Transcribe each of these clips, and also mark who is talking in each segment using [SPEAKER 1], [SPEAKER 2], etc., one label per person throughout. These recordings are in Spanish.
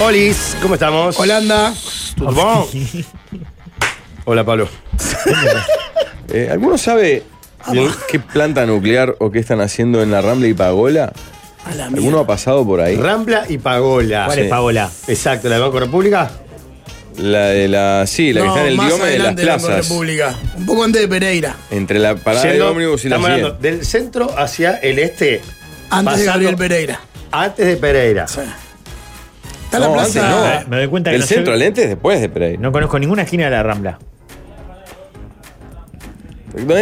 [SPEAKER 1] Olis, ¿cómo estamos?
[SPEAKER 2] Holanda.
[SPEAKER 1] ¿Todo bon? Hola, Pablo.
[SPEAKER 3] Eh, ¿Alguno sabe
[SPEAKER 2] Ah,
[SPEAKER 3] bien qué planta nuclear o qué están haciendo en la Rambla y Pagola? ¿Alguno ha pasado por ahí?
[SPEAKER 1] Rambla y Pagola.
[SPEAKER 4] ¿Cuál es Paola?
[SPEAKER 1] Exacto, la de Banco República.
[SPEAKER 3] La de la. Sí, la que está en el
[SPEAKER 2] más
[SPEAKER 3] diome de las
[SPEAKER 2] adelante Banco
[SPEAKER 3] plazas.
[SPEAKER 2] República. Un poco antes de Pereira.
[SPEAKER 3] Entre la parada
[SPEAKER 1] Yendo-
[SPEAKER 3] de ómnibus y la
[SPEAKER 1] estamos
[SPEAKER 3] siguiente.
[SPEAKER 1] hablando del centro hacia el este.
[SPEAKER 2] Antes de
[SPEAKER 1] pasando-
[SPEAKER 2] Gabriel Pereira.
[SPEAKER 1] Antes de Pereira. Ah,
[SPEAKER 2] Sí. Está la
[SPEAKER 3] No, antes
[SPEAKER 2] plaza.
[SPEAKER 3] no.
[SPEAKER 4] Eh, Me doy cuenta que
[SPEAKER 3] Ah. El
[SPEAKER 4] no,
[SPEAKER 3] centro
[SPEAKER 4] soy-
[SPEAKER 3] lente es después de Pereira.
[SPEAKER 4] no conozco ninguna esquina de la Rambla.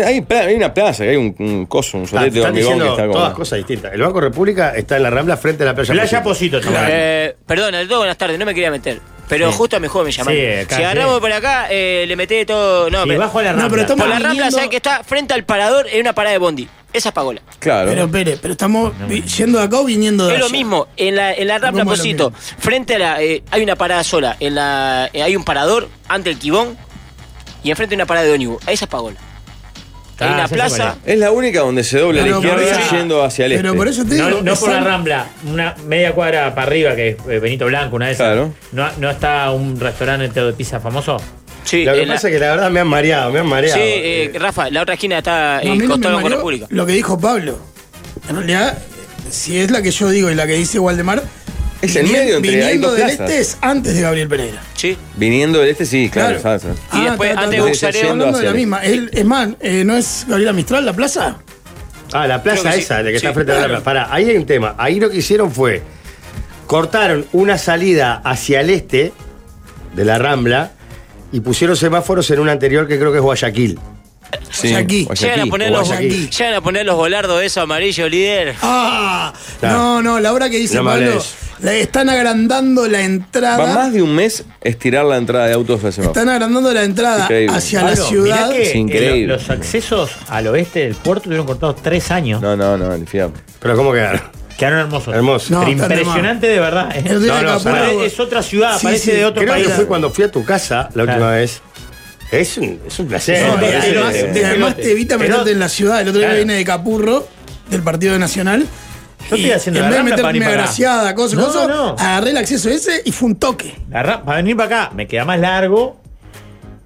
[SPEAKER 3] Hay, pla- hay una plaza, hay un, un coso, un
[SPEAKER 1] Está-
[SPEAKER 3] solete de
[SPEAKER 1] están
[SPEAKER 3] hormigón que
[SPEAKER 1] diciendo
[SPEAKER 3] está como.
[SPEAKER 1] todas cosas distintas. El Banco República está en la Rambla frente a la playa.
[SPEAKER 4] Playa
[SPEAKER 1] Posito.
[SPEAKER 4] Posito, chaval.
[SPEAKER 5] Eh, perdón, del todo buenas tardes, no me quería meter. Pero justo a mi juego me llamaron.
[SPEAKER 4] Sí, acá,
[SPEAKER 5] si agarramos
[SPEAKER 4] sí.
[SPEAKER 5] por acá, eh, le meté todo. No,
[SPEAKER 4] Y
[SPEAKER 5] pero-
[SPEAKER 4] bajo a la
[SPEAKER 2] No,
[SPEAKER 4] Rambla.
[SPEAKER 2] pero estamos-
[SPEAKER 5] por la rambla,
[SPEAKER 2] viniendo-
[SPEAKER 5] ¿sabes que está frente al parador en una parada de Bondi? Esa es Pagola.
[SPEAKER 3] Claro.
[SPEAKER 2] Pero espere, pero estamos vi- yendo de acá o viniendo de
[SPEAKER 5] Es lo
[SPEAKER 2] allá.
[SPEAKER 5] mismo, en la, en la Rambla
[SPEAKER 2] Rumbo a lo
[SPEAKER 5] Posito,
[SPEAKER 2] mismo.
[SPEAKER 5] frente a la. eh, hay una parada sola, en la, eh, hay un parador ante el Quibón y enfrente hay una parada de ónibus. Esa es Pagola.
[SPEAKER 4] Ah,
[SPEAKER 5] hay una
[SPEAKER 4] ya sé cuál
[SPEAKER 5] plaza.
[SPEAKER 4] es.
[SPEAKER 3] es la única donde se dobla a la
[SPEAKER 2] Pero por
[SPEAKER 3] izquierda
[SPEAKER 2] eso-
[SPEAKER 3] yendo hacia el este.
[SPEAKER 2] Pero por eso te digo.
[SPEAKER 4] No, no por la
[SPEAKER 2] están-
[SPEAKER 4] Rambla, una media cuadra para arriba, que es eh, Benito Blanco, una de esas.
[SPEAKER 3] Claro.
[SPEAKER 4] ¿No, no está un restaurante de pizza famoso?
[SPEAKER 5] Sí,
[SPEAKER 1] Lo que
[SPEAKER 5] en la-
[SPEAKER 1] pasa es que la verdad me han mareado, me han mareado.
[SPEAKER 5] sí, eh, Rafa, la otra esquina está
[SPEAKER 2] No, a
[SPEAKER 5] eh,
[SPEAKER 2] mí no me
[SPEAKER 5] costado con
[SPEAKER 2] mareó
[SPEAKER 5] República.
[SPEAKER 2] Lo que dijo Pablo. En realidad, si es la que yo digo y la que dice Waldemar,
[SPEAKER 3] Es en
[SPEAKER 2] vini-
[SPEAKER 3] medio entre- hay
[SPEAKER 2] viniendo
[SPEAKER 3] dos
[SPEAKER 2] del
[SPEAKER 3] plazas.
[SPEAKER 2] este es antes de Gabriel Pereira. Ah,
[SPEAKER 5] Sí.
[SPEAKER 3] Viniendo del este, sí, claro.
[SPEAKER 2] Claro.
[SPEAKER 3] sabes.
[SPEAKER 5] Y después,
[SPEAKER 2] está, está,
[SPEAKER 5] antes
[SPEAKER 2] está.
[SPEAKER 5] de
[SPEAKER 2] Estoy
[SPEAKER 3] Yendo
[SPEAKER 2] hablando
[SPEAKER 5] Buxareo.
[SPEAKER 2] de
[SPEAKER 3] hacia
[SPEAKER 2] la
[SPEAKER 3] el-
[SPEAKER 2] misma. Él- es más, eh, ¿no es Gabriela Mistral la plaza?
[SPEAKER 1] Ah, la
[SPEAKER 5] Creo
[SPEAKER 1] plaza
[SPEAKER 5] que sí.
[SPEAKER 1] esa, la que está
[SPEAKER 5] Sí,
[SPEAKER 1] frente a la
[SPEAKER 2] claro.
[SPEAKER 1] plaza. Pará, ahí hay un tema. Ahí lo que hicieron fue. Cortaron una salida hacia el este de la Rambla y pusieron semáforos en una anterior que creo que es Guayaquil.
[SPEAKER 3] Sí,
[SPEAKER 2] Guayaquil.
[SPEAKER 3] Guayaquil.
[SPEAKER 5] Llegan a, poner los,
[SPEAKER 2] Guayaquil.
[SPEAKER 5] llegan a poner los volardos esos amarillos, líder.
[SPEAKER 2] Ah,
[SPEAKER 1] Claro.
[SPEAKER 2] no, no, la hora que dice
[SPEAKER 1] No me
[SPEAKER 2] Pablo,
[SPEAKER 1] hables.
[SPEAKER 2] la- están agrandando la
[SPEAKER 3] Va más
[SPEAKER 2] entrada.
[SPEAKER 3] de un mes estirar la entrada de autos al semáforo.
[SPEAKER 2] Están agrandando la entrada
[SPEAKER 3] Increíble.
[SPEAKER 2] hacia la
[SPEAKER 4] Pablo, mirá
[SPEAKER 2] ciudad.
[SPEAKER 4] que,
[SPEAKER 3] Es
[SPEAKER 4] eh,
[SPEAKER 3] increíble.
[SPEAKER 4] lo- los accesos al oeste del puerto tuvieron cortados tres años.
[SPEAKER 3] No, no, no, el fiado.
[SPEAKER 1] Pero ¿cómo quedaron?
[SPEAKER 4] Quedaron hermosos.
[SPEAKER 1] Hermoso.
[SPEAKER 2] No,
[SPEAKER 4] Pero
[SPEAKER 2] están de
[SPEAKER 4] impresionante de verdad. ¿eh?
[SPEAKER 2] El día
[SPEAKER 1] No,
[SPEAKER 2] de
[SPEAKER 1] no,
[SPEAKER 2] Capurro,
[SPEAKER 1] pará,
[SPEAKER 2] güey.
[SPEAKER 4] es otra ciudad,
[SPEAKER 2] Sí, sí.
[SPEAKER 4] parece de otro
[SPEAKER 1] Creo
[SPEAKER 4] país.
[SPEAKER 1] que fue cuando fui a tu casa la última
[SPEAKER 4] Claro.
[SPEAKER 1] vez. Es un, es un placer.
[SPEAKER 4] No,
[SPEAKER 1] me
[SPEAKER 2] Y
[SPEAKER 4] de-
[SPEAKER 1] parece.
[SPEAKER 4] de-
[SPEAKER 2] además,
[SPEAKER 4] de-
[SPEAKER 2] y además te evita
[SPEAKER 4] Pero-
[SPEAKER 2] meterte en la ciudad. El otro día
[SPEAKER 4] Claro.
[SPEAKER 2] vine de Capurro, del Partido Nacional.
[SPEAKER 4] Yo estoy
[SPEAKER 2] y
[SPEAKER 4] haciendo
[SPEAKER 2] en
[SPEAKER 4] la
[SPEAKER 2] vez de
[SPEAKER 4] rambla para ir
[SPEAKER 2] meterme
[SPEAKER 4] para acá.
[SPEAKER 2] agraciada, cosas,
[SPEAKER 4] No,
[SPEAKER 2] cosas,
[SPEAKER 4] no.
[SPEAKER 2] agarré el acceso ese y fue un toque.
[SPEAKER 4] La ra- para venir para acá me queda más largo,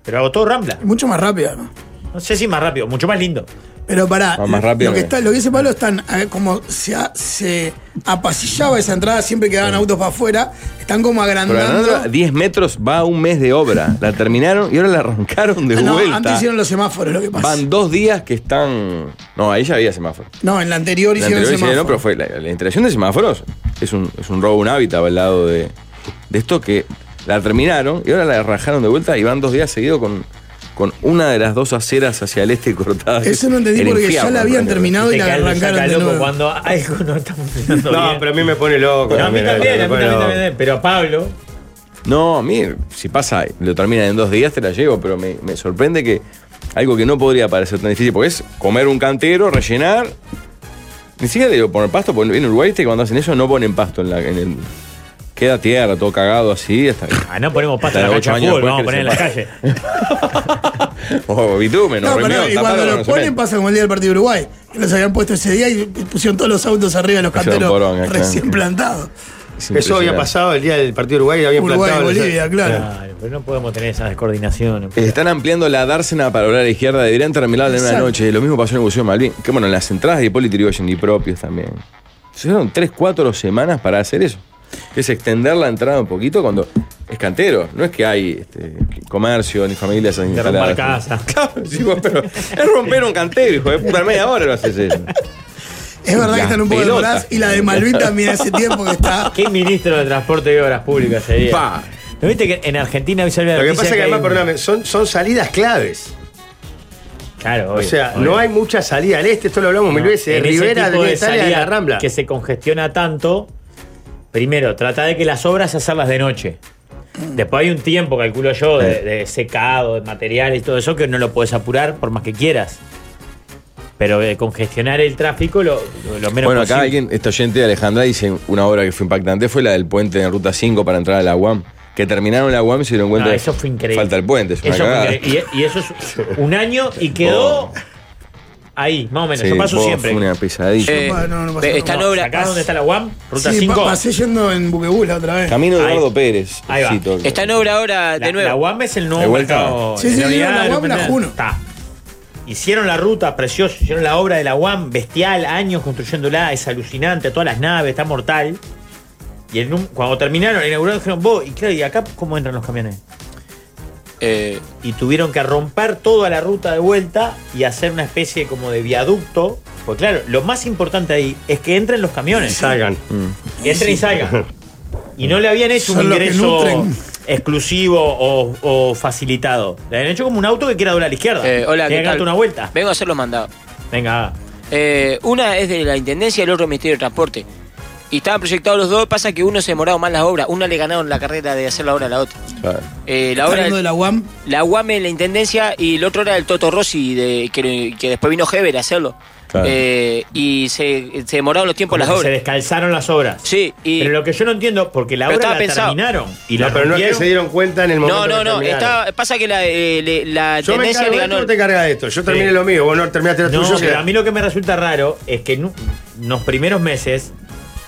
[SPEAKER 4] pero hago todo rambla.
[SPEAKER 2] Mucho más rápido, además.
[SPEAKER 4] No sé si más rápido, mucho más lindo.
[SPEAKER 2] Pero pará,
[SPEAKER 3] Va más rápido
[SPEAKER 2] lo, que
[SPEAKER 3] que-
[SPEAKER 2] está, lo que dice Pablo están eh, como se, a- se apasillaba esa entrada, siempre quedaban autos para afuera, están como
[SPEAKER 3] Pero
[SPEAKER 2] agrandando.
[SPEAKER 3] ganando 10 metros va un mes de obra. La terminaron y ahora la arrancaron de
[SPEAKER 2] Ah, no,
[SPEAKER 3] vuelta.
[SPEAKER 2] antes hicieron los semáforos, lo que pasa.
[SPEAKER 3] Van dos días que están. No, ahí ya había semáforo.
[SPEAKER 2] No, en la anterior
[SPEAKER 3] La
[SPEAKER 2] hicieron
[SPEAKER 3] anterior hicieron,
[SPEAKER 2] semáforos.
[SPEAKER 3] pero fue la, la instalación de semáforos es un, es un robo, un hábitat al lado de, de esto que la terminaron y ahora la rajaron de vuelta y van dos días seguidos con, con una de las dos aceras hacia el este cortada.
[SPEAKER 2] Eso no entendí
[SPEAKER 3] El
[SPEAKER 2] porque ya
[SPEAKER 3] infierno,
[SPEAKER 2] la habían
[SPEAKER 3] realmente.
[SPEAKER 2] terminado y
[SPEAKER 4] Te
[SPEAKER 2] la
[SPEAKER 4] quedas- te
[SPEAKER 2] arrancaron
[SPEAKER 4] saca
[SPEAKER 2] de
[SPEAKER 4] loco
[SPEAKER 2] nuevo.
[SPEAKER 4] cuando algo no está funcionando
[SPEAKER 1] No,
[SPEAKER 4] bien.
[SPEAKER 1] pero a mí me pone loco.
[SPEAKER 4] Pero a mí
[SPEAKER 1] también,
[SPEAKER 4] también,
[SPEAKER 1] me
[SPEAKER 4] a mí
[SPEAKER 1] pone
[SPEAKER 4] también,
[SPEAKER 1] loco.
[SPEAKER 4] también, pero a Pablo,
[SPEAKER 3] No, a mí, si pasa, lo terminan en dos días, te la llevo, pero me, me sorprende que algo que no podría parecer tan difícil, porque es comer un cantero, rellenar. Ni siquiera digo poner pasto, porque en Uruguay viste que cuando hacen eso no ponen pasto en la. en el- queda tierra, todo cagado así, hasta
[SPEAKER 4] ah, no ponemos pasta en
[SPEAKER 3] Hasta
[SPEAKER 4] la
[SPEAKER 3] los
[SPEAKER 4] cancha
[SPEAKER 3] ocho
[SPEAKER 4] de fútbol,
[SPEAKER 3] años
[SPEAKER 4] vamos a poner en la
[SPEAKER 3] después
[SPEAKER 4] calle.
[SPEAKER 3] O Oh, bitumen,
[SPEAKER 2] No,
[SPEAKER 3] o
[SPEAKER 2] pará,
[SPEAKER 3] remión,
[SPEAKER 2] y cuando
[SPEAKER 3] tapado,
[SPEAKER 2] lo
[SPEAKER 3] no se
[SPEAKER 2] ponen
[SPEAKER 3] mete.
[SPEAKER 2] pasa como el día del partido de Uruguay. Que los habían puesto ese día y pusieron todos los autos arriba de los
[SPEAKER 3] Pusieron
[SPEAKER 2] canteros
[SPEAKER 3] poronga, claro.
[SPEAKER 2] recién plantados.
[SPEAKER 3] Es
[SPEAKER 1] Eso había
[SPEAKER 3] impresionante.
[SPEAKER 1] pasado el día del partido de Uruguay y habían
[SPEAKER 2] Uruguay,
[SPEAKER 1] plantado. los-
[SPEAKER 2] Bolivia, claro.
[SPEAKER 4] Claro, pero no podemos tener esa descoordinación.
[SPEAKER 1] Eh,
[SPEAKER 3] Están ampliando la dársena para hablar a la izquierda, deberían terminarla en una
[SPEAKER 2] Exacto.
[SPEAKER 3] noche. Lo mismo pasó en el Museo de Malvin. Que bueno, en las entradas de Hipólito Yrigoyen y propios también. Se dieron 3, 4 semanas para hacer eso. Que es extender la entrada un poquito cuando es cantero. No es que hay este, comercio ni familias instaladas.
[SPEAKER 4] romper casa.
[SPEAKER 3] Claro, sí, vos, pero es romper un cantero, hijo de puta. En media hora lo haces eso.
[SPEAKER 2] Es verdad que
[SPEAKER 3] Las
[SPEAKER 2] están un poco
[SPEAKER 3] pelotas.
[SPEAKER 2] demoradas y la de Malvin también hace tiempo que está.
[SPEAKER 4] ¿Qué ministro de Transporte y Obras Públicas sería?
[SPEAKER 3] Pa.
[SPEAKER 4] ¿No viste que en Argentina hoy salió la
[SPEAKER 1] Lo que
[SPEAKER 4] noticia
[SPEAKER 1] pasa es que
[SPEAKER 4] hay
[SPEAKER 1] además,
[SPEAKER 4] un-
[SPEAKER 1] perdóname, son, son salidas claves.
[SPEAKER 4] Claro,
[SPEAKER 1] O
[SPEAKER 4] obvio,
[SPEAKER 1] sea,
[SPEAKER 4] obvio.
[SPEAKER 1] no hay mucha salida al este, esto lo hablamos mil
[SPEAKER 3] eh,
[SPEAKER 4] No,
[SPEAKER 1] veces.
[SPEAKER 4] en ese
[SPEAKER 1] Rivera
[SPEAKER 4] tipo
[SPEAKER 1] de Italia de la
[SPEAKER 4] salida
[SPEAKER 1] Rambla.
[SPEAKER 4] Que se congestiona tanto. Primero, trata de que las obras hacerlas de noche. Después hay un tiempo, calculo yo, de, de secado, de materiales y todo eso, que no lo puedes apurar por más que quieras. Pero eh, congestionar el tráfico lo, lo- lo menos
[SPEAKER 3] bueno, acá
[SPEAKER 4] posible.
[SPEAKER 3] alguien, esta oyente de Alejandra dice una obra que fue impactante, fue la del puente en Ruta 5 para entrar a la UAM. Que terminaron la UAM y se dieron cuenta
[SPEAKER 4] No,
[SPEAKER 3] de-
[SPEAKER 4] Ah, eso fue increíble.
[SPEAKER 3] Falta el puente, es una
[SPEAKER 4] Eso fue
[SPEAKER 3] cagada.
[SPEAKER 4] increíble. Y, y eso es un año y quedó
[SPEAKER 3] Oh.
[SPEAKER 4] Ahí, más o menos.
[SPEAKER 3] Sí,
[SPEAKER 4] Yo paso
[SPEAKER 3] vos,
[SPEAKER 4] siempre.
[SPEAKER 3] Fue una pesadilla.
[SPEAKER 5] Eh,
[SPEAKER 2] No, no, no pasa
[SPEAKER 5] está
[SPEAKER 2] nada.
[SPEAKER 5] Nobla.
[SPEAKER 4] ¿Acá dónde está la UAM? Ruta
[SPEAKER 2] Sí, pa-
[SPEAKER 4] 5.
[SPEAKER 2] pasé yendo en buquebús la otra vez.
[SPEAKER 3] Camino de
[SPEAKER 4] ahí-
[SPEAKER 3] Eduardo Pérez.
[SPEAKER 4] ahí va.
[SPEAKER 3] Cito.
[SPEAKER 5] Está en obra ahora
[SPEAKER 4] La,
[SPEAKER 5] Ah, de nuevo.
[SPEAKER 4] la UAM es el
[SPEAKER 3] De
[SPEAKER 4] nuevo
[SPEAKER 3] vuelta.
[SPEAKER 4] mercado.
[SPEAKER 2] Sí, sí,
[SPEAKER 4] la
[SPEAKER 2] sí, la
[SPEAKER 4] de
[SPEAKER 2] UAM la
[SPEAKER 4] repente-
[SPEAKER 2] Juno.
[SPEAKER 4] Está. Hicieron la ruta preciosa, hicieron la obra de la UAM bestial, años construyéndola, es alucinante, todas las naves, está mortal. Y en un- cuando terminaron, inauguraron, dijeron, vos, y claro, ¿y acá cómo entran los camiones?
[SPEAKER 5] Eh,
[SPEAKER 4] y tuvieron que romper toda la ruta de vuelta y hacer una especie como de viaducto. Pues claro, lo más importante ahí es que entren los camiones.
[SPEAKER 1] Salgan.
[SPEAKER 4] Que entren y salgan. Y no le habían hecho un
[SPEAKER 2] Son los que
[SPEAKER 4] ingreso
[SPEAKER 2] nutren.
[SPEAKER 4] exclusivo o, o facilitado. Le habían hecho como un auto que quiera doblar a la izquierda.
[SPEAKER 5] eh, hola,
[SPEAKER 4] Tiene
[SPEAKER 5] ¿qué
[SPEAKER 4] que darte
[SPEAKER 5] tal?
[SPEAKER 4] una vuelta.
[SPEAKER 5] Vengo a hacer los mandados.
[SPEAKER 4] Venga.
[SPEAKER 5] Eh, una es de la Intendencia y el otro Ministerio de Transporte. Y estaban proyectados los dos, pasa que uno se demorado más las obras. Una le ganaron la carrera de hacer la obra a la otra.
[SPEAKER 3] Claro.
[SPEAKER 5] Eh, la
[SPEAKER 2] Está
[SPEAKER 5] obra
[SPEAKER 2] hablando de la UAM.
[SPEAKER 5] la UAM en la Intendencia y el otro era el Toto Rossi, de, que, que después vino Heber a hacerlo.
[SPEAKER 3] Claro.
[SPEAKER 5] Eh, y se, se demoraron los
[SPEAKER 4] Como
[SPEAKER 5] tiempos las
[SPEAKER 4] que se
[SPEAKER 5] obras.
[SPEAKER 4] descalzaron las obras.
[SPEAKER 5] Sí, y
[SPEAKER 4] Pero lo que yo no entiendo, porque la
[SPEAKER 5] Pero
[SPEAKER 4] obra
[SPEAKER 5] estaba
[SPEAKER 4] la
[SPEAKER 5] pensado.
[SPEAKER 4] terminaron. Y
[SPEAKER 1] No,
[SPEAKER 4] la
[SPEAKER 1] pero no es que
[SPEAKER 4] rompieron.
[SPEAKER 1] se dieron cuenta en el momento.
[SPEAKER 5] no,
[SPEAKER 1] que
[SPEAKER 5] no, no.
[SPEAKER 1] terminaron.
[SPEAKER 5] está- pasa que la, eh, le- la
[SPEAKER 1] Yo me encargo
[SPEAKER 5] Intendencia le
[SPEAKER 1] de esto,
[SPEAKER 5] ganó.
[SPEAKER 1] tú te encargas de esto. Yo terminé
[SPEAKER 4] Sí.
[SPEAKER 1] lo mío, vos no terminaste lo
[SPEAKER 4] No,
[SPEAKER 1] tuyo.
[SPEAKER 4] pero
[SPEAKER 1] queda-
[SPEAKER 4] a mí lo que me resulta raro es que en un- los primeros meses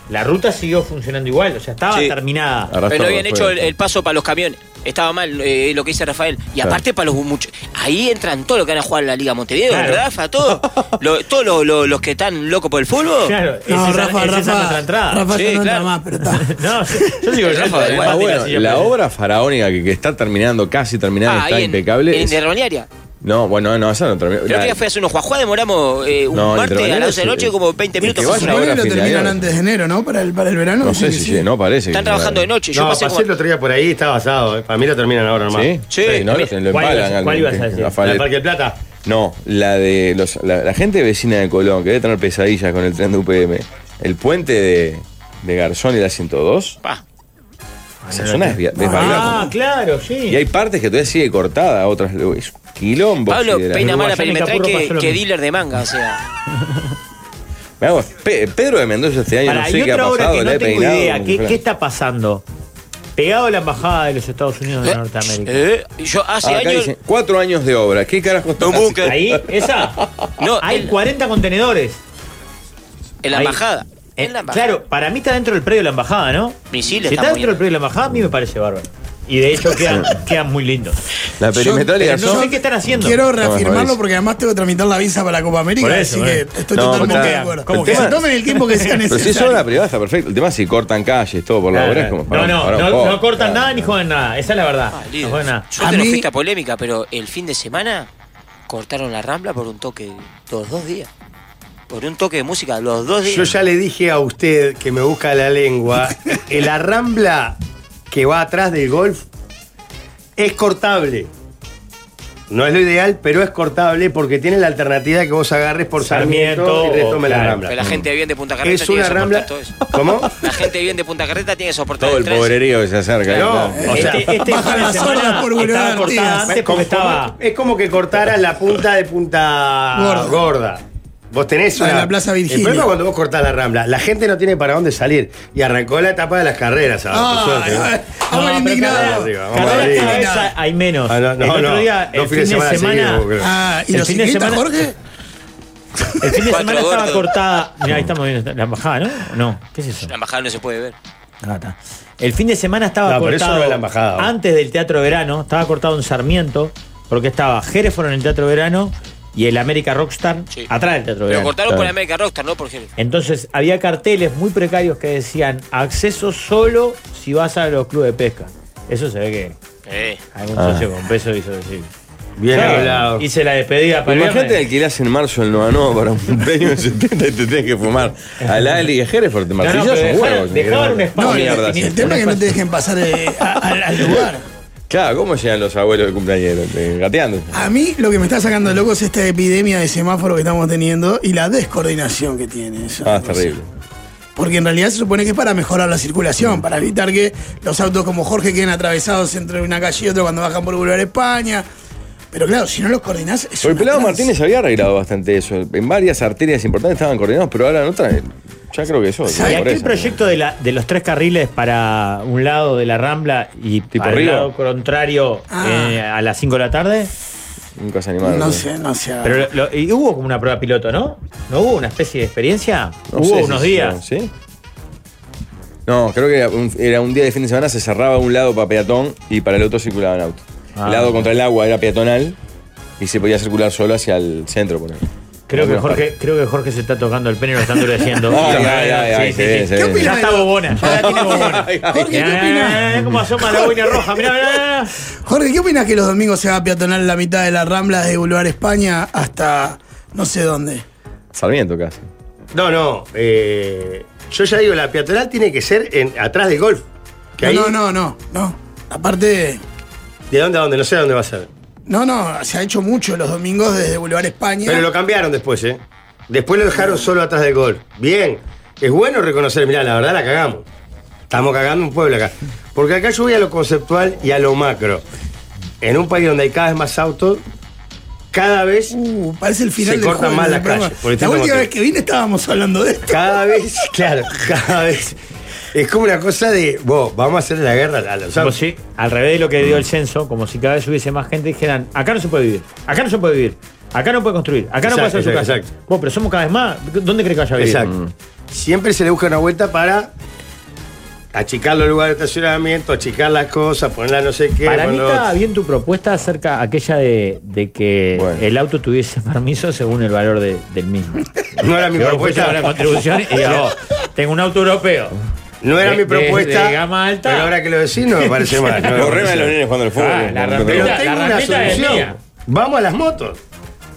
[SPEAKER 4] la ruta siguió funcionando igual, o sea, estaba
[SPEAKER 5] Sí. Ah.
[SPEAKER 4] terminada.
[SPEAKER 3] Arrastró
[SPEAKER 5] Pero no habían
[SPEAKER 3] la
[SPEAKER 5] hecho el,
[SPEAKER 3] rueda.
[SPEAKER 5] el paso para los camiones. Estaba mal eh, lo que dice Rafael. Y aparte para los muchachos. Ahí entran todos los que van a jugar a la Liga Montevideo,
[SPEAKER 4] Claro.
[SPEAKER 5] Rafa, todos. Lo- todos los, los- los que están locos por el fútbol.
[SPEAKER 4] Claro,
[SPEAKER 2] No,
[SPEAKER 4] esa-
[SPEAKER 2] Rafa,
[SPEAKER 4] esa es
[SPEAKER 2] Rafa.
[SPEAKER 4] nuestra entrada.
[SPEAKER 2] Rafa
[SPEAKER 5] Sí,
[SPEAKER 2] ya no entra
[SPEAKER 5] claro.
[SPEAKER 2] más, pero está.
[SPEAKER 4] No, yo digo que
[SPEAKER 5] Rafa,
[SPEAKER 4] Rafa,
[SPEAKER 5] igual.
[SPEAKER 3] Ah, bueno,
[SPEAKER 4] sí, yo
[SPEAKER 3] la
[SPEAKER 4] creo.
[SPEAKER 3] obra faraónica que, que está terminando, casi terminada,
[SPEAKER 5] Ah,
[SPEAKER 3] está
[SPEAKER 5] ahí en-
[SPEAKER 3] impecable.
[SPEAKER 5] En,
[SPEAKER 3] es-
[SPEAKER 5] de Rebaniaria.
[SPEAKER 3] No, bueno, no, esa no terminó.
[SPEAKER 5] El otro día fui a hacer unos juajuá, demoramos eh, un
[SPEAKER 3] No, en
[SPEAKER 5] martes a
[SPEAKER 3] Rebaniaria
[SPEAKER 5] las 12 de la
[SPEAKER 3] sí.
[SPEAKER 5] noche, como 20
[SPEAKER 3] Y que
[SPEAKER 5] minutos.
[SPEAKER 3] vaya, no,
[SPEAKER 5] para una
[SPEAKER 2] Supongo
[SPEAKER 5] hora.
[SPEAKER 2] que
[SPEAKER 3] hora
[SPEAKER 2] lo
[SPEAKER 3] fin de
[SPEAKER 2] terminan
[SPEAKER 3] año.
[SPEAKER 2] antes de enero, ¿no? Para el, para el verano.
[SPEAKER 3] No
[SPEAKER 2] sí,
[SPEAKER 3] sé
[SPEAKER 2] sí,
[SPEAKER 3] si
[SPEAKER 2] sí.
[SPEAKER 3] llega- no parece. que llega.
[SPEAKER 5] Están trabajando de noche. Yo
[SPEAKER 4] No,
[SPEAKER 5] pasé
[SPEAKER 4] pasé
[SPEAKER 5] como.
[SPEAKER 1] el otro día por ahí, estaba asado. eh. Para mí lo terminan ahora nomás.
[SPEAKER 3] ¿Sí?
[SPEAKER 5] Sí.
[SPEAKER 3] no, lo, lo
[SPEAKER 4] ¿Cuál ibas-
[SPEAKER 3] empalan al-
[SPEAKER 4] cuál ibas a decir?
[SPEAKER 3] Rafael.
[SPEAKER 1] La de Parque del Plata.
[SPEAKER 3] No, la de los, la, la gente vecina de Colón, que debe tener pesadillas con el tren de UPM. El puente de, de Garzón y la 102.
[SPEAKER 5] Pa.
[SPEAKER 3] Esa zona es via-
[SPEAKER 4] Ah,
[SPEAKER 3] desvalada.
[SPEAKER 4] claro, sí.
[SPEAKER 3] Y hay partes que todavía sigue cortada, otras. Es un quilombo.
[SPEAKER 5] Pablo
[SPEAKER 3] sí, de la-
[SPEAKER 4] Uruguayana
[SPEAKER 5] Peinamala
[SPEAKER 4] y
[SPEAKER 5] perimetral
[SPEAKER 4] Capurro
[SPEAKER 5] que,
[SPEAKER 4] pasó lo
[SPEAKER 5] que
[SPEAKER 4] mismo.
[SPEAKER 5] dealer de manga, o sea.
[SPEAKER 3] Me hago- Pe- Pedro de Mendoza este año
[SPEAKER 4] Pará,
[SPEAKER 3] no
[SPEAKER 4] y
[SPEAKER 3] sé qué ha
[SPEAKER 4] otra obra
[SPEAKER 3] pasado,
[SPEAKER 4] que este
[SPEAKER 3] le
[SPEAKER 4] no
[SPEAKER 3] he
[SPEAKER 4] tengo
[SPEAKER 3] peinado.
[SPEAKER 4] idea,
[SPEAKER 3] como
[SPEAKER 4] ¿qué,
[SPEAKER 3] fuera.
[SPEAKER 4] qué está pasando? Pegado a la embajada de los Estados Unidos de Norteamérica.
[SPEAKER 5] Eh, yo hace
[SPEAKER 3] Ah, acá
[SPEAKER 5] años.
[SPEAKER 3] dicen, cuatro años de obra. ¿Qué carajo está
[SPEAKER 5] Un búnker.
[SPEAKER 4] Ahí, esa.
[SPEAKER 5] eh, No,
[SPEAKER 4] hay
[SPEAKER 5] el-
[SPEAKER 4] 40 contenedores.
[SPEAKER 5] En la
[SPEAKER 4] Ahí.
[SPEAKER 5] embajada.
[SPEAKER 4] Eh,
[SPEAKER 5] En la embajada.
[SPEAKER 4] Claro, para mí está dentro del predio de la embajada, ¿no?
[SPEAKER 5] Misiles
[SPEAKER 4] si
[SPEAKER 5] están
[SPEAKER 4] está
[SPEAKER 5] muy
[SPEAKER 4] dentro del
[SPEAKER 5] bien.
[SPEAKER 4] predio de la embajada, a mí me parece bárbaro. Y de hecho quedan, quedan muy lindos.
[SPEAKER 3] La perimetral y
[SPEAKER 2] Yo-
[SPEAKER 3] Garzón.
[SPEAKER 4] no sé qué están haciendo.
[SPEAKER 2] Quiero
[SPEAKER 4] No,
[SPEAKER 2] reafirmarlo
[SPEAKER 3] Mauricio.
[SPEAKER 2] porque además tengo que tramitar la visa para la Copa América,
[SPEAKER 4] Por eso,
[SPEAKER 2] así que
[SPEAKER 4] eh.
[SPEAKER 2] estoy
[SPEAKER 3] No,
[SPEAKER 2] totalmente
[SPEAKER 3] pero
[SPEAKER 2] de
[SPEAKER 3] está-
[SPEAKER 2] acuerdo.
[SPEAKER 3] ¿Cómo
[SPEAKER 2] que
[SPEAKER 3] que
[SPEAKER 2] se
[SPEAKER 3] está?
[SPEAKER 2] tomen el tiempo que sea
[SPEAKER 3] Pero
[SPEAKER 2] necesario.
[SPEAKER 3] si es obra privada, está perfecto. El tema es si cortan calles, todo por la obra, es como
[SPEAKER 4] no,
[SPEAKER 3] pará,
[SPEAKER 4] no,
[SPEAKER 3] pará un
[SPEAKER 4] no,
[SPEAKER 3] poco.
[SPEAKER 4] no cortan nada ni joden nada. Esa es la verdad.
[SPEAKER 5] Ah, líder.
[SPEAKER 4] no joden nada.
[SPEAKER 5] Yo
[SPEAKER 2] A
[SPEAKER 5] te lo
[SPEAKER 2] mí-
[SPEAKER 5] esta polémica, pero el fin de semana cortaron la rambla por un toque, los dos días. Por un toque de música, los dos días.
[SPEAKER 1] Yo ya le dije a usted que me busca la lengua, el arrambla que va atrás del golf es cortable. No es lo ideal, pero es cortable porque tiene la alternativa que vos agarres por Sarmiento,
[SPEAKER 4] Sarmiento
[SPEAKER 1] y retome
[SPEAKER 4] o-
[SPEAKER 1] la
[SPEAKER 4] claro.
[SPEAKER 5] Pero
[SPEAKER 1] rambla.
[SPEAKER 5] la gente bien de Punta Carreta
[SPEAKER 1] Es
[SPEAKER 5] tiene
[SPEAKER 1] una
[SPEAKER 5] que soportar
[SPEAKER 1] rambla.
[SPEAKER 5] todo eso.
[SPEAKER 1] ¿Cómo?
[SPEAKER 5] La gente bien de Punta Carreta tiene que soportar
[SPEAKER 3] Todo el
[SPEAKER 5] estrés.
[SPEAKER 3] pobrerío que se acerca.
[SPEAKER 1] No,
[SPEAKER 3] ahí, claro.
[SPEAKER 1] o sea,
[SPEAKER 4] este, este
[SPEAKER 2] bajan
[SPEAKER 4] fin de
[SPEAKER 2] las
[SPEAKER 4] semana
[SPEAKER 2] horas por Boulevard
[SPEAKER 4] estaba cortada
[SPEAKER 2] Artigas.
[SPEAKER 1] Como-
[SPEAKER 4] antes porque estaba.
[SPEAKER 1] Es como que cortaras la punta de punta
[SPEAKER 2] Gorda.
[SPEAKER 1] gorda. Vos tenés
[SPEAKER 2] La de
[SPEAKER 1] una.
[SPEAKER 2] la Plaza
[SPEAKER 1] El
[SPEAKER 2] Virginia.
[SPEAKER 1] problema es cuando vos cortás la rambla, la gente no tiene para dónde salir. Y arrancó la etapa de las carreras, ¿sabes?
[SPEAKER 2] Ah, ah, ah,
[SPEAKER 4] No,
[SPEAKER 2] bueno,
[SPEAKER 4] pero
[SPEAKER 2] indignado.
[SPEAKER 1] carrera, vamos
[SPEAKER 4] Cada
[SPEAKER 1] arriba.
[SPEAKER 4] cada vez hay- hay menos.
[SPEAKER 1] Ah, no, no,
[SPEAKER 4] el otro
[SPEAKER 1] no.
[SPEAKER 4] día,
[SPEAKER 1] Dos
[SPEAKER 4] el fin de
[SPEAKER 1] fines de
[SPEAKER 4] semana,
[SPEAKER 1] semana seguidos, creo.
[SPEAKER 2] Ah, y
[SPEAKER 4] El
[SPEAKER 2] los
[SPEAKER 4] fin de
[SPEAKER 2] ciclistas,
[SPEAKER 4] semana-
[SPEAKER 2] Jorge,
[SPEAKER 4] el fin de
[SPEAKER 5] Cuatro
[SPEAKER 4] semana estaba
[SPEAKER 5] gordos.
[SPEAKER 4] cortada. Mirá, ahí estamos viendo la embajada, ¿no? No, ¿qué es eso?
[SPEAKER 5] La embajada no se puede ver.
[SPEAKER 4] Ah, está. El fin de semana estaba
[SPEAKER 1] No, pero eso
[SPEAKER 4] cortado
[SPEAKER 1] no es la embajada, ¿o?
[SPEAKER 4] antes del Teatro Verano, estaba cortado en Sarmiento, porque estaba Jereford en el Teatro Verano y el América Rockstar
[SPEAKER 5] Sí.
[SPEAKER 4] atrás del Teatro
[SPEAKER 5] Pero
[SPEAKER 4] Verano.
[SPEAKER 5] cortaron
[SPEAKER 3] claro.
[SPEAKER 5] por América Rockstar, ¿no? Por ejemplo.
[SPEAKER 4] Entonces había carteles muy precarios que decían acceso solo si vas a los clubes de pesca. Eso se ve que
[SPEAKER 5] Eh.
[SPEAKER 4] algún
[SPEAKER 3] Ah.
[SPEAKER 4] socio con peso hizo decir.
[SPEAKER 1] Bien
[SPEAKER 4] Claro,
[SPEAKER 1] hablado.
[SPEAKER 4] Hice la despedida para el
[SPEAKER 3] Imagínate
[SPEAKER 4] viernes.
[SPEAKER 3] alquilás en marzo el Noano para un premio de 70 y te tenés que fumar a Ali y a Hereford. Te
[SPEAKER 4] no,
[SPEAKER 3] martillas
[SPEAKER 4] pero
[SPEAKER 3] un
[SPEAKER 4] dejaron-
[SPEAKER 3] huevo. si
[SPEAKER 4] dejaron
[SPEAKER 3] querés.
[SPEAKER 4] un espacio
[SPEAKER 2] no,
[SPEAKER 3] Ah,
[SPEAKER 2] el,
[SPEAKER 3] mierda,
[SPEAKER 4] definido.
[SPEAKER 3] sí.
[SPEAKER 2] el tema es que no te dejen pasar eh, a- al- al lugar.
[SPEAKER 3] Claro, ¿cómo llegan los abuelos de cumpleaños? Gateando.
[SPEAKER 2] A mí lo que me está sacando de loco es esta epidemia de semáforo que estamos teniendo y la descoordinación que tiene. eso.
[SPEAKER 3] Ah, es terrible. Mm.
[SPEAKER 2] Porque en realidad se supone que es para mejorar la circulación, para evitar que los autos como Jorge queden atravesados entre una calle y otra cuando bajan por Boulevard España. Pero claro, si no los coordinás. Es
[SPEAKER 3] Porque el
[SPEAKER 2] una
[SPEAKER 3] pelado
[SPEAKER 2] tranza.
[SPEAKER 3] Martínez había arreglado bastante eso. En varias arterias importantes estaban coordinados, pero ahora en otras. Ya creo que eso.
[SPEAKER 2] ¿Y
[SPEAKER 3] la
[SPEAKER 4] Y aquel
[SPEAKER 3] pobreza.
[SPEAKER 4] proyecto de, la- de los tres carriles para un lado de la Rambla y
[SPEAKER 3] Tipo
[SPEAKER 4] para el
[SPEAKER 3] Río.
[SPEAKER 4] lado contrario
[SPEAKER 2] Ah.
[SPEAKER 4] eh, a las 5 de la tarde,
[SPEAKER 3] Nunca se animaron.
[SPEAKER 2] No sé, no sé.
[SPEAKER 4] Pero lo- lo- y hubo como una prueba piloto, ¿no? ¿No hubo una especie de experiencia?
[SPEAKER 3] No
[SPEAKER 4] hubo
[SPEAKER 3] sé si
[SPEAKER 4] unos
[SPEAKER 3] se
[SPEAKER 4] días.
[SPEAKER 3] hicieron, ¿Sí? No, creo que era un, era un día de fin de semana, se cerraba un lado para peatón y para el otro circulaban autos.
[SPEAKER 4] Ah.
[SPEAKER 3] el lado contra el agua era peatonal y se podía circular solo hacia el centro. Por ahí.
[SPEAKER 4] Creo que,
[SPEAKER 3] Algunas
[SPEAKER 4] Jorge, creo que Jorge se está tocando el pene y lo está endureciendo.
[SPEAKER 3] Ay, ay, ay, ay, se ve, se ve.
[SPEAKER 2] ¿Qué opinas?
[SPEAKER 4] eh, Ya está bobona, ya la tiene bobona.
[SPEAKER 2] Jorge, ¿qué
[SPEAKER 4] Mirá,
[SPEAKER 2] opinas?
[SPEAKER 4] ¿Cómo asoma la boina roja? Mirá, mirá, mirá.
[SPEAKER 2] Jorge, ¿qué opinas que los domingos se va a peatonal la mitad de la rambla desde Boulevard España hasta no sé dónde?
[SPEAKER 3] Sarmiento casi.
[SPEAKER 1] No, no. eh, yo ya digo, la peatonal tiene que ser en, atrás del golf. Que ahí,
[SPEAKER 2] No, no, no, no. Aparte,
[SPEAKER 1] ¿De dónde a dónde? No sé a dónde va a ser.
[SPEAKER 2] no, no, se ha hecho mucho los domingos desde Boulevard España.
[SPEAKER 1] Pero lo cambiaron después, ¿eh? Después lo dejaron solo atrás del gol. Bien. Es bueno reconocer, mirá, la verdad la cagamos. Estamos cagando un pueblo acá. Porque acá yo voy a lo conceptual y a lo macro. En un país donde hay cada vez más autos, cada vez,
[SPEAKER 2] Uh, parece el final
[SPEAKER 1] Se
[SPEAKER 2] del
[SPEAKER 1] cortan
[SPEAKER 2] juego
[SPEAKER 1] más
[SPEAKER 2] del
[SPEAKER 1] las
[SPEAKER 2] programa.
[SPEAKER 1] calles, por el
[SPEAKER 2] La
[SPEAKER 1] tema
[SPEAKER 2] última
[SPEAKER 1] que-
[SPEAKER 2] vez que vine estábamos hablando de esto.
[SPEAKER 1] cada vez, claro, cada vez. Es como una cosa de, vos, vamos a hacer la guerra a los
[SPEAKER 4] Como
[SPEAKER 1] autos.
[SPEAKER 4] si, al revés de lo que dio el censo, como si cada vez hubiese más gente, dijeran, acá no se puede vivir, acá no se puede vivir, acá no puede construir, acá no puede
[SPEAKER 1] Exacto,
[SPEAKER 4] hacer su casa.
[SPEAKER 1] exacto, exacto.
[SPEAKER 4] Vos, pero somos cada vez más, ¿dónde crees que vaya a vivir?
[SPEAKER 1] Exacto. Siempre se le busca una vuelta para achicar los lugares de estacionamiento, achicar las cosas, ponerla no sé qué.
[SPEAKER 4] Para mí
[SPEAKER 1] ponerlo
[SPEAKER 4] estaba
[SPEAKER 1] otro.
[SPEAKER 4] bien tu propuesta acerca aquella de, de que
[SPEAKER 3] Bueno.
[SPEAKER 4] el auto tuviese permiso según el valor de- del mismo.
[SPEAKER 1] No era mi
[SPEAKER 4] Yo fuese a la
[SPEAKER 1] propuesta.
[SPEAKER 4] contribución y digo, tengo un auto europeo.
[SPEAKER 1] No era
[SPEAKER 4] de-
[SPEAKER 1] mi
[SPEAKER 4] de-
[SPEAKER 1] propuesta.
[SPEAKER 4] de gama alta.
[SPEAKER 1] Pero ahora que lo decís no me parece mal. no me
[SPEAKER 3] Los
[SPEAKER 1] parece
[SPEAKER 3] remas de los
[SPEAKER 1] mal.
[SPEAKER 3] nenes jugando al fútbol.
[SPEAKER 4] Ah, la
[SPEAKER 3] No, no, no.
[SPEAKER 1] pero
[SPEAKER 4] La-
[SPEAKER 1] tengo
[SPEAKER 4] la
[SPEAKER 1] una
[SPEAKER 4] rampita es
[SPEAKER 1] solución.
[SPEAKER 4] mía.
[SPEAKER 1] Vamos a las motos.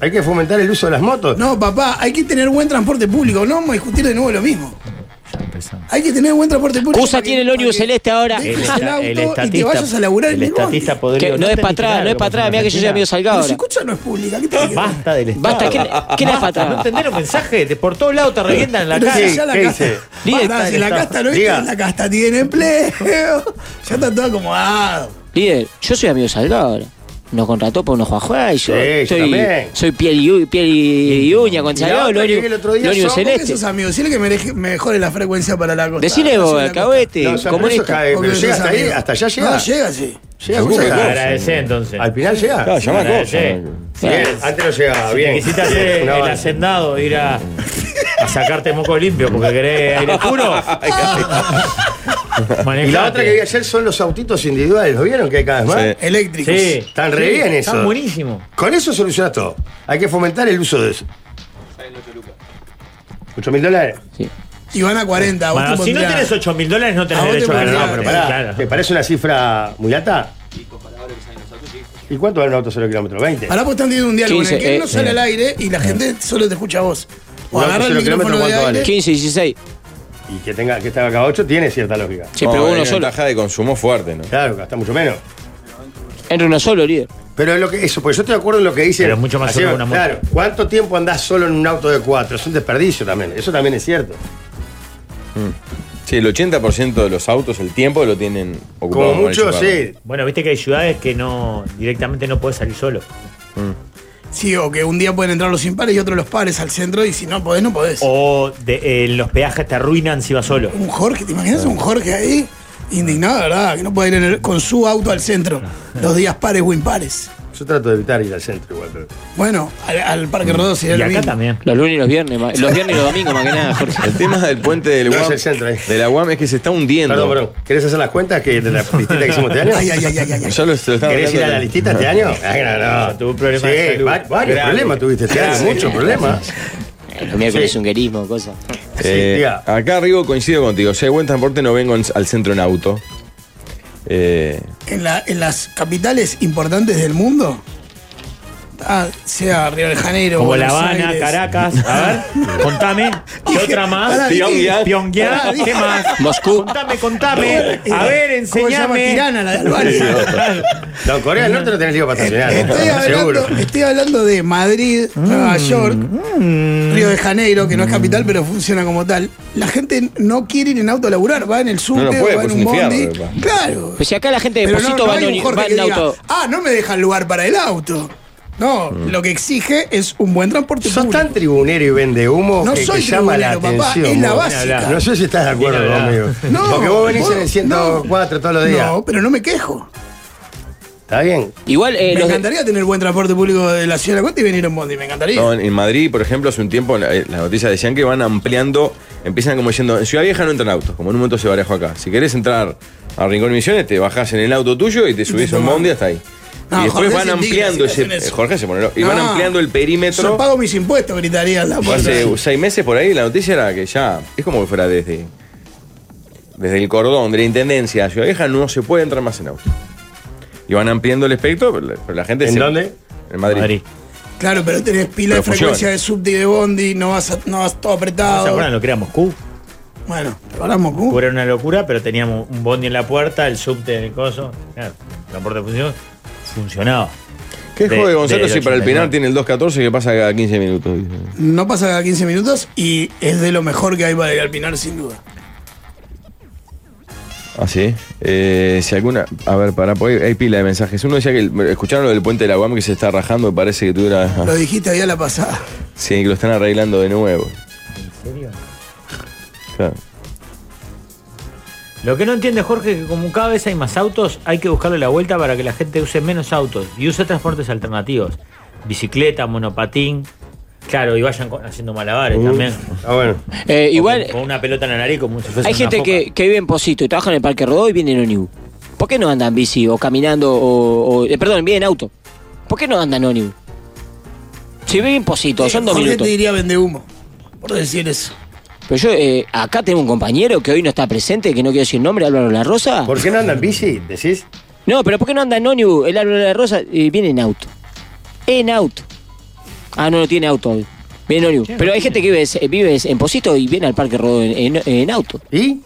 [SPEAKER 1] Hay que fomentar el uso de las motos.
[SPEAKER 2] No, papá, hay que tener buen transporte público. No vamos a discutir de nuevo lo mismo. Hay que tener buen transporte público.
[SPEAKER 5] Cusa
[SPEAKER 2] para que-
[SPEAKER 5] tiene el ómnibus
[SPEAKER 2] para que
[SPEAKER 5] celeste ahora.
[SPEAKER 4] El,
[SPEAKER 2] Dejes el
[SPEAKER 4] esta-
[SPEAKER 2] auto
[SPEAKER 4] el
[SPEAKER 2] y te vayas a laburar en
[SPEAKER 4] el
[SPEAKER 2] el bondi.
[SPEAKER 4] estatista podrido.
[SPEAKER 5] Que no es para atrás, no es para atrás, mirá que yo soy amigo
[SPEAKER 4] salgo.
[SPEAKER 5] salgado
[SPEAKER 2] Pero si
[SPEAKER 5] ahora.
[SPEAKER 2] escucha no es pública, ¿qué tiene que ver?
[SPEAKER 4] Basta del Estado.
[SPEAKER 5] Basta, ¿quién- quién es para
[SPEAKER 4] Basta,
[SPEAKER 5] atrás?
[SPEAKER 4] No entender los mensajes, de por todos lados te revientan en la
[SPEAKER 2] Pero
[SPEAKER 4] cara.
[SPEAKER 2] si ya la
[SPEAKER 1] ¿qué
[SPEAKER 2] casta,
[SPEAKER 1] dice?
[SPEAKER 5] Líder
[SPEAKER 2] Basta,
[SPEAKER 5] está
[SPEAKER 2] si la
[SPEAKER 4] del
[SPEAKER 2] casta no
[SPEAKER 1] Diga.
[SPEAKER 2] está, la casta tiene empleo. Ya está todo acomodado.
[SPEAKER 5] Líder, yo soy amigo Salgado ahora. Nos contrató por unos juajuá y yo
[SPEAKER 1] Sí, yo
[SPEAKER 5] estoy,
[SPEAKER 1] también.
[SPEAKER 5] soy piel y, u- piel y, y uña con
[SPEAKER 1] Y la
[SPEAKER 5] Salgado,
[SPEAKER 1] otra
[SPEAKER 5] lo
[SPEAKER 1] que
[SPEAKER 5] único-
[SPEAKER 1] el otro día
[SPEAKER 5] lo único
[SPEAKER 1] somos
[SPEAKER 2] Porque
[SPEAKER 5] celeste.
[SPEAKER 2] esos amigos, decirle que mere- mejore la frecuencia para la costa.
[SPEAKER 5] Decile vos,
[SPEAKER 2] Decile la
[SPEAKER 5] alcahuete,
[SPEAKER 1] No, o sea, pero eso
[SPEAKER 5] comunista.
[SPEAKER 1] cae-
[SPEAKER 2] costa.
[SPEAKER 1] pero
[SPEAKER 2] Porque
[SPEAKER 1] llega
[SPEAKER 2] esos
[SPEAKER 1] hasta ahí,
[SPEAKER 2] amigos-
[SPEAKER 1] hasta allá llega.
[SPEAKER 2] No, llega, sí.
[SPEAKER 1] Llega
[SPEAKER 3] Seguro
[SPEAKER 1] Cusa.
[SPEAKER 3] que no.
[SPEAKER 4] Agradecé entonces.
[SPEAKER 1] Al final llega.
[SPEAKER 3] Claro, llama a
[SPEAKER 4] Agradecé.
[SPEAKER 3] Costa.
[SPEAKER 1] Bien, antes no llegaba, bien.
[SPEAKER 4] Quisiste
[SPEAKER 1] Bien,
[SPEAKER 4] hacer
[SPEAKER 1] un
[SPEAKER 4] eh, el
[SPEAKER 1] avance.
[SPEAKER 4] hacendado, ir a, a sacarte moco limpio porque querés aire puro.
[SPEAKER 1] Y la otra que vi ayer son los autitos individuales, ¿lo vieron que hay cada vez más?
[SPEAKER 3] Sí.
[SPEAKER 2] Eléctricos.
[SPEAKER 4] Sí.
[SPEAKER 1] Están re bien eso.
[SPEAKER 4] Están buenísimos.
[SPEAKER 1] Con eso solucionas todo. Hay que fomentar el uso de eso. 8 mil dólares.
[SPEAKER 5] Sí.
[SPEAKER 2] Y van a 40. vos
[SPEAKER 4] Bueno,
[SPEAKER 2] te
[SPEAKER 4] si no
[SPEAKER 2] pondrías-
[SPEAKER 4] tenés 8 mil dólares, no
[SPEAKER 2] A
[SPEAKER 4] tenés
[SPEAKER 2] vos te
[SPEAKER 4] derecho a
[SPEAKER 1] Pero
[SPEAKER 2] pondrías-
[SPEAKER 1] no,
[SPEAKER 4] ganar.
[SPEAKER 1] pero pará,
[SPEAKER 4] Claro.
[SPEAKER 1] ¿te parece una cifra muy alta? ¿Y cuánto vale un auto 0 kilómetro? ¿20?
[SPEAKER 2] Ahora vos están teniendo un diálogo en el
[SPEAKER 5] 15,
[SPEAKER 2] que él
[SPEAKER 5] eh,
[SPEAKER 2] no sale
[SPEAKER 5] eh.
[SPEAKER 2] al aire y la gente solo te escucha a vos. O
[SPEAKER 1] No,
[SPEAKER 2] agarra el
[SPEAKER 1] pero si lo
[SPEAKER 2] micrófono
[SPEAKER 1] kilómetro,
[SPEAKER 2] de
[SPEAKER 1] ¿cuánto
[SPEAKER 2] aire.
[SPEAKER 1] vale?
[SPEAKER 5] 15, 16.
[SPEAKER 1] Y que tenga que estar acá 8 tiene cierta lógica.
[SPEAKER 5] Sí, pero
[SPEAKER 3] No,
[SPEAKER 5] uno
[SPEAKER 3] hay
[SPEAKER 5] solo.
[SPEAKER 3] ventaja de consumo fuerte, ¿no?
[SPEAKER 1] Claro, gasta mucho menos.
[SPEAKER 5] Entra uno solo, líder.
[SPEAKER 1] Pero lo que, eso, pues yo estoy de acuerdo en lo que dice.
[SPEAKER 4] Pero es mucho más
[SPEAKER 1] Ayer,
[SPEAKER 4] solo que una moto.
[SPEAKER 1] Claro, ¿cuánto tiempo andás solo en un auto de 4? Es un desperdicio también. Eso también es cierto.
[SPEAKER 2] Uh,
[SPEAKER 3] Sí, el 80% de los autos, el tiempo lo tienen ocupado.
[SPEAKER 1] Como
[SPEAKER 3] con el
[SPEAKER 1] mucho,
[SPEAKER 3] chuparro.
[SPEAKER 1] sí.
[SPEAKER 4] Bueno, viste que hay ciudades que no directamente no puedes salir solo.
[SPEAKER 2] Sí, o que un día pueden entrar los impares y otro los pares al centro y si no podés, no podés.
[SPEAKER 4] O de- eh, los peajes te arruinan si vas solo.
[SPEAKER 2] Un Jorge, ¿te imaginas un Jorge ahí? Indignado, ¿verdad? Que no puede ir en el- con su auto al centro los días pares o impares.
[SPEAKER 1] Yo trato de evitar ir al centro igual. Pero...
[SPEAKER 2] Bueno, al, al Parque Rodó sería
[SPEAKER 4] Y
[SPEAKER 2] lo
[SPEAKER 4] acá
[SPEAKER 2] mismo.
[SPEAKER 4] también.
[SPEAKER 5] Los lunes y los viernes. ma- Los viernes y los domingos, más que nada, Jorge.
[SPEAKER 3] El tema del puente del
[SPEAKER 1] No, es
[SPEAKER 3] Guam,
[SPEAKER 1] el centro, eh.
[SPEAKER 3] de la UAM es que se está hundiendo.
[SPEAKER 1] Perdón, perdón. ¿Querés hacer las cuentas que de la listita que hicimos este año?
[SPEAKER 2] Ay, ay, ay, ay, ay, ay.
[SPEAKER 3] Ya lo, se lo están
[SPEAKER 1] ¿Querés ir a
[SPEAKER 3] hablando
[SPEAKER 1] la
[SPEAKER 3] de-
[SPEAKER 1] listita este año? Ay, no, no.
[SPEAKER 4] Tuve un problema
[SPEAKER 1] Sí,
[SPEAKER 4] de salud.
[SPEAKER 1] va- varios
[SPEAKER 4] Grave.
[SPEAKER 1] problemas tuviste este año, muchos problemas.
[SPEAKER 5] Eh, Los miércoles
[SPEAKER 1] Sí.
[SPEAKER 5] un guerismo, cosas.
[SPEAKER 3] Eh,
[SPEAKER 1] Sí, tía.
[SPEAKER 3] acá arriba coincido contigo. Si hay buen transporte, no vengo en- al centro en auto. Eh,
[SPEAKER 2] En, la- en las capitales importantes del mundo, ah, sea Río de Janeiro,
[SPEAKER 4] Como La
[SPEAKER 2] Buenos
[SPEAKER 4] Habana,
[SPEAKER 2] Aires.
[SPEAKER 4] Caracas. A ver, contame. ¿Qué otra
[SPEAKER 2] Pará,
[SPEAKER 4] más?
[SPEAKER 2] dije-
[SPEAKER 3] Pyongyang.
[SPEAKER 4] Pyongyang. ¿Qué más?
[SPEAKER 5] Moscú.
[SPEAKER 4] Contame, contame. A ver,
[SPEAKER 2] eh, ¿Cómo se llama?
[SPEAKER 4] enseñame.
[SPEAKER 2] Tirana, la de Albania.
[SPEAKER 1] No, Corea del Norte no tenés lío para
[SPEAKER 2] Estoy
[SPEAKER 1] estacionar, seguro.
[SPEAKER 2] hablando, estoy hablando de Madrid, Nueva York, Río de Janeiro, que no es capital, pero funciona como tal. La gente no quiere ir en auto a laburar, va en el subte,
[SPEAKER 3] No, no puede,
[SPEAKER 2] va en
[SPEAKER 3] pues,
[SPEAKER 2] un
[SPEAKER 3] ni
[SPEAKER 2] bondi.
[SPEAKER 3] fierro, pa.
[SPEAKER 2] Claro.
[SPEAKER 5] Pues si acá la gente de
[SPEAKER 2] Pero no,
[SPEAKER 5] Posito
[SPEAKER 2] no
[SPEAKER 5] va
[SPEAKER 2] hay un
[SPEAKER 5] en
[SPEAKER 2] Jorge
[SPEAKER 5] va
[SPEAKER 2] que
[SPEAKER 5] en
[SPEAKER 2] diga,
[SPEAKER 5] auto.
[SPEAKER 2] ah, no me dejan lugar para el auto. No, lo que exige es un buen transporte
[SPEAKER 1] Sos
[SPEAKER 2] público.
[SPEAKER 1] tan tribunero y vende humo
[SPEAKER 2] No
[SPEAKER 1] que
[SPEAKER 2] soy
[SPEAKER 1] te llama la
[SPEAKER 2] tribunero, papá,
[SPEAKER 1] atención.
[SPEAKER 2] es la
[SPEAKER 1] vos.
[SPEAKER 2] básica.
[SPEAKER 1] No sé si estás de acuerdo
[SPEAKER 4] Es la
[SPEAKER 1] conmigo.
[SPEAKER 4] verdad.
[SPEAKER 2] No,
[SPEAKER 1] Porque vos venís
[SPEAKER 2] vos-
[SPEAKER 1] en el 104 todos los días.
[SPEAKER 2] No, pero no me quejo.
[SPEAKER 1] Está Está bien.
[SPEAKER 5] Igual, eh,
[SPEAKER 2] Me
[SPEAKER 5] los de-
[SPEAKER 2] encantaría tener buen transporte público de la ciudad de la cuenta y venir en Bondi, me encantaría.
[SPEAKER 3] No, en, en Madrid, por ejemplo, hace un tiempo la- eh, las noticias decían que van ampliando, empiezan como diciendo, en Ciudad Vieja no entran autos, como en un momento se barajó acá. Si querés entrar a Rincón de Misiones, te bajás en el auto tuyo y te subís a un
[SPEAKER 2] tomás.
[SPEAKER 3] bondi hasta ahí.
[SPEAKER 2] No,
[SPEAKER 3] y después
[SPEAKER 2] Jorge
[SPEAKER 3] van
[SPEAKER 2] se indigna
[SPEAKER 3] ampliando
[SPEAKER 2] si le hacen
[SPEAKER 3] ese.
[SPEAKER 2] eso.
[SPEAKER 3] Jorge se pone loco. Y van
[SPEAKER 2] No.
[SPEAKER 3] ampliendo el
[SPEAKER 2] Yo
[SPEAKER 3] perímetro.
[SPEAKER 2] pago mis impuestos, gritaría en la puerta.
[SPEAKER 3] Hace seis meses por ahí la noticia era que ya. Es como que fuera desde. Desde el cordón de la intendencia a Ciudad Vieja no se puede entrar más en auto. Y van ampliando el espectro, pero la, pero la gente
[SPEAKER 1] ¿En
[SPEAKER 3] se-
[SPEAKER 1] dónde?
[SPEAKER 3] En Madrid.
[SPEAKER 4] Madrid.
[SPEAKER 2] Claro, pero tenés pila
[SPEAKER 3] Pero
[SPEAKER 2] de frecuencia
[SPEAKER 3] funciona.
[SPEAKER 2] de subte y de Bondi, no vas, a- no vas todo
[SPEAKER 4] ¿Se
[SPEAKER 2] apretado.
[SPEAKER 4] acuerdan lo que era Moscú?
[SPEAKER 2] bueno, ¿te acordás, Moscú?
[SPEAKER 4] Moscú era una locura, pero teníamos un bondi en la puerta, el subte en el coso. Claro, el transporte funcionó. Funcionaba.
[SPEAKER 3] ¿Qué
[SPEAKER 4] De-
[SPEAKER 3] jode Gonzalo
[SPEAKER 4] del
[SPEAKER 3] si para el Pinar
[SPEAKER 4] 89?
[SPEAKER 3] tiene el 2.14 que pasa cada 15 minutos?
[SPEAKER 2] No pasa cada 15 minutos y es de lo mejor que hay para ir al Pinar, sin duda.
[SPEAKER 3] Ah, sí. Eh, si alguna. A ver, pará, porque hay pila de mensajes. Uno decía que. el- Escucharon lo del puente de la UAM que se está rajando, me parece que tuviera. ah,
[SPEAKER 2] Lo dijiste ahí a la pasada.
[SPEAKER 3] Sí, que lo están arreglando de nuevo.
[SPEAKER 4] ¿En serio?
[SPEAKER 3] Claro.
[SPEAKER 4] Lo que no entiende Jorge es que como cada vez hay más autos, hay que buscarle la vuelta para que la gente use menos autos y use transportes alternativos. Bicicleta, monopatín. Claro, y vayan co- haciendo malabares también.
[SPEAKER 1] Ah, bueno.
[SPEAKER 5] eh, igual,
[SPEAKER 4] Con, con una pelota en la nariz como si fuese
[SPEAKER 5] hay
[SPEAKER 4] una
[SPEAKER 5] gente
[SPEAKER 4] foca.
[SPEAKER 5] que, que vive en Posito y trabaja en el Parque Rodó y viene en ómnibus. ¿Por qué no andan en bici o caminando o. o- eh, perdón, viene en auto? ¿Por qué no andan en ómnibus? Si vive en Posito, son dos
[SPEAKER 2] Jorge
[SPEAKER 5] minutos.
[SPEAKER 2] te diría vende humo, por decir eso.
[SPEAKER 5] Pero yo, eh, acá tengo un compañero que hoy no está presente, que no quiero decir nombre, Álvaro La Rosa.
[SPEAKER 1] ¿Por qué no andan en bici? ¿Decís?
[SPEAKER 5] No, pero ¿por qué no anda en ómnibus? El Álvaro La Rosa eh, viene en auto. En auto. Ah, no, no tiene auto hoy. Viene en ómnibus. Pero hay gente que vive, eh, vive en Posito y viene al Parque Rodó en, en- en auto.
[SPEAKER 1] ¿Y?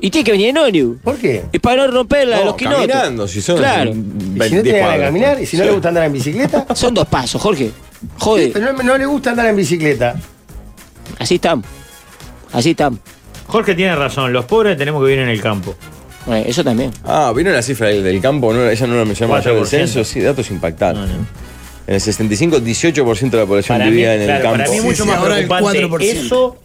[SPEAKER 5] Y tiene que venir en ómnibus.
[SPEAKER 1] ¿Por qué?
[SPEAKER 5] Y para no romperla de
[SPEAKER 3] No,
[SPEAKER 5] los quinotos.
[SPEAKER 3] caminando, si son
[SPEAKER 5] Claro.
[SPEAKER 1] ¿Y si no
[SPEAKER 3] 20
[SPEAKER 1] te ganas de
[SPEAKER 3] cuadras.
[SPEAKER 1] caminar y si no
[SPEAKER 3] Sí.
[SPEAKER 1] le gusta andar en bicicleta.
[SPEAKER 5] Son dos pasos, Jorge. Jode.
[SPEAKER 1] Pero no, no le gusta andar en bicicleta.
[SPEAKER 5] Así estamos. Así estamos.
[SPEAKER 4] Jorge tiene razón, los pobres tenemos que vivir en el campo.
[SPEAKER 5] Bueno, eso también.
[SPEAKER 3] Ah, ¿vieron la cifra del, del campo? No, ella no la mencionó más allá del
[SPEAKER 4] 4%.
[SPEAKER 3] censo. Sí, datos impactantes.
[SPEAKER 4] No, no.
[SPEAKER 3] En el 65, 18% de la población
[SPEAKER 4] Para mí,
[SPEAKER 3] vivía en el
[SPEAKER 4] claro,
[SPEAKER 3] campo.
[SPEAKER 4] para mí es
[SPEAKER 2] Sí,
[SPEAKER 4] mucho
[SPEAKER 2] sí,
[SPEAKER 4] más
[SPEAKER 2] ahora el
[SPEAKER 4] preocupante
[SPEAKER 2] 4%.
[SPEAKER 4] eso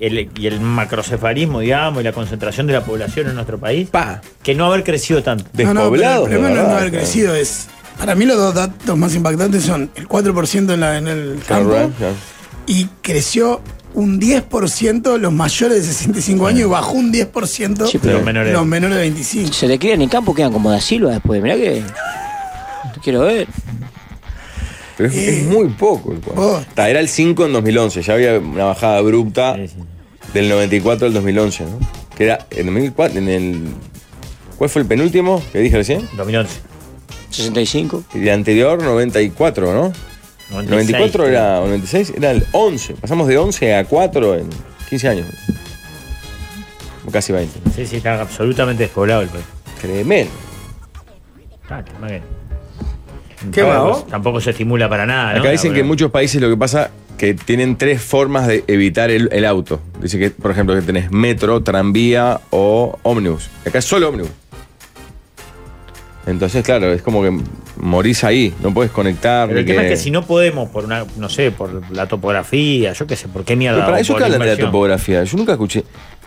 [SPEAKER 4] el- y el macrocefarismo, digamos, y la concentración de la población en nuestro país,
[SPEAKER 3] Pa.
[SPEAKER 4] que no haber crecido tanto.
[SPEAKER 2] No, no, pero
[SPEAKER 3] Despoblado.
[SPEAKER 2] el problema
[SPEAKER 3] de
[SPEAKER 2] no es no
[SPEAKER 3] verdad,
[SPEAKER 2] haber
[SPEAKER 3] claro.
[SPEAKER 2] crecido, es. Para mí, los dos datos más impactantes son el 4% en, la- en el
[SPEAKER 3] Claro,
[SPEAKER 2] campo
[SPEAKER 3] claro.
[SPEAKER 2] y creció un 10% los mayores de 65 años y bajó un 10%
[SPEAKER 5] Sí,
[SPEAKER 4] Los
[SPEAKER 5] pero
[SPEAKER 4] menores.
[SPEAKER 2] los menores de 25.
[SPEAKER 5] se te crían en el campo, quedan como da Silva después. Mirá que. Te quiero ver.
[SPEAKER 3] Pero es,
[SPEAKER 2] Eh,
[SPEAKER 3] es muy poco el cuadro.
[SPEAKER 2] Oh.
[SPEAKER 3] Está, Era el 5 en 2011, ya había una bajada abrupta
[SPEAKER 4] Sí, sí.
[SPEAKER 3] del 94 al 2011, ¿no? Que era en 2004, en el... ¿Cuál fue el penúltimo que dije recién?
[SPEAKER 4] 2011.
[SPEAKER 5] 65.
[SPEAKER 3] El anterior, 94, ¿no? 94
[SPEAKER 4] 96,
[SPEAKER 3] era, o 96 era el 11. Pasamos de 11 a 4 en 15 años. O casi 20.
[SPEAKER 4] Sí, sí, está absolutamente despoblado el país.
[SPEAKER 3] Tremendo.
[SPEAKER 4] Ah, te imaginas.
[SPEAKER 1] ¿Qué
[SPEAKER 4] Tampoco-
[SPEAKER 1] más, vos?
[SPEAKER 4] Tampoco se estimula para nada. Ah, ¿no?
[SPEAKER 3] Acá dicen
[SPEAKER 4] La-
[SPEAKER 3] que en muchos países lo que pasa que tienen tres formas de evitar el, el auto. Dicen que, por ejemplo, que tenés metro, tranvía o ómnibus. Acá es solo ómnibus. Entonces, claro, es como que morís ahí, no puedes conectar.
[SPEAKER 4] Pero el
[SPEAKER 3] ni
[SPEAKER 4] tema es que si no podemos, por una, no sé, por la topografía, yo qué sé, por qué mierda.
[SPEAKER 3] Pero para
[SPEAKER 4] o
[SPEAKER 3] ellos
[SPEAKER 4] por
[SPEAKER 3] que hablan de la
[SPEAKER 4] inversión.
[SPEAKER 3] topografía, yo nunca escuché.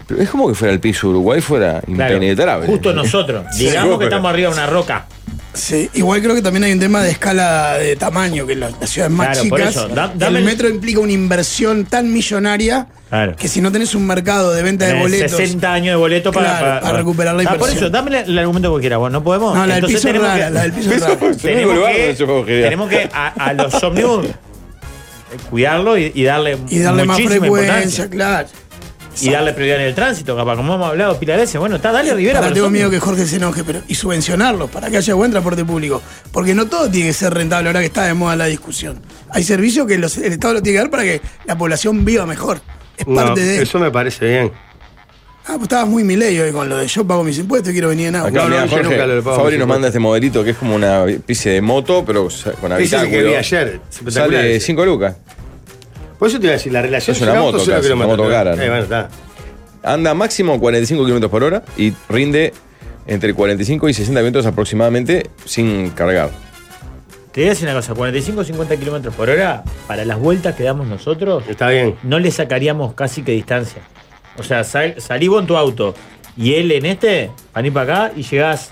[SPEAKER 3] Pero es como que fuera el piso de Uruguay fuera
[SPEAKER 4] Claro,
[SPEAKER 3] impenetrable.
[SPEAKER 4] Justo nosotros. Digamos que estamos arriba de una roca.
[SPEAKER 2] Sí, igual creo que también hay un tema de escala de tamaño, que las las ciudades más
[SPEAKER 4] Claro, por
[SPEAKER 2] chicas,
[SPEAKER 4] eso. Da- dame
[SPEAKER 2] el
[SPEAKER 4] el-
[SPEAKER 2] metro implica una inversión tan millonaria
[SPEAKER 4] Claro.
[SPEAKER 2] que si no tenés un mercado de venta de
[SPEAKER 4] Tenés
[SPEAKER 2] boletos,
[SPEAKER 4] 60 años de boleto para,
[SPEAKER 2] Claro, para recuperar la
[SPEAKER 4] Ah, por
[SPEAKER 2] inversión.
[SPEAKER 4] eso, dame la- el argumento que quieras. Vos no podemos.
[SPEAKER 2] no, la del
[SPEAKER 4] Entonces
[SPEAKER 2] piso es
[SPEAKER 4] tenemos
[SPEAKER 2] rara,
[SPEAKER 4] que-
[SPEAKER 2] la del piso es
[SPEAKER 3] Eso
[SPEAKER 2] rara.
[SPEAKER 3] fue- Es el único
[SPEAKER 4] tenemos
[SPEAKER 3] lugar
[SPEAKER 4] que,
[SPEAKER 3] donde yo puedo creer.
[SPEAKER 4] tenemos que a, a los ómnibus eh, cuidarlo y, y darle
[SPEAKER 2] y darle más
[SPEAKER 4] muchísima
[SPEAKER 2] frecuencia,
[SPEAKER 4] importancia.
[SPEAKER 2] claro.
[SPEAKER 4] y darle prioridad en el tránsito, capaz, como hemos hablado pila de veces. Bueno, está, dale Rivera.
[SPEAKER 2] Ahora
[SPEAKER 4] para
[SPEAKER 2] Ah, tengo
[SPEAKER 4] los
[SPEAKER 2] miedo que
[SPEAKER 4] ómnibus.
[SPEAKER 2] Jorge se enoje, pero y subvencionarlos para que haya buen transporte público, porque no todo tiene que ser rentable ahora que está de moda la discusión. Hay servicios que los- el Estado lo tiene que dar para que la población viva mejor. Es
[SPEAKER 1] No,
[SPEAKER 2] parte de
[SPEAKER 1] eso me parece bien.
[SPEAKER 2] Ah, pues estabas muy miley hoy con lo de yo pago mis impuestos y quiero venir en auto.
[SPEAKER 3] Acá
[SPEAKER 1] No,
[SPEAKER 3] mirá,
[SPEAKER 1] no, yo
[SPEAKER 3] Jorge,
[SPEAKER 1] nunca lo he pagado,
[SPEAKER 3] Fabri
[SPEAKER 1] por
[SPEAKER 3] nos
[SPEAKER 1] supuesto.
[SPEAKER 3] manda este modelito que es como una especie de moto, pero sa- con
[SPEAKER 1] Ese es el
[SPEAKER 3] habitáculo.
[SPEAKER 1] que vi ayer. espectacular
[SPEAKER 3] Sale
[SPEAKER 1] ese.
[SPEAKER 3] 5 lucas.
[SPEAKER 1] Por eso te iba a decir, la relación
[SPEAKER 3] Es una
[SPEAKER 1] cero
[SPEAKER 3] moto, casi, una
[SPEAKER 1] kilómetros.
[SPEAKER 3] moto cara, ¿no?
[SPEAKER 1] Eh, bueno, está.
[SPEAKER 3] Anda máximo 45 kilómetros por hora y rinde entre 45 y 60 minutos aproximadamente sin cargar.
[SPEAKER 4] Te voy a decir una cosa: 45 50 kilómetros por hora, para las vueltas que damos nosotros,
[SPEAKER 1] Está bien.
[SPEAKER 4] no le sacaríamos casi que distancia. O sea, sal- salí vos en tu auto y él en este, van ir para acá y llegás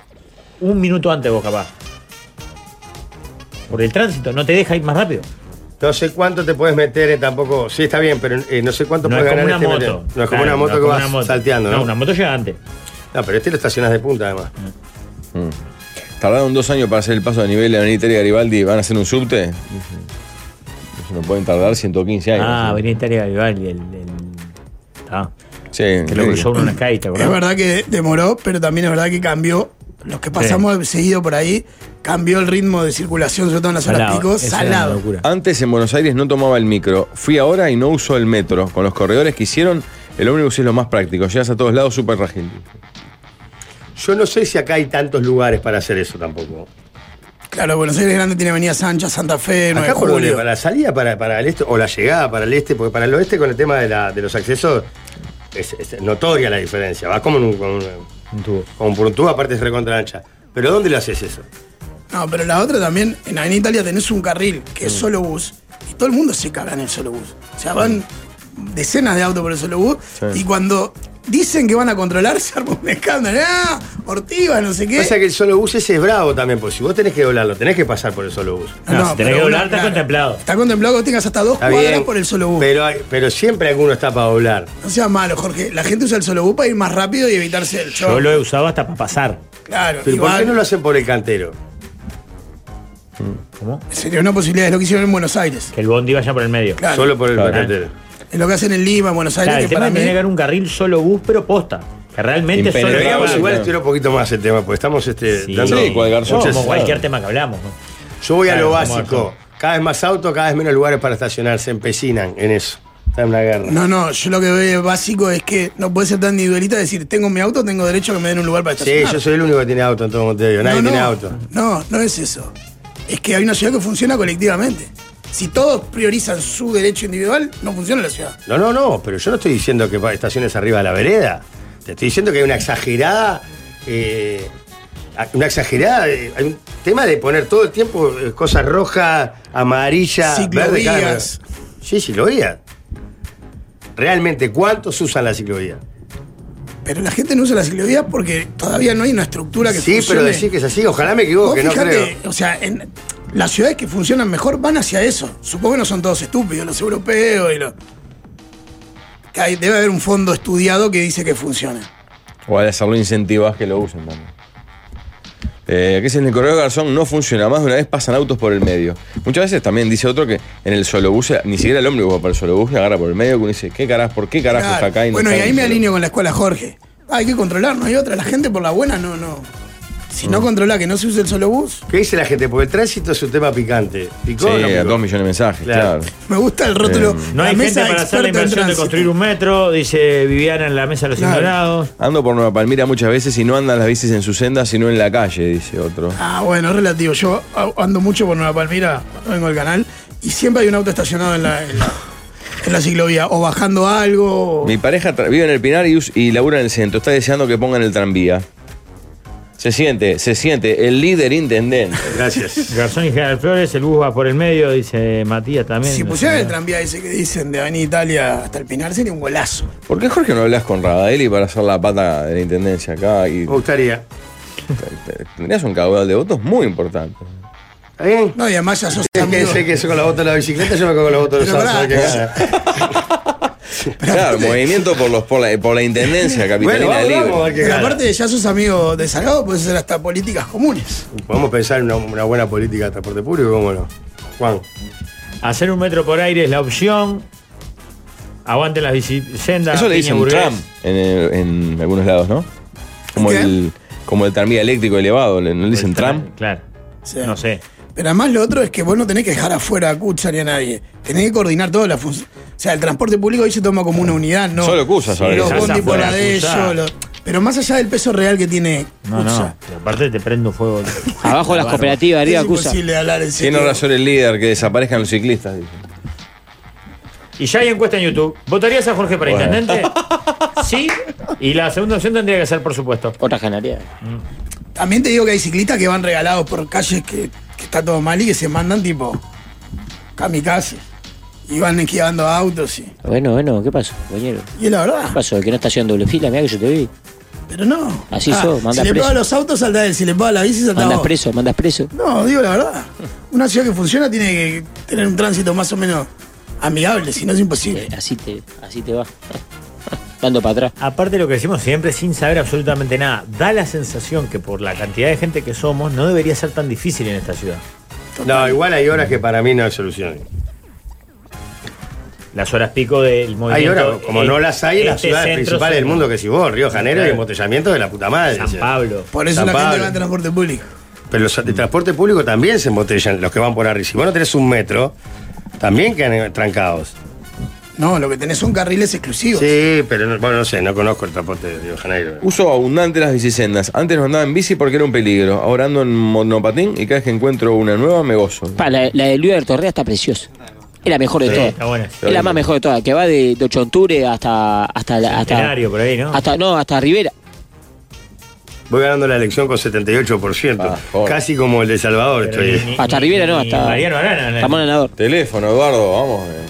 [SPEAKER 4] un minuto antes vos, capaz. por el tránsito, no te deja ir más rápido.
[SPEAKER 1] No sé cuánto te puedes meter, eh, tampoco. Sí, está bien, pero eh, no sé cuánto
[SPEAKER 4] No es
[SPEAKER 1] puedes ganar
[SPEAKER 4] como una
[SPEAKER 1] este
[SPEAKER 4] moto.
[SPEAKER 1] metro. No es como
[SPEAKER 4] Claro,
[SPEAKER 1] una moto
[SPEAKER 4] no es
[SPEAKER 1] que
[SPEAKER 4] como
[SPEAKER 1] vas
[SPEAKER 4] una moto.
[SPEAKER 1] salteando, ¿no?
[SPEAKER 4] No, una moto llega antes.
[SPEAKER 1] No, pero este lo estacionas de punta, además.
[SPEAKER 3] Tardaron dos años para hacer el paso de nivel de Avenida Italia Garibaldi. ¿Van a hacer un subte? Se lo pueden tardar 115 años.
[SPEAKER 4] Ah, venía Italia Garibaldi, el. el... Ah,
[SPEAKER 3] Sí,
[SPEAKER 4] que lo
[SPEAKER 3] sí.
[SPEAKER 4] cruzó en una calle, ¿te acordás?
[SPEAKER 2] Es verdad que demoró, pero también es verdad que cambió. Los que pasamos seguido por ahí, cambió el ritmo de circulación, sobre todo en las horas
[SPEAKER 4] Salado,
[SPEAKER 2] pico,
[SPEAKER 4] eso era una
[SPEAKER 2] salado.
[SPEAKER 4] locura.
[SPEAKER 3] Antes en Buenos Aires no tomaba el micro. Fui ahora y no uso el metro. Con los corredores que hicieron, el ómnibus es lo más práctico. Llegas a todos lados súper ágil.
[SPEAKER 1] Yo no sé si acá hay tantos lugares para hacer eso tampoco.
[SPEAKER 2] Claro, Buenos Aires Grande tiene Avenida Sancha, Santa Fe, 9 de
[SPEAKER 1] Acá por donde,
[SPEAKER 2] julio.
[SPEAKER 1] para la salida para, para el este, o la llegada para el este, porque para el oeste con el tema de, la- de los accesos es, es notoria la diferencia. Vas como en un, con un-
[SPEAKER 4] Un tubo.
[SPEAKER 1] como por un tubo, aparte es recontra ancha. Pero ¿dónde lo haces eso?
[SPEAKER 2] No, pero la otra también, en Avenida Italia tenés un carril que es solo bus y todo el mundo se caga en el solo bus. O sea, van decenas de autos por el solo bus y cuando dicen que van a controlar se arma un escándalo. ¡Ah! Ortiva, no sé qué.
[SPEAKER 1] Pasa que el solo bus ese es bravo también, porque si vos tenés que doblarlo, tenés que pasar por el solo bus.
[SPEAKER 4] No, si tenés
[SPEAKER 2] pero
[SPEAKER 4] que
[SPEAKER 2] uno,
[SPEAKER 4] doblar, está contemplado.
[SPEAKER 2] Está contemplado que tengas hasta dos
[SPEAKER 1] Está
[SPEAKER 2] cuadras
[SPEAKER 1] bien,
[SPEAKER 2] por el solo bus.
[SPEAKER 1] Pero, hay- pero siempre alguno está para doblar.
[SPEAKER 2] No seas malo, Jorge. La gente usa el solo bus para ir más rápido y evitarse el show.
[SPEAKER 4] Yo lo he usado hasta para pasar.
[SPEAKER 2] Claro,
[SPEAKER 1] Pero ¿por
[SPEAKER 2] igual.
[SPEAKER 1] qué no lo hacen por el cantero?
[SPEAKER 4] ¿Cómo?
[SPEAKER 2] Sería una posibilidad, es lo que hicieron en Buenos Aires.
[SPEAKER 4] Que el bondi vaya por el medio.
[SPEAKER 2] Claro.
[SPEAKER 1] Solo por el
[SPEAKER 3] Claro.
[SPEAKER 1] cantero.
[SPEAKER 2] Es lo que hacen en Lima, en Buenos Aires,
[SPEAKER 4] Claro, el
[SPEAKER 2] que
[SPEAKER 4] tema
[SPEAKER 2] para
[SPEAKER 4] es
[SPEAKER 2] mí.
[SPEAKER 4] tener que haber un carril solo bus, pero posta. Que realmente solo.
[SPEAKER 1] Pero
[SPEAKER 3] Impenetrable.
[SPEAKER 1] digamos,
[SPEAKER 3] claro.
[SPEAKER 1] igual estuviera un poquito más el tema, porque estamos este,
[SPEAKER 4] Sí,
[SPEAKER 1] dando.
[SPEAKER 3] Sí, cual garzón.
[SPEAKER 1] muchas-
[SPEAKER 4] Como cualquier tema que hablamos. ¿no?
[SPEAKER 1] Yo voy a
[SPEAKER 4] Claro,
[SPEAKER 1] lo
[SPEAKER 4] vamos a
[SPEAKER 1] básico.
[SPEAKER 4] ver.
[SPEAKER 1] Cada vez más autos, cada vez menos lugares para estacionar. Se empecinan en eso. Está en una guerra.
[SPEAKER 2] No, no, yo lo que veo básico es que no puede ser tan individualista decir, tengo mi auto, tengo derecho a que me den un lugar para
[SPEAKER 1] sí,
[SPEAKER 2] estacionar.
[SPEAKER 1] yo soy el único que tiene auto en todo Montevideo. Nadie
[SPEAKER 2] no,
[SPEAKER 1] tiene
[SPEAKER 2] no,
[SPEAKER 1] auto.
[SPEAKER 2] No, no es eso. Es que hay una ciudad que funciona colectivamente. Si todos priorizan su derecho individual, no funciona la ciudad.
[SPEAKER 1] No, no, no. Pero yo no estoy diciendo que pa- estaciones arriba de la vereda. Te estoy diciendo que hay una exagerada. eh, a- una exagerada. eh, hay un tema de poner todo el tiempo eh, cosas rojas, amarillas, verdes. cada vez
[SPEAKER 2] Ciclovías.
[SPEAKER 1] más. Sí, ciclovías. Realmente, ¿cuántos usan la ciclovía?
[SPEAKER 2] Pero la gente no usa la ciclovía porque todavía no hay una estructura que
[SPEAKER 1] Sí,
[SPEAKER 2] funcione.
[SPEAKER 1] pero decir que es así, ojalá me
[SPEAKER 2] Vos
[SPEAKER 1] equivoque, no creo.
[SPEAKER 2] fijate, o sea, en las ciudades que funcionan mejor van hacia eso. Supongo que no son todos estúpidos, los europeos y los... Que hay- debe haber un fondo estudiado que dice que funciona.
[SPEAKER 3] O al hacerlo incentivas que lo usen también. Eh, aquí dice, en el correo Garzón no funciona. Más de una vez pasan autos por el medio. Muchas veces también dice otro que en el solo bus, ni siquiera el ómnibus va para el solo bus, agarra por el medio. que Uno dice, ¿qué carajo? ¿Por qué carajo está
[SPEAKER 2] Claro.
[SPEAKER 3] acá? no
[SPEAKER 2] bueno, y
[SPEAKER 3] está en
[SPEAKER 2] ahí
[SPEAKER 3] el
[SPEAKER 2] me
[SPEAKER 3] solo
[SPEAKER 2] alineo con la escuela Jorge. Ah, hay que controlar, no hay otra. La gente por la buena no, no. Si
[SPEAKER 3] Mm.
[SPEAKER 2] no controla que no se use el solo bus,
[SPEAKER 1] ¿Qué dice la gente? Porque el tránsito es un tema picante. ¿Picó o
[SPEAKER 3] bus?
[SPEAKER 1] no
[SPEAKER 3] Sí,
[SPEAKER 1] picó?
[SPEAKER 3] a dos millones de mensajes,
[SPEAKER 1] Claro.
[SPEAKER 3] claro.
[SPEAKER 2] me gusta el
[SPEAKER 3] Eh.
[SPEAKER 2] rótulo. la
[SPEAKER 4] No hay gente
[SPEAKER 2] mesa
[SPEAKER 4] para hacer la
[SPEAKER 2] experta en
[SPEAKER 4] inversión de
[SPEAKER 2] tránsito.
[SPEAKER 4] construir un metro, dice Viviana en la mesa de los
[SPEAKER 2] Claro.
[SPEAKER 4] ignorados.
[SPEAKER 3] Ando por Nueva Palmira muchas veces y no andan las bicis en su senda, sino en la calle, dice otro.
[SPEAKER 2] Ah, bueno, es relativo. Yo a- ando mucho por Nueva Palmira, cuando vengo al canal, y siempre hay un auto estacionado en la, en la, en la ciclovía, o bajando algo. o-
[SPEAKER 3] Mi pareja tra- vive en el Pinar y, us- y labura en el centro. Está deseando que pongan el tranvía. Se siente, se siente el líder intendente.
[SPEAKER 1] Gracias.
[SPEAKER 4] Garzón y General Flores, el bus va por el medio, dice Matías también.
[SPEAKER 2] Si pusieran el tranvía ese que dicen de Avenida Italia hasta el Pinar, sería un golazo.
[SPEAKER 3] ¿Por qué Jorge no hablas con Radaeli para hacer la pata de la intendencia acá? Y
[SPEAKER 1] Me gustaría.
[SPEAKER 3] te- tendrías un caudal de votos muy importante.
[SPEAKER 1] ¿Está bien?
[SPEAKER 2] No, y además ya sos
[SPEAKER 1] ¿Eh? Es que
[SPEAKER 2] amigo.
[SPEAKER 1] sé que eso con la bota de la bicicleta, yo me cago con la bota de los
[SPEAKER 2] Pero
[SPEAKER 1] autos. a ver
[SPEAKER 2] pará.
[SPEAKER 1] qué gana.
[SPEAKER 3] Claro, movimiento por los por la, por la intendencia
[SPEAKER 1] Bueno,
[SPEAKER 3] capitalina
[SPEAKER 1] vamos,
[SPEAKER 3] libre.
[SPEAKER 1] vamos a ver qué
[SPEAKER 2] Pero
[SPEAKER 1] gana.
[SPEAKER 2] aparte ya sos amigo de Salgado, puedes hacer hasta políticas comunes.
[SPEAKER 1] Podemos pensar en una, una buena política de transporte público, ¿cómo no? Juan,
[SPEAKER 4] Hacer un metro por aire es la opción. Aguanten las bicisendas.
[SPEAKER 3] Eso le
[SPEAKER 4] piña
[SPEAKER 3] dicen un
[SPEAKER 4] burgués.
[SPEAKER 3] tram en, el- en algunos lados, ¿no? Como
[SPEAKER 2] ¿Qué?
[SPEAKER 3] el, como el tranvía eléctrico elevado, le- ¿no le dicen tram?
[SPEAKER 4] Claro.
[SPEAKER 2] Sí.
[SPEAKER 4] No sé.
[SPEAKER 2] Pero además lo otro es que vos no tenés que dejar afuera a Cucha ni a nadie. Tenés que coordinar todas las funciones. O sea, el transporte público hoy se toma como una unidad, ¿no?
[SPEAKER 3] Solo Cucha,
[SPEAKER 2] Los
[SPEAKER 3] sabe.
[SPEAKER 4] Los
[SPEAKER 2] bondi
[SPEAKER 4] Dejás
[SPEAKER 2] por la
[SPEAKER 4] afuera,
[SPEAKER 2] de
[SPEAKER 4] Cucha.
[SPEAKER 2] ellos. los- Pero más allá del peso real que tiene
[SPEAKER 4] No, no.
[SPEAKER 2] Cucha.
[SPEAKER 4] pero Aparte te prendo fuego.
[SPEAKER 5] Abajo las cooperativas, arriba
[SPEAKER 2] es
[SPEAKER 5] Cucha.
[SPEAKER 2] imposible hablar en
[SPEAKER 3] Tiene
[SPEAKER 2] serio.
[SPEAKER 3] razón el líder que desaparezcan los ciclistas. dice.
[SPEAKER 4] Y ya hay encuesta en YouTube. ¿Votarías a Jorge para
[SPEAKER 3] Bueno.
[SPEAKER 4] intendente? sí. Y la segunda opción tendría que ser, por supuesto.
[SPEAKER 5] Otra canaria.
[SPEAKER 2] También te digo que hay ciclistas que van regalados por calles que, que está todo mal y que se mandan tipo kamikaze. Y van esquivando autos y,
[SPEAKER 5] Bueno, bueno, ¿qué pasó, compañero?
[SPEAKER 2] y es la
[SPEAKER 5] ¿Qué
[SPEAKER 2] verdad.
[SPEAKER 5] pasó? ¿El que no está haciendo doble fila? Mira que yo te vi.
[SPEAKER 2] Pero no. Ah,
[SPEAKER 5] Así sos,
[SPEAKER 2] Si
[SPEAKER 5] manda
[SPEAKER 2] le
[SPEAKER 5] preso.
[SPEAKER 2] paga los autos, salta él. Si le paga la bici, salta
[SPEAKER 5] ¿Mandas
[SPEAKER 2] vos.
[SPEAKER 5] preso? ¿Mandas preso?
[SPEAKER 2] No, digo la verdad. una ciudad que funciona tiene que tener un tránsito más o menos amigable, si no es imposible.
[SPEAKER 5] Eh, Así te, así te va. Dando para atrás.
[SPEAKER 4] Aparte de lo que decimos siempre, sin saber absolutamente nada, da la sensación que por la cantidad de gente que somos, no debería ser tan difícil en esta ciudad.
[SPEAKER 1] No, igual hay horas que para mí no hay solución.
[SPEAKER 4] Las horas pico del movimiento.
[SPEAKER 1] Hay horas, como
[SPEAKER 4] eh,
[SPEAKER 1] no las hay en las
[SPEAKER 4] este
[SPEAKER 1] ciudades
[SPEAKER 4] centro
[SPEAKER 1] principales del
[SPEAKER 4] sur,
[SPEAKER 1] mundo, que si vos, Río de Janeiro, hay
[SPEAKER 4] Claro.
[SPEAKER 1] embotellamiento de la puta madre. o
[SPEAKER 4] San
[SPEAKER 1] sea.
[SPEAKER 4] Pablo.
[SPEAKER 2] Por eso
[SPEAKER 1] San
[SPEAKER 2] la gente
[SPEAKER 1] Pablo.
[SPEAKER 2] va en transporte público.
[SPEAKER 1] Pero los de transporte público también se embotellan, los que van por arriba. Si vos no tenés un metro, también quedan eh, trancados.
[SPEAKER 2] No, lo que tenés son carriles exclusivos.
[SPEAKER 1] Sí, pero no, bueno, no sé, no conozco el transporte de Río de Janeiro.
[SPEAKER 3] Uso abundante las bicisendas. Antes no andaba en bici porque era un peligro. Ahora ando en monopatín y cada vez que encuentro una nueva me gozo.
[SPEAKER 5] Pa, la, la de Luis Torrea está preciosa. Es la mejor de
[SPEAKER 4] Sí,
[SPEAKER 5] todas.
[SPEAKER 4] está buena.
[SPEAKER 5] Es la más mejor de todas, que va de, de Ochonture hasta. hasta, la- hasta,
[SPEAKER 4] Centenario, por ahí, ¿no?
[SPEAKER 5] hasta. No, hasta Rivera.
[SPEAKER 1] Voy ganando la elección con 78%.
[SPEAKER 3] Ah, joder.
[SPEAKER 1] casi como el de Salvador
[SPEAKER 4] Pero
[SPEAKER 1] estoy.
[SPEAKER 4] ni- ni-
[SPEAKER 5] Hasta
[SPEAKER 4] ni-
[SPEAKER 5] Rivera, no,
[SPEAKER 4] ni
[SPEAKER 5] hasta.
[SPEAKER 4] Mariano Arana. ¿no?
[SPEAKER 5] Ramón Anador.
[SPEAKER 3] Teléfono, Eduardo, vamos. eh.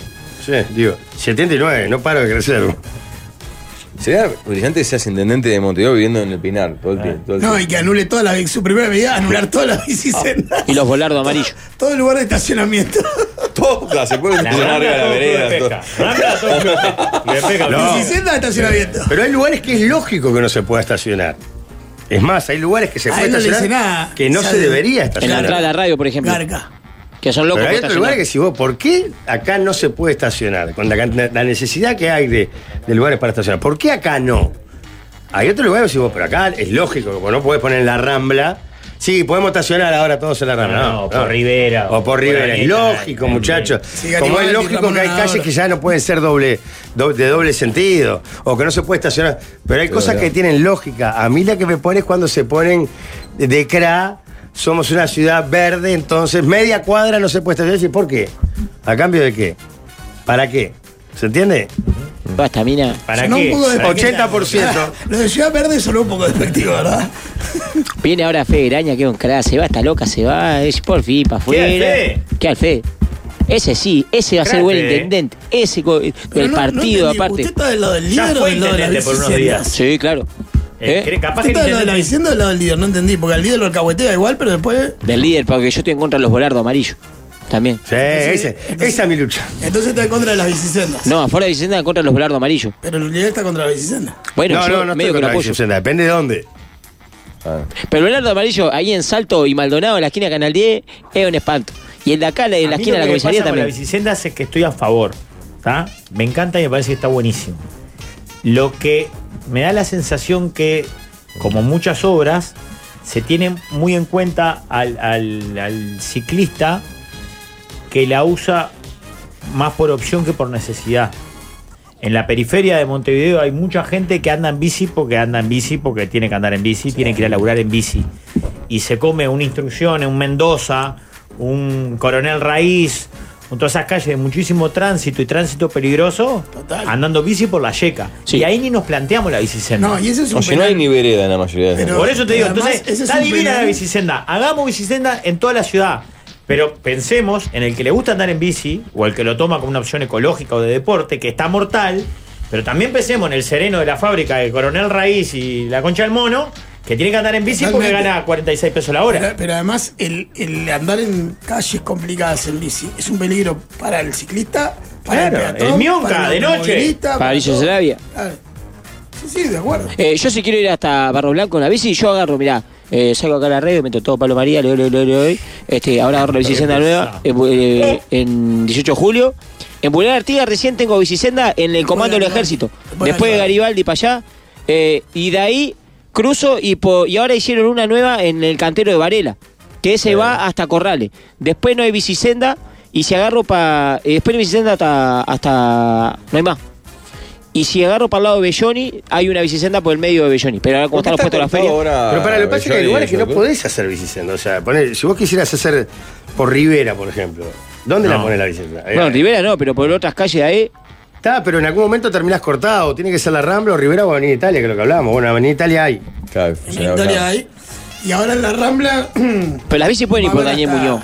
[SPEAKER 1] Sí, digo, 79, no paro de crecer.
[SPEAKER 3] Sería brillante que seas intendente de Montevideo viviendo en el Pinar todo el tiempo. todo el
[SPEAKER 2] No, y
[SPEAKER 3] tiempo.
[SPEAKER 2] que anule toda la, su primera medida, anular todas las
[SPEAKER 3] Ah.
[SPEAKER 2] bicisendas.
[SPEAKER 5] Y los bolardos amarillos.
[SPEAKER 2] Todo el lugar de estacionamiento.
[SPEAKER 3] Toda, se puede
[SPEAKER 4] La
[SPEAKER 3] estacionar arriba de la vereda. todo.
[SPEAKER 4] Rambla todo club de pesca. Club de pesca,
[SPEAKER 1] No.
[SPEAKER 2] Bicisendas de estacionamiento.
[SPEAKER 1] Pero hay lugares que es lógico que no se pueda estacionar. Es más, hay lugares que se
[SPEAKER 2] A
[SPEAKER 1] puede
[SPEAKER 2] él no le
[SPEAKER 1] estacionar
[SPEAKER 2] dice nada.
[SPEAKER 1] que no
[SPEAKER 2] Ya
[SPEAKER 1] se
[SPEAKER 2] de-
[SPEAKER 1] debería
[SPEAKER 5] En la
[SPEAKER 1] estacionar.
[SPEAKER 5] entrada de la radio, por ejemplo.
[SPEAKER 2] Garca.
[SPEAKER 5] Que son locos
[SPEAKER 1] Pero hay otros
[SPEAKER 5] por estacionar.
[SPEAKER 1] lugares que si vos, ¿por qué acá no se puede estacionar? Con la, can- la necesidad que hay de, de lugares para estacionar. ¿Por qué acá no? Hay otros lugares que si vos, pero acá es lógico, como no podés poner en la rambla. Sí, podemos estacionar ahora todos en la rambla.
[SPEAKER 4] No,
[SPEAKER 1] No,
[SPEAKER 4] o por Rivera,
[SPEAKER 1] O,
[SPEAKER 4] o
[SPEAKER 1] por
[SPEAKER 4] por
[SPEAKER 1] Rivera. Es
[SPEAKER 4] Arieta,
[SPEAKER 1] lógico,
[SPEAKER 4] también.
[SPEAKER 1] muchachos.
[SPEAKER 2] Sí,
[SPEAKER 1] como
[SPEAKER 2] Garibaldi,
[SPEAKER 1] es lógico
[SPEAKER 2] Ramón
[SPEAKER 1] que hay
[SPEAKER 2] Nadal.
[SPEAKER 1] calles que ya no pueden ser doble, do- de doble sentido. O que no se puede estacionar. Pero hay cosas
[SPEAKER 3] verdad.
[SPEAKER 1] que tienen lógica. A mí la que me pone es cuando se ponen de CRA. Somos una ciudad verde, entonces media cuadra no se puede estacionar. ¿Y ¿Por qué? ¿A cambio de qué? ¿Para qué? ¿Se entiende?
[SPEAKER 5] Va esta mina.
[SPEAKER 4] ¿Para
[SPEAKER 2] Sonó
[SPEAKER 4] qué?
[SPEAKER 2] un poco de-
[SPEAKER 1] 80%.
[SPEAKER 2] Lo de Ciudad Verde sonó un poco despectivo, ¿verdad?
[SPEAKER 5] Viene ahora Fede Graña, que es un crack, se va, está loca, se va, es por fin, para
[SPEAKER 4] ¿Qué al
[SPEAKER 5] afuera.
[SPEAKER 4] Fede?
[SPEAKER 5] ¿Qué al Fede? Ese sí, ese va a ser
[SPEAKER 4] Crack,
[SPEAKER 5] buen
[SPEAKER 4] Fede.
[SPEAKER 5] intendente, ese co-
[SPEAKER 2] Pero
[SPEAKER 5] del
[SPEAKER 2] no- no
[SPEAKER 5] partido
[SPEAKER 2] entendí,
[SPEAKER 5] aparte.
[SPEAKER 2] ¿Usted está del lado del
[SPEAKER 4] Ya
[SPEAKER 2] líder o
[SPEAKER 4] fue
[SPEAKER 2] del lado de las
[SPEAKER 4] intendente por unos
[SPEAKER 2] bicisendas?
[SPEAKER 5] Sí, claro.
[SPEAKER 4] Eh,
[SPEAKER 5] ¿Eh?
[SPEAKER 4] cree- Capaz
[SPEAKER 2] Usted
[SPEAKER 4] que
[SPEAKER 2] está del lado de la
[SPEAKER 4] intendente-
[SPEAKER 2] bicisendas o del lado del líder, no entendí, porque al líder lo alcahuetea igual, pero después...
[SPEAKER 5] Del líder, porque yo estoy en contra de los volardos amarillos. También.
[SPEAKER 1] Sí, ese-
[SPEAKER 2] entonces-
[SPEAKER 1] esa es mi lucha.
[SPEAKER 2] Entonces está en contra de las bicisendas.
[SPEAKER 5] No, afuera de Vicenda en contra de los volardos amarillos.
[SPEAKER 2] Pero el líder está contra las bicisendas.
[SPEAKER 5] Bueno,
[SPEAKER 1] no,
[SPEAKER 5] yo
[SPEAKER 1] no, no estoy
[SPEAKER 5] medio que lo
[SPEAKER 1] con la
[SPEAKER 5] apoyo.
[SPEAKER 1] Vicenta, Depende de dónde.
[SPEAKER 3] Ah.
[SPEAKER 5] Pero el volardo amarillo ahí en Salto y Maldonado, en la esquina de Canal 10, es un espanto. Y el de acá, la-
[SPEAKER 4] A
[SPEAKER 5] en
[SPEAKER 4] mí
[SPEAKER 5] la
[SPEAKER 4] lo
[SPEAKER 5] esquina
[SPEAKER 4] que
[SPEAKER 5] de la
[SPEAKER 4] me
[SPEAKER 5] comisaría
[SPEAKER 4] pasa con
[SPEAKER 5] también.
[SPEAKER 4] La bicicenda es que estoy a favor. ¿tá? Me encanta y me parece que está buenísimo. Lo que me da la sensación que, como muchas obras, se tiene muy en cuenta al, al- al ciclista que la usa más por opción que por necesidad. En la periferia de Montevideo hay mucha gente que anda en bici porque anda en bici, porque tiene que andar en bici, tiene que ir a laburar en bici. Y se come una instrucción en un Mendoza, un Coronel Raíz, en todas esas calles de muchísimo tránsito y tránsito peligroso,
[SPEAKER 2] Total.
[SPEAKER 4] andando bici por la yeca.
[SPEAKER 5] Sí.
[SPEAKER 4] Y ahí ni nos planteamos la bicicenda.
[SPEAKER 2] No, y ese es un
[SPEAKER 3] O si no hay
[SPEAKER 2] penal.
[SPEAKER 3] ni vereda en la mayoría de
[SPEAKER 2] Pero-
[SPEAKER 3] las
[SPEAKER 4] Por eso te digo,
[SPEAKER 2] Además,
[SPEAKER 4] entonces,
[SPEAKER 2] ese es
[SPEAKER 4] está
[SPEAKER 2] un
[SPEAKER 4] divina
[SPEAKER 2] penal.
[SPEAKER 4] la bicisenda. Hagamos bicisenda en toda la ciudad. Pero pensemos en el que le gusta andar en bici, o el que lo toma como una opción ecológica o de deporte, que está mortal. Pero también pensemos en el sereno de la fábrica de Coronel Raíz y la Concha del Mono, que tiene que andar en bici porque
[SPEAKER 2] Totalmente.
[SPEAKER 4] gana 46 pesos la
[SPEAKER 2] Pero,
[SPEAKER 4] hora.
[SPEAKER 2] pero además, el, el andar en calles complicadas en bici es un peligro para el ciclista, para
[SPEAKER 4] Claro,
[SPEAKER 2] el peatón,
[SPEAKER 4] el mionca,
[SPEAKER 2] para
[SPEAKER 4] de noche.
[SPEAKER 2] automovilista,
[SPEAKER 5] Para Villa
[SPEAKER 2] todo.
[SPEAKER 5] Sarabia.
[SPEAKER 2] Claro. Sí, sí, de acuerdo.
[SPEAKER 5] Eh, yo si quiero ir hasta Barro Blanco en la bici, yo agarro, mirá, eh, salgo acá a la radio, meto todo Pablo María, le doy, le doy, le doy. Este, ahora agarro la bicicenda nueva eh, bu- eh, en 18 de julio. En Boulevard Artigas recién tengo bicicenda en el comando del
[SPEAKER 2] Bueno,
[SPEAKER 5] ejército.
[SPEAKER 2] bueno,
[SPEAKER 5] Después de
[SPEAKER 2] bueno.
[SPEAKER 5] Garibaldi para allá. eh, y de ahí cruzo y, po- y ahora hicieron una nueva en el cantero de Varela, que se va hasta Corrales. Después no hay bicicenda y si agarro para... después no hay bicicenda hasta, hasta... No hay más. Y si agarro para el lado de Belloni, hay una bicicenda por el medio de Belloni. Pero ahora como están los puestos de la feria.
[SPEAKER 1] Pero para lo que pasa es que hay lugares que no podés hacer bicicenda. O sea, poner, si vos quisieras hacer por Rivera, por ejemplo, ¿dónde la
[SPEAKER 4] No.
[SPEAKER 1] pones la bicicenda? Eh,
[SPEAKER 5] Bueno, Rivera no, pero por otras calles de ahí.
[SPEAKER 1] Está, pero en algún momento terminás cortado. Tiene que ser la Rambla o Rivera o Avenida Italia, que es lo que hablábamos. Bueno, Avenida Italia hay.
[SPEAKER 3] Claro,
[SPEAKER 2] En
[SPEAKER 3] funcionaba,
[SPEAKER 2] Victoria
[SPEAKER 3] claro.
[SPEAKER 2] hay. Y ahora en la Rambla.
[SPEAKER 5] Pero las bicis pueden ir por
[SPEAKER 2] Ahora
[SPEAKER 5] Daniel
[SPEAKER 2] está-
[SPEAKER 5] Muñoz.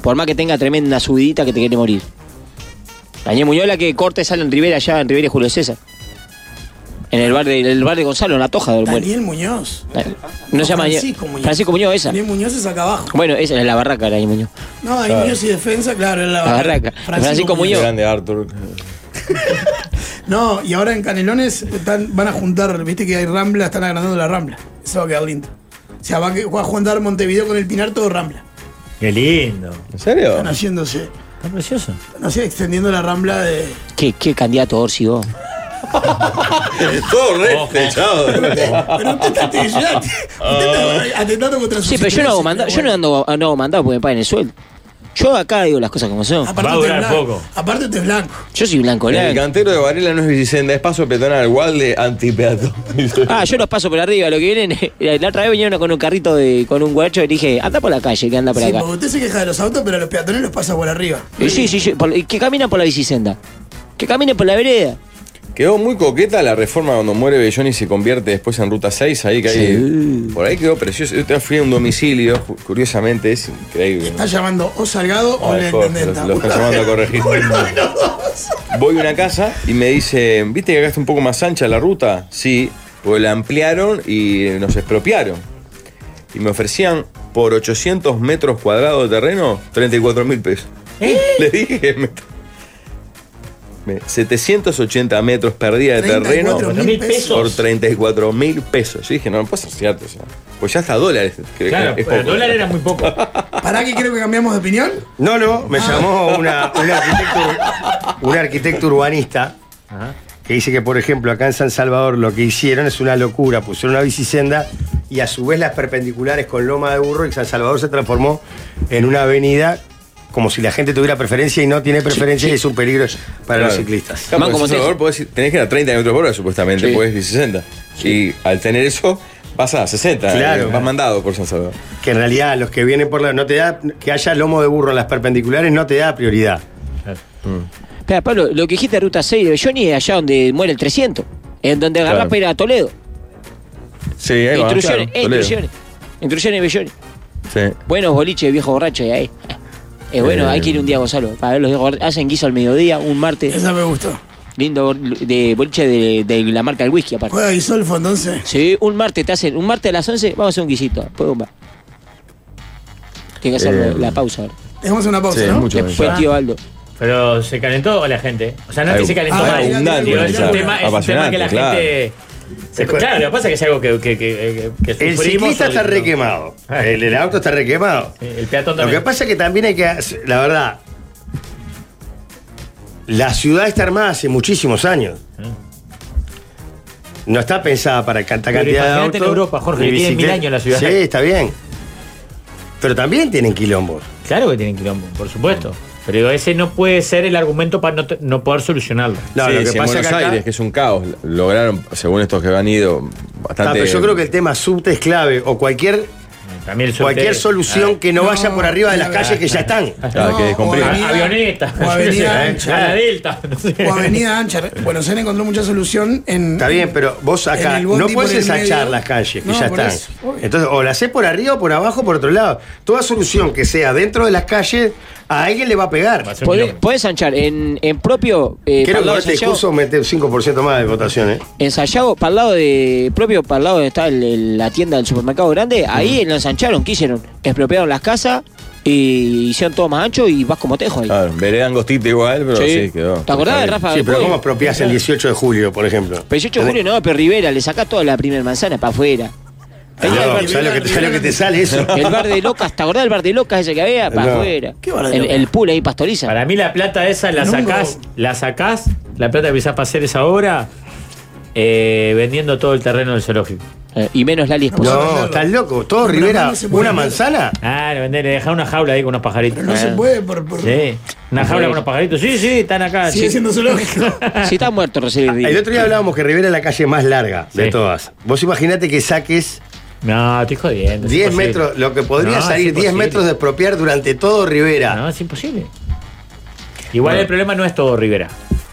[SPEAKER 5] Por más que tenga tremenda subidita que te quiere morir. Daniel Muñoz la que corta y sale en Rivera allá, en Rivera y Julio César. En el bar de, el bar de Gonzalo, en la Toja del Muelle.
[SPEAKER 2] Daniel Muñoz.
[SPEAKER 5] No se llama
[SPEAKER 2] Francisco Muñoz.
[SPEAKER 5] Francisco Muñoz, esa.
[SPEAKER 2] Daniel Muñoz es acá abajo.
[SPEAKER 5] Bueno, esa es la barraca, Daniel Muñoz.
[SPEAKER 2] No, Daniel Muñoz y defensa, claro, es la
[SPEAKER 5] La barraca. Francisco Muñoz. Yo.
[SPEAKER 3] Grande Arthur.
[SPEAKER 2] No, y ahora en Canelones están- van a juntar, viste que hay Rambla, están agrandando la Rambla. Eso va a quedar lindo. O sea, va a, que- va a juntar Montevideo con el Pinar todo Rambla.
[SPEAKER 4] Qué lindo.
[SPEAKER 3] ¿En serio?
[SPEAKER 2] Están haciéndose,
[SPEAKER 4] Está precioso.
[SPEAKER 2] están así extendiendo la Rambla de...
[SPEAKER 5] Qué, qué candidato Orsi vos.
[SPEAKER 3] Todo rete, chao.
[SPEAKER 2] Pero usted está, usted está atentando contra su
[SPEAKER 5] Sí, pero yo no hago mandado, yo no ando no hago mandado porque me paguen el sueldo. Yo acá digo las cosas como son.
[SPEAKER 2] Aparte
[SPEAKER 4] Va a
[SPEAKER 2] usted es
[SPEAKER 4] durar
[SPEAKER 2] blanco.
[SPEAKER 4] poco.
[SPEAKER 2] Aparte usted es blanco.
[SPEAKER 5] Yo soy blanco,
[SPEAKER 3] El
[SPEAKER 5] blanco.
[SPEAKER 3] cantero de Varela no es Vicenda, es paso peatonal, Walde antipeatón.
[SPEAKER 5] Ah, yo los paso por arriba, lo que vienen. La otra vez vinieron con un carrito de, con un guacho y le dije, anda por la calle, que anda por
[SPEAKER 2] Sí,
[SPEAKER 5] acá.
[SPEAKER 2] porque usted se queja de los autos, pero a los peatones los pasa por arriba.
[SPEAKER 5] Y Sí, sí, sí, por- y que caminan por la bicisenda. Que caminen por la vereda.
[SPEAKER 3] Quedó muy coqueta la reforma cuando muere Belloni y se convierte después en Ruta 6, ahí que hay... Por ahí quedó precioso. Yo te fui a un domicilio, cu- curiosamente, es increíble.
[SPEAKER 2] Está llamando o Salgado o
[SPEAKER 3] Ay,
[SPEAKER 2] le
[SPEAKER 3] Jorge,
[SPEAKER 2] intendenta.
[SPEAKER 3] lo- lo están llamando a corregir. Voy a una casa y me dice, ¿viste que acá está un poco más ancha la ruta? Sí, pues la ampliaron y nos expropiaron. Y me ofrecían por 800 metros cuadrados de terreno, 34 mil pesos.
[SPEAKER 4] ¿Eh?
[SPEAKER 3] Le dije, me- me- 780 metros perdida de terreno
[SPEAKER 2] 34.000
[SPEAKER 4] mil
[SPEAKER 3] por
[SPEAKER 4] pesos.
[SPEAKER 3] 34 mil pesos. Yo dije, no, no puede ser cierto. o sea, pues ya hasta dólares. creo que
[SPEAKER 4] Claro,
[SPEAKER 3] es
[SPEAKER 4] pero el
[SPEAKER 3] poco.
[SPEAKER 4] dólar era muy poco.
[SPEAKER 2] ¿Para qué creo que cambiamos de opinión?
[SPEAKER 1] No, no, me llamó una, un, arquitecto, un arquitecto urbanista que dice que, por ejemplo, acá en San Salvador lo que hicieron es una locura. Pusieron una bicisenda y a su vez las perpendiculares con loma de burro y San Salvador se transformó en una avenida como si la gente tuviera preferencia y no tiene preferencia y es un peligro para los
[SPEAKER 3] Claro.
[SPEAKER 1] ciclistas.
[SPEAKER 3] Claro,
[SPEAKER 5] Más
[SPEAKER 3] porque
[SPEAKER 5] como
[SPEAKER 3] en Salvador
[SPEAKER 5] te-
[SPEAKER 3] podés ir- tenés que ir a 30 km por hora, supuestamente,
[SPEAKER 5] Sí.
[SPEAKER 3] podés ir 60. Y al tener eso, vas a 60.
[SPEAKER 1] Claro.
[SPEAKER 3] eh, vas mandado por San Salvador.
[SPEAKER 1] Que en realidad los que vienen por la... No te da, que haya lomo de burro en las perpendiculares no te da prioridad.
[SPEAKER 5] Espera, Pablo, lo que dijiste de ruta 6 de Johnny es allá donde muere el 300. En donde agarrás
[SPEAKER 3] Claro.
[SPEAKER 5] para ir a Toledo.
[SPEAKER 3] Sí, ahí va,
[SPEAKER 5] Instrucciones,
[SPEAKER 3] claro,
[SPEAKER 5] eh,
[SPEAKER 3] Toledo.
[SPEAKER 5] instrucciones. Instrucciones, Belloni.
[SPEAKER 3] Sí.
[SPEAKER 5] Buenos boliches, viejo borracho, y ahí. Es bueno,
[SPEAKER 3] Eh.
[SPEAKER 5] hay que ir un día, Gonzalo. Para ver los viejos borrachos. Hacen guiso al mediodía, un martes.
[SPEAKER 2] Esa me gustó.
[SPEAKER 5] Lindo bol- de boliche de, de la marca del whisky, aparte.
[SPEAKER 2] Juega Guisolfo entonces.
[SPEAKER 5] Sí, un martes te hacen, un martes a las 11, vamos a hacer un guisito. Pues bomba. Tiene que hacer
[SPEAKER 3] Eh.
[SPEAKER 5] la pausa ahora.
[SPEAKER 2] Dejamos una pausa,
[SPEAKER 3] Sí,
[SPEAKER 2] ¿no?
[SPEAKER 3] mucho.
[SPEAKER 5] Después,
[SPEAKER 3] Ah.
[SPEAKER 5] tío Aldo.
[SPEAKER 4] Pero se calentó la gente. O sea, no es
[SPEAKER 3] Ay,
[SPEAKER 4] que se calentó
[SPEAKER 2] ah,
[SPEAKER 4] mal.
[SPEAKER 2] abundante,
[SPEAKER 4] Digo, es, un
[SPEAKER 2] claro.
[SPEAKER 4] tema, es un tema que la
[SPEAKER 3] Apasionante, claro.
[SPEAKER 4] gente. se- claro, lo que pasa es que es algo que, que, que, que- que
[SPEAKER 1] El
[SPEAKER 4] sufrimos
[SPEAKER 1] ciclista
[SPEAKER 4] o-
[SPEAKER 1] está requemado. El, el auto está requemado.
[SPEAKER 4] Eh, El peatón
[SPEAKER 1] Lo
[SPEAKER 4] también.
[SPEAKER 1] que pasa es que también hay que. hacer- La verdad. La ciudad está armada hace muchísimos años. No está pensada para tanta
[SPEAKER 4] Mm. Pero
[SPEAKER 1] cantidad de
[SPEAKER 4] imagínate
[SPEAKER 1] autos.
[SPEAKER 4] en Europa, Jorge,
[SPEAKER 1] ni
[SPEAKER 4] que tiene mil
[SPEAKER 1] bicicletas.
[SPEAKER 4] años la ciudad.
[SPEAKER 1] Sí, está bien. Pero también tienen quilombos.
[SPEAKER 4] Claro que tienen quilombo, por supuesto. Pero digo, ese no puede ser el argumento para no, te- no poder solucionarlo.
[SPEAKER 1] No,
[SPEAKER 3] Sí,
[SPEAKER 1] lo que
[SPEAKER 3] sí,
[SPEAKER 1] pasa
[SPEAKER 3] en Buenos
[SPEAKER 1] es que acá-
[SPEAKER 3] Aires, que es un caos, lograron, según estos que han ido,
[SPEAKER 1] Ah,
[SPEAKER 3] bastante.
[SPEAKER 1] pero yo creo que el tema subte es clave. O cualquier,
[SPEAKER 4] También el sorteo.
[SPEAKER 1] cualquier solución que no,
[SPEAKER 2] No,
[SPEAKER 1] vaya por arriba de las
[SPEAKER 2] la verdad.
[SPEAKER 1] calles que ya están.
[SPEAKER 3] Claro, que
[SPEAKER 2] No,
[SPEAKER 3] descomprime.
[SPEAKER 2] o
[SPEAKER 4] Ah, Avioneta.
[SPEAKER 2] O Avenida
[SPEAKER 4] Eh,
[SPEAKER 2] Ancha.
[SPEAKER 4] a la Delta. no sé.
[SPEAKER 2] O Avenida Ancha. Buenos Aires encontró mucha solución en.
[SPEAKER 1] Está bien, pero vos
[SPEAKER 2] En
[SPEAKER 1] acá
[SPEAKER 2] el bondi
[SPEAKER 1] no
[SPEAKER 2] por
[SPEAKER 1] puedes
[SPEAKER 2] el
[SPEAKER 1] ensanchar
[SPEAKER 2] medio.
[SPEAKER 1] las calles, que
[SPEAKER 2] No,
[SPEAKER 1] ya
[SPEAKER 2] por
[SPEAKER 1] están.
[SPEAKER 2] eso, obvio.
[SPEAKER 1] Entonces, o la haces por arriba o por abajo o por otro lado. Toda solución que sea dentro de las calles, a alguien le va a pegar.
[SPEAKER 4] Va a ser un
[SPEAKER 5] Podés,
[SPEAKER 4] quilombo.
[SPEAKER 5] podés anchar en, en propio.
[SPEAKER 1] Creo
[SPEAKER 5] eh, para el
[SPEAKER 1] que
[SPEAKER 5] lado
[SPEAKER 1] con
[SPEAKER 5] de
[SPEAKER 1] este
[SPEAKER 5] Santiago.
[SPEAKER 1] discurso mete un 5% más de ¿eh? votaciones.
[SPEAKER 5] En Sayago, para el lado de. propio para el lado donde está el- el- la tienda del supermercado grande, ahí lo ensancharon, ¿qué hicieron? Expropiaron las casas y hicieron todo más ancho y vas como tejo ahí.
[SPEAKER 3] Claro, vereda angostita igual, pero sí,
[SPEAKER 5] Sí.
[SPEAKER 3] quedó.
[SPEAKER 5] ¿Te acordás de
[SPEAKER 3] Está bien.
[SPEAKER 4] Ah,
[SPEAKER 5] Rafa?
[SPEAKER 1] Sí, pero
[SPEAKER 5] Godoy?
[SPEAKER 1] ¿cómo expropiás el 18 de julio, por ejemplo?
[SPEAKER 5] Pero 18 de julio no, pero Rivera, le sacás toda la primera manzana para afuera.
[SPEAKER 1] Ah, no,
[SPEAKER 5] Tenía el,
[SPEAKER 1] ¿sabes lo que, sabés lo que te sale eso?
[SPEAKER 5] bar, el bar de locas, ¿te acordás del bar de locas ese que había? Para
[SPEAKER 1] No.
[SPEAKER 5] afuera.
[SPEAKER 2] ¿Qué bar de
[SPEAKER 5] el,
[SPEAKER 2] locas?
[SPEAKER 5] el pool ahí pastoriza.
[SPEAKER 4] Para mí la plata esa la
[SPEAKER 2] Nunca-
[SPEAKER 4] sacás, la sacás, la plata que usás para hacer esa obra, eh, vendiendo todo el terreno del zoológico.
[SPEAKER 5] Eh, y menos Lali Esposito.
[SPEAKER 1] No, estás loco. Todo
[SPEAKER 2] Pero
[SPEAKER 1] Rivera,
[SPEAKER 2] no se puede
[SPEAKER 1] una
[SPEAKER 2] vender.
[SPEAKER 1] manzana.
[SPEAKER 4] Ah, le vendés, le dejás una jaula ahí con unos pajaritos.
[SPEAKER 2] Pero no se
[SPEAKER 4] Ah.
[SPEAKER 2] puede por. por
[SPEAKER 4] Sí, una jaula con unos pajaritos. Sí, sí, están acá.
[SPEAKER 2] Sigue
[SPEAKER 4] sí.
[SPEAKER 2] siendo zoológico.
[SPEAKER 5] Si está muerto Rosario Rivera.
[SPEAKER 1] Ah, El otro día hablábamos que Rivera es la calle más larga de
[SPEAKER 4] Sí.
[SPEAKER 1] todas. Vos imaginate que saques
[SPEAKER 4] No, estoy jodiendo. es
[SPEAKER 1] 10
[SPEAKER 4] imposible.
[SPEAKER 1] metros, lo que podría
[SPEAKER 4] No, es
[SPEAKER 1] salir 10
[SPEAKER 4] imposible.
[SPEAKER 1] metros de expropiar durante todo Rivera.
[SPEAKER 4] No, es imposible. Igual el problema no es todo Rivera.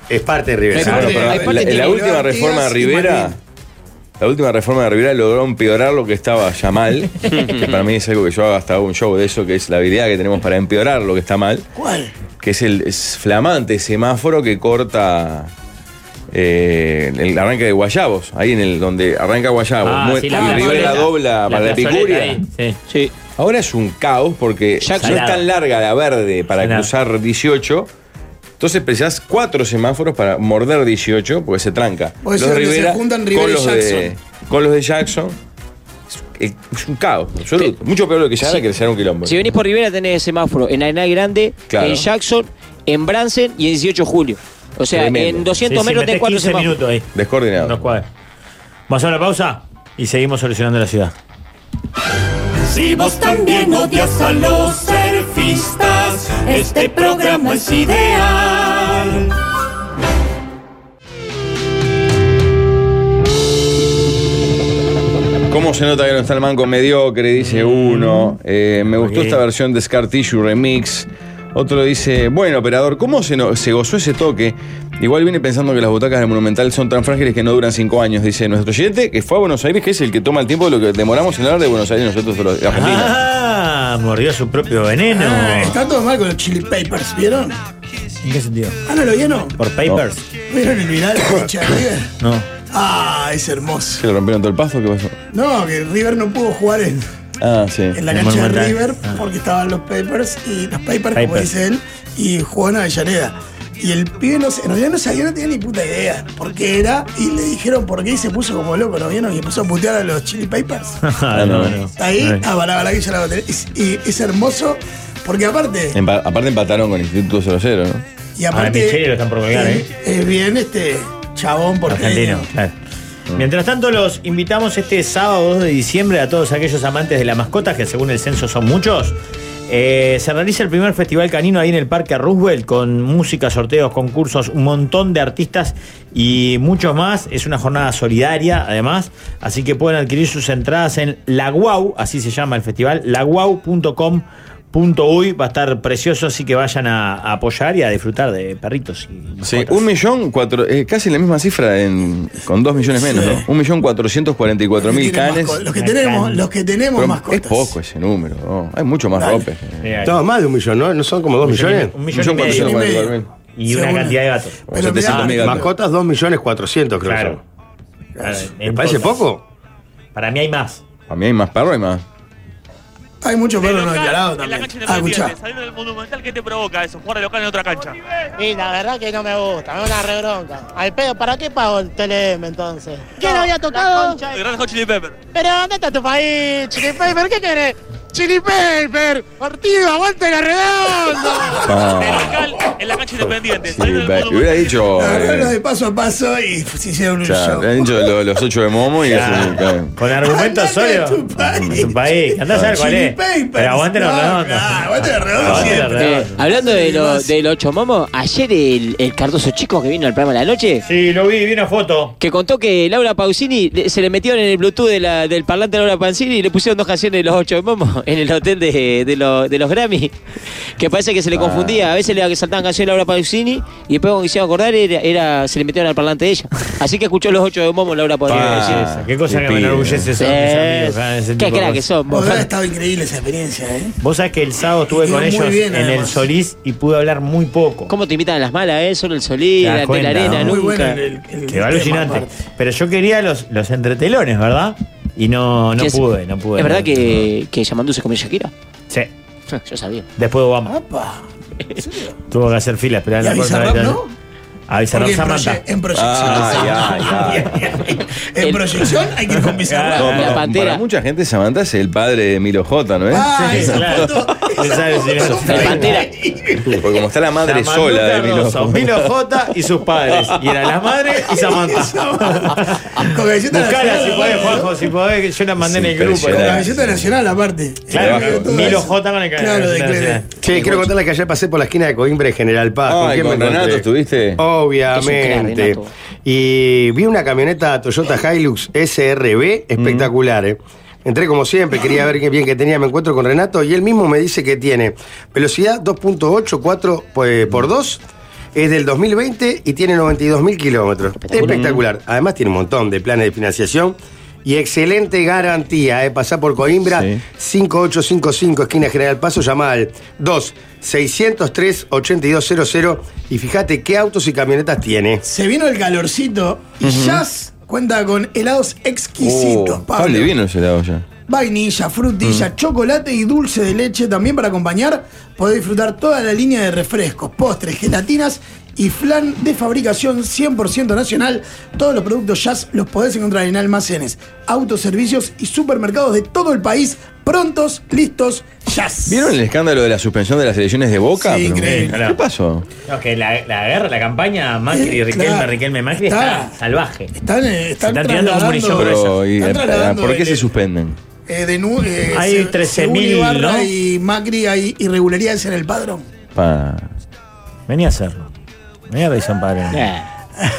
[SPEAKER 1] Es parte de Rivera.
[SPEAKER 5] Sí,
[SPEAKER 3] Bueno,
[SPEAKER 5] Hay
[SPEAKER 3] pero la-
[SPEAKER 5] parte
[SPEAKER 3] la,
[SPEAKER 5] tiene-
[SPEAKER 3] última
[SPEAKER 2] Ortigas
[SPEAKER 3] reforma de
[SPEAKER 2] y
[SPEAKER 3] Rivera.
[SPEAKER 2] Malvin.
[SPEAKER 3] La última reforma de Rivera logró empeorar lo que estaba ya mal. que para mí es algo que yo hago hasta un show de eso, que es la habilidad que tenemos para empeorar lo que está mal.
[SPEAKER 2] ¿Cuál?
[SPEAKER 3] Que es el es flamante semáforo que corta eh, el arranque de Guayabos, ahí en el donde arranca Guayabos,
[SPEAKER 4] Ah,
[SPEAKER 3] muere-
[SPEAKER 4] sí,
[SPEAKER 3] y Rivera
[SPEAKER 4] plazoleta.
[SPEAKER 3] dobla
[SPEAKER 4] La
[SPEAKER 3] para la
[SPEAKER 4] plazoleta
[SPEAKER 3] Epicuria.
[SPEAKER 4] ahí, sí.
[SPEAKER 5] Sí.
[SPEAKER 3] Ahora es un caos porque
[SPEAKER 5] Jackson.
[SPEAKER 3] no es tan larga la verde para
[SPEAKER 4] Nada.
[SPEAKER 3] cruzar 18. Entonces precisás cuatro semáforos para morder 18 porque se tranca.
[SPEAKER 2] Vos decís donde se juntan Rivera y
[SPEAKER 3] de, con los de Jackson. Es es un caos, absoluto. Mucho peor lo que ya era
[SPEAKER 5] Sí.
[SPEAKER 3] que sea un quilombo.
[SPEAKER 5] Si venís por Rivera tenés semáforo en Arenal Grande,
[SPEAKER 3] Claro.
[SPEAKER 5] en Jackson, en Bransen y en 18 de julio. O sea,
[SPEAKER 3] Tremendo.
[SPEAKER 5] en
[SPEAKER 4] Sí,
[SPEAKER 5] 200
[SPEAKER 4] sí,
[SPEAKER 5] metros
[SPEAKER 4] metés
[SPEAKER 5] tenés cuatro
[SPEAKER 4] 15
[SPEAKER 5] semáforos.
[SPEAKER 4] minutos ahí.
[SPEAKER 3] Descoordinado.
[SPEAKER 4] Unos cuadros. Vamos a una pausa y seguimos solucionando la ciudad.
[SPEAKER 6] Si vos también odias a los surfistas, este programa es ideal.
[SPEAKER 3] ¿Cómo se nota que no está el manco mediocre? Dice uno. Eh, me gustó
[SPEAKER 4] Ok.
[SPEAKER 3] esta versión de Scar Tissue Remix. Otro dice, bueno, operador, ¿cómo se, no- se gozó ese toque? Igual viene pensando que las butacas del Monumental son tan frágiles que no duran cinco años, dice nuestro oyente, que fue a Buenos Aires, que es el que toma el tiempo de lo que demoramos en hablar de Buenos Aires nosotros los argentinos.
[SPEAKER 4] Ah, mordió su propio veneno.
[SPEAKER 2] Ah, está todo mal con los Chili Papers, ¿vieron?
[SPEAKER 4] ¿En qué sentido?
[SPEAKER 2] Ah, ¿no lo vieron?
[SPEAKER 4] ¿Por papers?
[SPEAKER 2] ¿Vieron el viral de Richa River?
[SPEAKER 4] No.
[SPEAKER 2] Ah, es hermoso.
[SPEAKER 3] ¿Se le rompieron todo el pasto? ¿Qué pasó?
[SPEAKER 2] No, que River no pudo jugar en,
[SPEAKER 3] Ah, sí.
[SPEAKER 2] en la
[SPEAKER 4] El
[SPEAKER 2] cancha de
[SPEAKER 4] Monumental.
[SPEAKER 2] River
[SPEAKER 4] Ah.
[SPEAKER 2] porque estaban los Papers y los Papers, como
[SPEAKER 4] Papers.
[SPEAKER 2] dice él, y jugó en Avellaneda. Y el pibe no, se- en realidad no sabía, no tenía ni puta idea por qué era. Y le dijeron por qué y se puso como loco, ¿no vieron? Y empezó a putear a los Chili Papers.
[SPEAKER 4] Ah, no, no.
[SPEAKER 2] Está ahí, ah, pará, pará, que yo la voy a tener. Es, y es hermoso porque aparte.
[SPEAKER 3] Empa- aparte empataron con Instituto 00, ¿no?
[SPEAKER 2] Y aparte.
[SPEAKER 4] Michele lo están por colgar,
[SPEAKER 2] es,
[SPEAKER 4] ¿eh?
[SPEAKER 2] es bien este chabón porque.
[SPEAKER 4] Argentino, claro. Mientras tanto, los invitamos este sábado 2 de diciembre a todos aquellos amantes de las mascotas, que según el censo son muchos. Eh, se realiza el primer festival canino ahí en el Parque Roosevelt con música, sorteos, concursos, un montón de artistas y muchos más. Es una jornada solidaria, además. Así que pueden adquirir sus entradas en Laguau, así se llama el festival, laguau.com.uy. Va a estar precioso, así que vayan a, a apoyar y a disfrutar de perritos. Y
[SPEAKER 3] Sí,
[SPEAKER 4] mascotas.
[SPEAKER 3] un millón cuatro, eh, casi la misma cifra en- con dos millones menos,
[SPEAKER 2] Sí.
[SPEAKER 3] ¿no? Un millón cuatrocientos cuarenta y cuatro
[SPEAKER 2] Los que
[SPEAKER 3] mil
[SPEAKER 2] tienen
[SPEAKER 3] canes.
[SPEAKER 2] masco- Los que tenemos, los que tenemos
[SPEAKER 3] Pero
[SPEAKER 2] mascotas.
[SPEAKER 3] Es poco ese número, ¿no? hay mucho más
[SPEAKER 2] Dale.
[SPEAKER 3] rope.
[SPEAKER 4] Eh,
[SPEAKER 1] Estaba más de un millón, ¿no? ¿No son como dos millones?
[SPEAKER 4] Un millón,
[SPEAKER 3] Millón
[SPEAKER 4] y medio.
[SPEAKER 3] cuatrocientos
[SPEAKER 2] millón y
[SPEAKER 3] cuarenta y
[SPEAKER 2] medio.
[SPEAKER 3] cuatro
[SPEAKER 4] Y una
[SPEAKER 2] Según-
[SPEAKER 4] cantidad de gatos.
[SPEAKER 2] Pero
[SPEAKER 3] O 700
[SPEAKER 2] mirá,
[SPEAKER 3] mil gatos.
[SPEAKER 1] Mascotas, dos millones cuatrocientos, creo. que
[SPEAKER 4] Claro.
[SPEAKER 1] son.
[SPEAKER 4] Claro,
[SPEAKER 1] ¿Me parece
[SPEAKER 4] entonces,
[SPEAKER 1] poco?
[SPEAKER 4] Para mí hay más.
[SPEAKER 3] mil. A mí hay más perro, hay más. eh.
[SPEAKER 2] Hay mucho perro no
[SPEAKER 7] local,
[SPEAKER 2] declarado
[SPEAKER 7] en
[SPEAKER 2] también.
[SPEAKER 7] la cancha
[SPEAKER 2] Ah, escuchá.
[SPEAKER 7] independiente, saliendo del monumental, ¿qué te provoca eso? Jugar de local en otra cancha.
[SPEAKER 8] Y la verdad que no me gusta, me da una rebronca. Al pedo, ¿para qué pago el TLM entonces? ¿Quién había tocado?
[SPEAKER 7] Gran Hot Chili Pepper.
[SPEAKER 8] Pero ¿dónde está tu país? Chili Paper, ¿qué querés? Chili Paper, partido, aguante la redonda.
[SPEAKER 9] Ah.
[SPEAKER 3] No.
[SPEAKER 7] De local en la cancha independiente.
[SPEAKER 3] Ah, Sí,
[SPEAKER 7] saliendo
[SPEAKER 3] ve-
[SPEAKER 7] del
[SPEAKER 3] hubiera
[SPEAKER 7] monumental.
[SPEAKER 3] dicho.
[SPEAKER 2] Agarraron
[SPEAKER 3] eh,
[SPEAKER 2] de paso a paso y se hicieron un
[SPEAKER 3] o sea,
[SPEAKER 2] show.
[SPEAKER 3] hubiera dicho lo- los ocho de Momo y eso.
[SPEAKER 4] Claro.
[SPEAKER 3] claro.
[SPEAKER 4] Ah, Con argumentos
[SPEAKER 2] Andate de
[SPEAKER 4] sólidos.
[SPEAKER 2] tu país. Ah,
[SPEAKER 4] Tu país. Andá a saber cuál
[SPEAKER 2] Chili
[SPEAKER 4] es.
[SPEAKER 2] Papers.
[SPEAKER 4] Pero aguante los
[SPEAKER 2] No,
[SPEAKER 4] redondos.
[SPEAKER 2] Ah, claro, Aguante los redondos
[SPEAKER 4] Aguante los
[SPEAKER 2] siempre.
[SPEAKER 4] redondos.
[SPEAKER 5] Eh, hablando de lo, del 8 Momo, ayer el, el Cardoso chico que vino al programa de la noche,
[SPEAKER 4] Sí, lo vi, vi una foto.
[SPEAKER 5] que contó que Laura Pausini le- se le metieron en el Bluetooth de la- del parlante de Laura Pausini y le pusieron dos canciones de los 8 Momo en el hotel de, de lo- de los Grammy. Que parece que se
[SPEAKER 4] Ah.
[SPEAKER 5] le confundía. A veces le saltaban canciones de Laura Pausini y después cuando quisieron acordar era, era- se le metieron al parlante de ella. Así que escuchó los 8 de Momo Laura Pausini.
[SPEAKER 3] Ah,
[SPEAKER 4] Esa, Qué cosa
[SPEAKER 3] qué
[SPEAKER 4] que me
[SPEAKER 3] pibe.
[SPEAKER 4] enorgullece
[SPEAKER 5] Sí.
[SPEAKER 4] son mis amigos. ah, ese
[SPEAKER 5] Qué
[SPEAKER 4] tipo de
[SPEAKER 5] crack que
[SPEAKER 4] cosas.
[SPEAKER 5] son,
[SPEAKER 2] Vos,
[SPEAKER 5] vos.
[SPEAKER 2] habrá estado increíble esa experiencia, ¿eh?
[SPEAKER 4] Vos sabés que el sábado estuve
[SPEAKER 2] Y
[SPEAKER 4] con
[SPEAKER 2] muy
[SPEAKER 4] ellos
[SPEAKER 2] bien,
[SPEAKER 4] en el
[SPEAKER 2] además.
[SPEAKER 4] Solís y pude hablar muy poco.
[SPEAKER 5] ¿Cómo te invitan a las malas, eh? Solo el solí,
[SPEAKER 4] Te das
[SPEAKER 5] la, de
[SPEAKER 4] cuenta,
[SPEAKER 5] la arena,
[SPEAKER 4] ¿no?
[SPEAKER 2] Muy
[SPEAKER 5] nunca.
[SPEAKER 2] bueno el, el- el
[SPEAKER 4] Quedó
[SPEAKER 2] tema,
[SPEAKER 4] alucinante.
[SPEAKER 2] aparte.
[SPEAKER 4] Pero yo quería los, los entretelones, ¿verdad? Y no, no
[SPEAKER 5] Que es-
[SPEAKER 4] pude, no pude.
[SPEAKER 5] Es verdad que, que Yamandu se comió Shakira.
[SPEAKER 4] Sí.
[SPEAKER 5] Yo sabía.
[SPEAKER 4] Después de Obama.
[SPEAKER 2] Apa. ¿En serio?
[SPEAKER 4] Tuvo que hacer fila, esperar
[SPEAKER 2] ¿Y
[SPEAKER 4] la puerta
[SPEAKER 2] Bizarrap
[SPEAKER 4] de la-
[SPEAKER 2] no?
[SPEAKER 4] A Bizarrap
[SPEAKER 2] Porque en,
[SPEAKER 4] Samantha.
[SPEAKER 2] proye- en proyección.
[SPEAKER 3] Ay, ay, ay.
[SPEAKER 2] En
[SPEAKER 5] El-
[SPEAKER 2] proyección hay que ir con Bizarrap.
[SPEAKER 3] No, para-
[SPEAKER 5] pantera.
[SPEAKER 3] Para mucha gente, Samantha es el padre de Milo J, ¿no es?
[SPEAKER 2] Ah, esa
[SPEAKER 4] ¿Eh? claro.
[SPEAKER 2] foto.
[SPEAKER 4] Esa sabe si
[SPEAKER 2] foto
[SPEAKER 4] no.
[SPEAKER 2] fue
[SPEAKER 5] El Pantera.
[SPEAKER 3] Porque como está la madre
[SPEAKER 4] Samantha
[SPEAKER 3] sola de Milo
[SPEAKER 4] Cardoso,
[SPEAKER 3] J.
[SPEAKER 4] Milo J y sus padres. Y era la madre y Samantha.
[SPEAKER 2] Con galleta
[SPEAKER 4] Buscala si
[SPEAKER 2] nacional.
[SPEAKER 4] podés, Juanjo, si podés, que yo la mandé en el grupo.
[SPEAKER 2] Con
[SPEAKER 3] Impresionante.
[SPEAKER 2] galleta nacional aparte.
[SPEAKER 4] Claro,
[SPEAKER 2] Claro, todo
[SPEAKER 4] Milo
[SPEAKER 2] eso.
[SPEAKER 4] J con el
[SPEAKER 2] Claro, de
[SPEAKER 4] nacional.
[SPEAKER 2] Clemente.
[SPEAKER 1] Che, quiero contarles que ayer pasé por la esquina de Coimbra y General Paz.
[SPEAKER 3] Ay,
[SPEAKER 1] quién
[SPEAKER 3] con
[SPEAKER 1] me encontré? Oh,
[SPEAKER 3] Renato estuviste.
[SPEAKER 1] Obviamente.
[SPEAKER 5] Es un crack, Renato.
[SPEAKER 1] Y vi una camioneta Toyota Hilux SRB espectacular, ¿eh? Entré como siempre, quería ver qué bien que tenía, me encuentro con Renato y él mismo me dice que tiene velocidad 2.8, 4 pues, por- por 2, es del 2020 y tiene 92.000 kilómetros. Espectacular. Además tiene un montón de planes de financiación y excelente garantía. ¿eh? Pasá por Coimbra,
[SPEAKER 3] Sí.
[SPEAKER 1] 5855, esquina General Paso, llamá al 2-603-8200 y fíjate qué autos y camionetas tiene.
[SPEAKER 2] Se vino el calorcito y Jazz cuenta con helados exquisitos,
[SPEAKER 3] Oh,
[SPEAKER 2] Pablo.
[SPEAKER 3] Pablo, vino ese lado ya.
[SPEAKER 2] Vainilla,
[SPEAKER 3] Mm.
[SPEAKER 2] frutilla, chocolate y dulce de leche también para acompañar. Podés disfrutar toda la línea de refrescos, postres, gelatinas y flan de fabricación 100% nacional. Todos los productos Jazz los podés encontrar en almacenes, autoservicios y supermercados de todo el país. Prontos, listos, Jazz.
[SPEAKER 3] ¿Vieron el escándalo de la suspensión de las elecciones de Boca?
[SPEAKER 2] Sí,
[SPEAKER 3] Pero,
[SPEAKER 2] increíble.
[SPEAKER 3] ¿Qué pasó?
[SPEAKER 4] No, que la, la guerra, la campaña Macri,
[SPEAKER 2] Eh,
[SPEAKER 4] Riquelme,
[SPEAKER 2] claro.
[SPEAKER 4] Riquelme, Macri está
[SPEAKER 2] Está.
[SPEAKER 4] salvaje.
[SPEAKER 2] Están, eh, están,
[SPEAKER 4] Se están tirando como un
[SPEAKER 2] trasladando-
[SPEAKER 4] orillón
[SPEAKER 3] Pero, y- eh, ah,
[SPEAKER 2] están trasladando
[SPEAKER 3] ¿Por qué
[SPEAKER 2] el-
[SPEAKER 3] se suspenden?
[SPEAKER 2] eh, de nu- eh,
[SPEAKER 4] Hay
[SPEAKER 2] se-
[SPEAKER 4] 13.000,
[SPEAKER 2] según Ibarra
[SPEAKER 4] ¿no?
[SPEAKER 2] y Macri hay irregularidades en el padrón.
[SPEAKER 3] Pa.
[SPEAKER 4] Vení a hacerlo. Vení a San Pablo.
[SPEAKER 5] Eh,
[SPEAKER 3] Ah,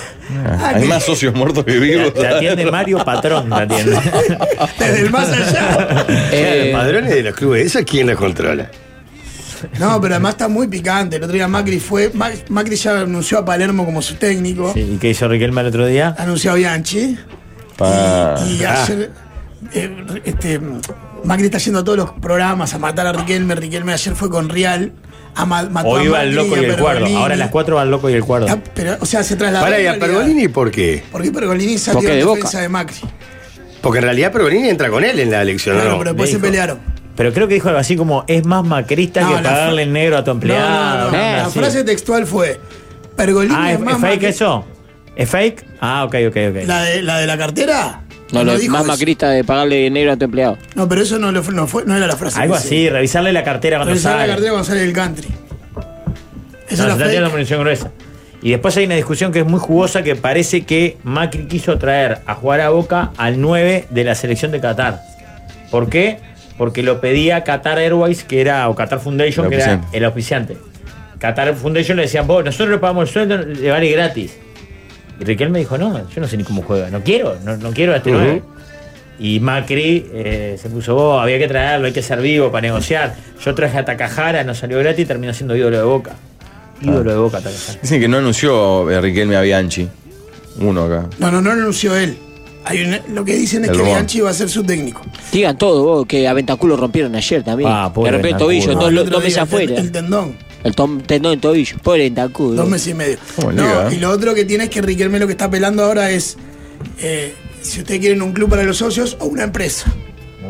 [SPEAKER 2] Ah,
[SPEAKER 3] Hay más socios muertos que vivos.
[SPEAKER 4] Te atiende Mario Patrón, te atiende.
[SPEAKER 2] Desde el más allá.
[SPEAKER 1] Los
[SPEAKER 5] eh,
[SPEAKER 1] padrones de los clubes, ¿esa quién los controla?
[SPEAKER 2] No, pero además está muy picante. El otro día Macri fue. Ma- Macri ya anunció a Palermo como su técnico.
[SPEAKER 4] Sí, ¿Y qué hizo Riquelme el otro día?
[SPEAKER 2] Anunció a Bianchi.
[SPEAKER 3] Pa.
[SPEAKER 2] Y
[SPEAKER 1] Ah.
[SPEAKER 2] ayer. eh, este, Macri está yendo a todos los programas a matar a Riquelme. Riquelme ayer fue con Rial. A ma- mató
[SPEAKER 4] Hoy
[SPEAKER 2] a
[SPEAKER 4] va el
[SPEAKER 2] Macri
[SPEAKER 4] loco y
[SPEAKER 2] a
[SPEAKER 4] el cuerdo.
[SPEAKER 2] Pergolini.
[SPEAKER 4] Ahora a las 4 va el loco y el cuerdo.
[SPEAKER 2] Ah, pero, o sea, se trasladó.
[SPEAKER 1] Para, ¿y a
[SPEAKER 2] en realidad.
[SPEAKER 1] Pergolini por qué?
[SPEAKER 2] ¿Por qué Pergolini salió
[SPEAKER 5] Porque
[SPEAKER 2] en
[SPEAKER 5] de Boca.
[SPEAKER 2] defensa de Macri?
[SPEAKER 1] Porque en realidad Pergolini entra con él en la elección, ¿o
[SPEAKER 2] Claro,
[SPEAKER 1] ¿no?
[SPEAKER 2] pero pues después se
[SPEAKER 4] dijo.
[SPEAKER 2] pelearon.
[SPEAKER 4] Pero creo que dijo algo así como: es más macrista
[SPEAKER 2] No,
[SPEAKER 4] que
[SPEAKER 2] la
[SPEAKER 4] pagarle
[SPEAKER 2] fra-
[SPEAKER 4] en negro a tu
[SPEAKER 2] No, no,
[SPEAKER 4] empleado.
[SPEAKER 2] no,
[SPEAKER 4] una
[SPEAKER 2] La
[SPEAKER 4] así.
[SPEAKER 2] frase textual fue: Pergolini
[SPEAKER 4] Ah,
[SPEAKER 2] es
[SPEAKER 4] ¿es,
[SPEAKER 2] más
[SPEAKER 4] es fake
[SPEAKER 2] Macri-
[SPEAKER 4] eso? ¿Es fake? Ah, ok, ok, ok.
[SPEAKER 2] ¿La de, la de la cartera?
[SPEAKER 5] no, lo
[SPEAKER 2] dijo
[SPEAKER 5] más
[SPEAKER 2] eso.
[SPEAKER 5] macrista de pagarle negro a tu empleado.
[SPEAKER 2] No, pero eso no, lo fue- no fue, no era la frase.
[SPEAKER 4] Algo
[SPEAKER 2] que
[SPEAKER 4] así,
[SPEAKER 2] hice.
[SPEAKER 4] revisarle la cartera cuando
[SPEAKER 2] Revisar la
[SPEAKER 4] sale.
[SPEAKER 2] cartera cuando sale del country. Esa
[SPEAKER 4] No, se
[SPEAKER 2] es
[SPEAKER 4] está
[SPEAKER 2] la
[SPEAKER 4] tirando
[SPEAKER 2] fake.
[SPEAKER 4] munición gruesa. Y después hay una discusión que es muy jugosa que parece que Macri quiso traer a jugar a Boca al 9 de la selección de Qatar. ¿Por qué? Porque lo pedía Qatar Airways, que era, o Qatar Foundation,
[SPEAKER 3] El
[SPEAKER 4] que era
[SPEAKER 3] auspiciante.
[SPEAKER 4] el auspiciante. Qatar Foundation le decían, vos, nosotros le pagamos el sueldo, le vale gratis. Y Riquelme dijo, no, yo no sé ni cómo juega, no quiero, no, no quiero a este 9. Y Macri eh, se puso, vos, había que traerlo, hay que ser vivo para negociar. Yo traje a Takahara, no salió gratis y terminó siendo ídolo de Boca.
[SPEAKER 3] Ah.
[SPEAKER 4] Ídolo de Boca, Takahara.
[SPEAKER 3] Dicen que no anunció eh, Riquelme a Bianchi. Uno acá.
[SPEAKER 2] No, no, no lo anunció él. Hay un- lo que dicen es
[SPEAKER 3] El
[SPEAKER 2] que
[SPEAKER 3] rumor.
[SPEAKER 2] Bianchi va a ser su técnico.
[SPEAKER 5] Digan todo, vos, que a Ventaculo rompieron ayer también.
[SPEAKER 4] Ah, pobre
[SPEAKER 5] de repente
[SPEAKER 4] Ventaculo.
[SPEAKER 5] tobillo,
[SPEAKER 4] No,
[SPEAKER 5] dos,
[SPEAKER 2] el
[SPEAKER 5] lo-
[SPEAKER 2] otro
[SPEAKER 5] dos
[SPEAKER 2] día,
[SPEAKER 5] meses
[SPEAKER 2] el ten-
[SPEAKER 5] afuera.
[SPEAKER 2] El tendón.
[SPEAKER 5] El tom- tendón en tobillo. Pobre Ventaculo.
[SPEAKER 2] Dos meses y medio.
[SPEAKER 3] Como
[SPEAKER 2] No,
[SPEAKER 3] liga, ¿eh?
[SPEAKER 2] y lo otro que tiene es que Riquelme lo que está apelando ahora es eh, si ustedes quieren un club para los socios o una empresa.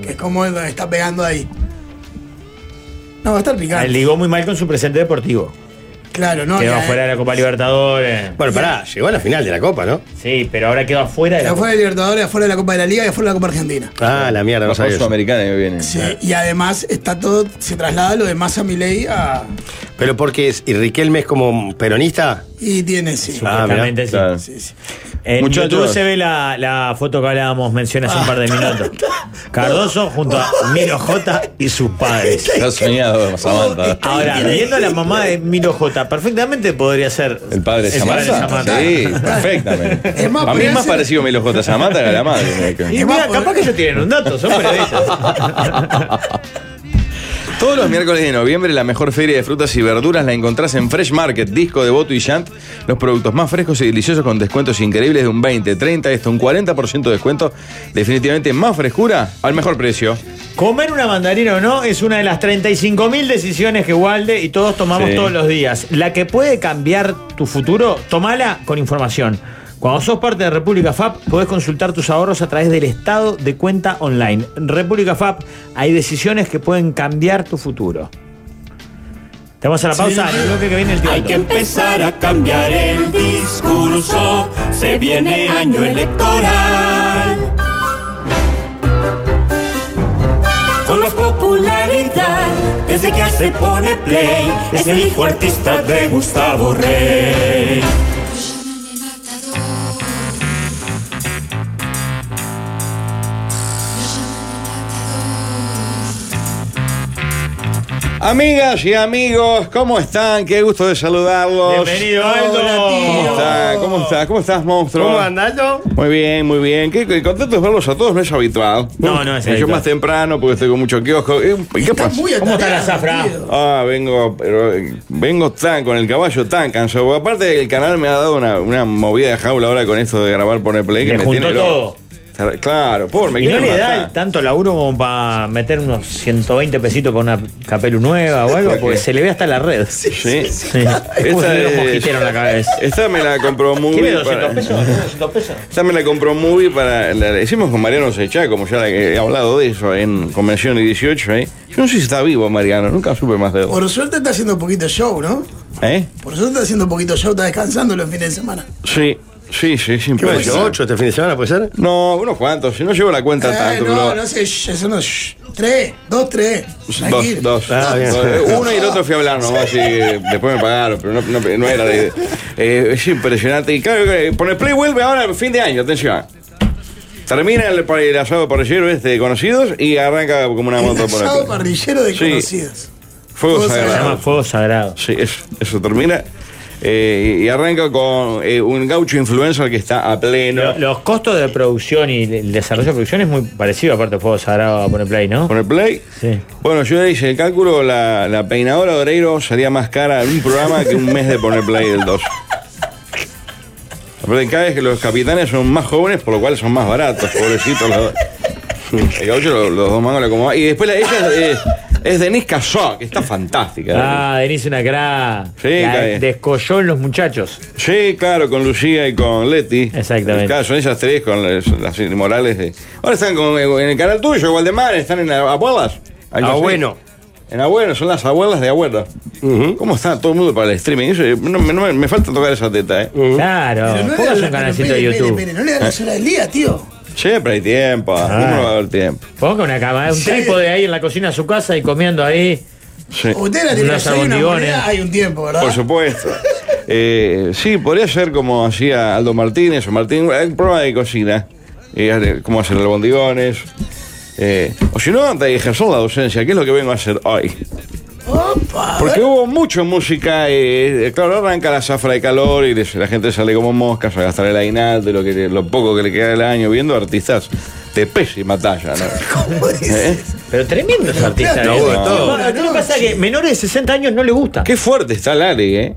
[SPEAKER 2] Que es como él está pegando ahí. No, va a estar
[SPEAKER 4] Ah,
[SPEAKER 2] picante.
[SPEAKER 4] Ligó muy mal con su presente deportivo.
[SPEAKER 2] Claro, no.
[SPEAKER 4] Quedó
[SPEAKER 2] ya, eh.
[SPEAKER 4] afuera de la Copa Libertadores.
[SPEAKER 1] Bueno, pará, llegó a la final de la Copa, ¿no?
[SPEAKER 4] Sí, pero ahora quedó afuera de la
[SPEAKER 2] Afuera de Libertadores, afuera de la Copa de la Liga y afuera de la Copa Argentina.
[SPEAKER 1] Ah, la mierda,
[SPEAKER 3] La
[SPEAKER 1] no sabía eso.
[SPEAKER 3] Sudamericana que viene.
[SPEAKER 2] Sí, y además está todo, se traslada lo de Massa Milei a.
[SPEAKER 1] Pero porque es, y Riquelme es como peronista.
[SPEAKER 2] Y tiene, sí.
[SPEAKER 1] Ah,
[SPEAKER 4] Supuestamente, sí.
[SPEAKER 3] Claro.
[SPEAKER 2] Sí, sí.
[SPEAKER 4] En
[SPEAKER 3] Muchachos.
[SPEAKER 4] YouTube se ve la, la foto que hablábamos, menciona hace un par de
[SPEAKER 2] Ah.
[SPEAKER 4] minutos. Cardoso junto a Miro J y sus padres.
[SPEAKER 3] Está soñado, Samantha.
[SPEAKER 4] Ahora, viendo a la mamá de Miro J, perfectamente podría ser
[SPEAKER 3] El padre de
[SPEAKER 4] el padre de
[SPEAKER 3] Samantha.
[SPEAKER 4] Samantha.
[SPEAKER 3] Sí, perfectamente.
[SPEAKER 2] Es más,
[SPEAKER 3] a mí es
[SPEAKER 2] podría
[SPEAKER 3] más
[SPEAKER 2] ser-
[SPEAKER 3] parecido Melo J. Samantha que a la madre.
[SPEAKER 4] Y mira, capaz que ellos tienen un dato, son periodistas.
[SPEAKER 3] Todos los miércoles de noviembre la mejor feria de frutas y verduras la encontrás en Fresh Market, Disco de Boto y Shant. Los productos más frescos y deliciosos con descuentos increíbles de un 20, 30, hasta un 40% de descuento. Definitivamente más frescura al mejor precio.
[SPEAKER 4] Comer una mandarina o no es una de las 35.000 decisiones que Walde y todos tomamos
[SPEAKER 3] Sí.
[SPEAKER 4] todos los días. La que puede cambiar tu futuro, tomala con información. Cuando sos parte de República FAP, podés consultar tus ahorros a través del estado de cuenta online. En República FAP hay decisiones que pueden cambiar tu futuro. Te vamos a la pausa. en el bloque que viene el tío
[SPEAKER 6] Hay
[SPEAKER 4] Aldo.
[SPEAKER 6] que empezar a cambiar el discurso. Se viene año electoral. Con más popularidad, desde que se pone play, es el hijo artista de Gustavo Rey.
[SPEAKER 3] Amigas y amigos, ¿cómo están? Qué gusto de saludarlos.
[SPEAKER 4] Bienvenido, Aldo.
[SPEAKER 3] ¿Cómo estás? ¿Cómo estás? ¿Cómo estás, monstruo?
[SPEAKER 1] ¿Cómo andando?
[SPEAKER 3] Muy bien, muy bien. Qué, qué contento de verlos a todos, no es habitual.
[SPEAKER 4] No, no es
[SPEAKER 3] Yo
[SPEAKER 4] habitual.
[SPEAKER 3] más temprano porque estoy con mucho kiosco. Eh, ¿y ¿Qué
[SPEAKER 2] Está
[SPEAKER 3] pasa?
[SPEAKER 2] muy
[SPEAKER 4] ¿Cómo está la
[SPEAKER 2] atareado,
[SPEAKER 4] zafra?
[SPEAKER 2] tío.
[SPEAKER 3] Ah, vengo, pero eh, vengo tan con el caballo tan cansado. Porque aparte el canal me ha dado una, una movida de jaula ahora con esto de grabar por el play que
[SPEAKER 4] Le
[SPEAKER 3] me
[SPEAKER 4] juntó
[SPEAKER 3] tiene loco.
[SPEAKER 4] todo.
[SPEAKER 3] Claro, por me
[SPEAKER 4] Y no
[SPEAKER 3] quieren
[SPEAKER 4] le da
[SPEAKER 3] matar.
[SPEAKER 4] el tanto laburo como para meter unos 120 pesitos con una capelu nueva o algo, porque se le ve hasta la red. Sí.
[SPEAKER 3] Sí.
[SPEAKER 4] Es como si
[SPEAKER 3] Esta
[SPEAKER 4] tuviera un
[SPEAKER 3] es-
[SPEAKER 4] mosquitero en la cabeza.
[SPEAKER 3] Esta me la compró Movie.
[SPEAKER 4] ¿Quiere 200
[SPEAKER 3] para-
[SPEAKER 4] pesos? ¿200 pesos?
[SPEAKER 3] Esta me la compró Movie para. La, la hicimos con Mariano Sechá, como ya he hablado de eso en Convención y 18. ¿eh? Yo no sé si está vivo Mariano, nunca supe más de él.
[SPEAKER 2] Por suerte está haciendo poquito show, ¿no?
[SPEAKER 3] ¿Eh?
[SPEAKER 2] Por suerte está haciendo poquito show, está descansando los fines de semana.
[SPEAKER 3] Sí, sí, sí, sin
[SPEAKER 1] ¿Qué fue? ¿Ocho este fin de semana puede ser?
[SPEAKER 3] No, unos cuantos, si no llevo la cuenta
[SPEAKER 2] Eh,
[SPEAKER 3] tanto.
[SPEAKER 2] no,
[SPEAKER 3] pero-
[SPEAKER 2] no sé, shh, eso no. shh. Tres, dos, tres.
[SPEAKER 3] Pues, Dos,
[SPEAKER 2] Tranquilo.
[SPEAKER 3] dos.
[SPEAKER 1] Ah, bien.
[SPEAKER 3] Dos. Uno y el otro fui a hablar nomás y eh, después me pagaron, pero no, no- no era de. eh, es impresionante. Y claro, que por el play vuelve ahora el fin de año, atención. Termina el, par- el asado parrillero este de conocidos y arranca como una moto
[SPEAKER 2] El
[SPEAKER 3] por
[SPEAKER 2] asado
[SPEAKER 3] acá.
[SPEAKER 2] parrillero de
[SPEAKER 3] Sí.
[SPEAKER 2] conocidos.
[SPEAKER 3] Fuego
[SPEAKER 2] Fuego
[SPEAKER 4] Se llama
[SPEAKER 3] sagrado.
[SPEAKER 4] Fuego Sagrado.
[SPEAKER 3] Sí, eso, eso termina. Eh, y arranca con eh, un gaucho influencer que está a pleno.
[SPEAKER 4] Lo- Los costos de producción y el desarrollo de producción es muy parecido, aparte de Fuego Sagrado a poner play, ¿no?
[SPEAKER 3] Con el play.
[SPEAKER 4] Sí.
[SPEAKER 3] Bueno, yo le hice el cálculo, la, la peinadora de Oreiro salía más cara en un programa que un mes de poner play del 2. Aparte, cada vez que los capitanes son más jóvenes, por lo cual son más baratos, pobrecitos los dos. El gaucho, lo- los, dos mangos la como Y después la, ella es, eh, es Denise Cazó, que está fantástica. ¿eh?
[SPEAKER 4] Ah, Denise una cra.
[SPEAKER 3] Sí,
[SPEAKER 4] La
[SPEAKER 3] cae.
[SPEAKER 4] descolló en los muchachos.
[SPEAKER 3] Sí, claro, con Lucía y con Leti.
[SPEAKER 4] Exactamente.
[SPEAKER 3] Claro, son ellas tres con las, las morales. de- Ahora están con- en el canal tuyo, Waldemar, están en la- abuelas. Algo así.
[SPEAKER 1] Abuelo.
[SPEAKER 3] En abuelos, son las abuelas de abuelas. ¿Cómo está todo el mundo para el streaming? Eso, eh, no me- no me, me falta tocar esa teta,
[SPEAKER 4] Mm.
[SPEAKER 3] ¿eh?
[SPEAKER 4] Claro.
[SPEAKER 2] Pero no le
[SPEAKER 4] Póngase
[SPEAKER 2] da-
[SPEAKER 4] un canalcito
[SPEAKER 2] pero
[SPEAKER 4] de
[SPEAKER 2] mire, mire,
[SPEAKER 4] YouTube.
[SPEAKER 2] mire, no le da la hora del día, tío.
[SPEAKER 3] Eh. Siempre hay tiempo. ¿Cómo no va a haber tiempo?
[SPEAKER 4] Ponga una cámara, un
[SPEAKER 2] Sí.
[SPEAKER 4] trípode ahí en la cocina de su casa y comiendo ahí.
[SPEAKER 3] Sí.
[SPEAKER 2] Usted la tiene
[SPEAKER 4] Unos
[SPEAKER 2] que hay una
[SPEAKER 4] albondigones.
[SPEAKER 2] moneda, hay un tiempo, ¿verdad?
[SPEAKER 3] Por supuesto. Eh, sí, podría ser como hacía Aldo Martínez o Martín, hay un programa de cocina, eh, como hacen los bondigones. eh, o si no, antes de ejercer la docencia, que es lo que vengo a hacer hoy.
[SPEAKER 2] Opa.
[SPEAKER 3] Porque hubo mucha música, eh, claro, arranca la zafra de calor y les- la gente sale como moscas a gastar el aguinaldo, y lo, que, lo poco que le queda del año, viendo artistas de pésima talla, ¿no?
[SPEAKER 2] ¿Cómo
[SPEAKER 3] ¿Eh?
[SPEAKER 2] dices?
[SPEAKER 4] Pero tremendos artistas.
[SPEAKER 2] No,
[SPEAKER 4] ¿eh?
[SPEAKER 2] bueno,
[SPEAKER 4] Bueno,
[SPEAKER 2] todo.
[SPEAKER 4] Lo que pasa es que menores de 60 años no le gusta.
[SPEAKER 3] Qué fuerte está Lari, ¿eh?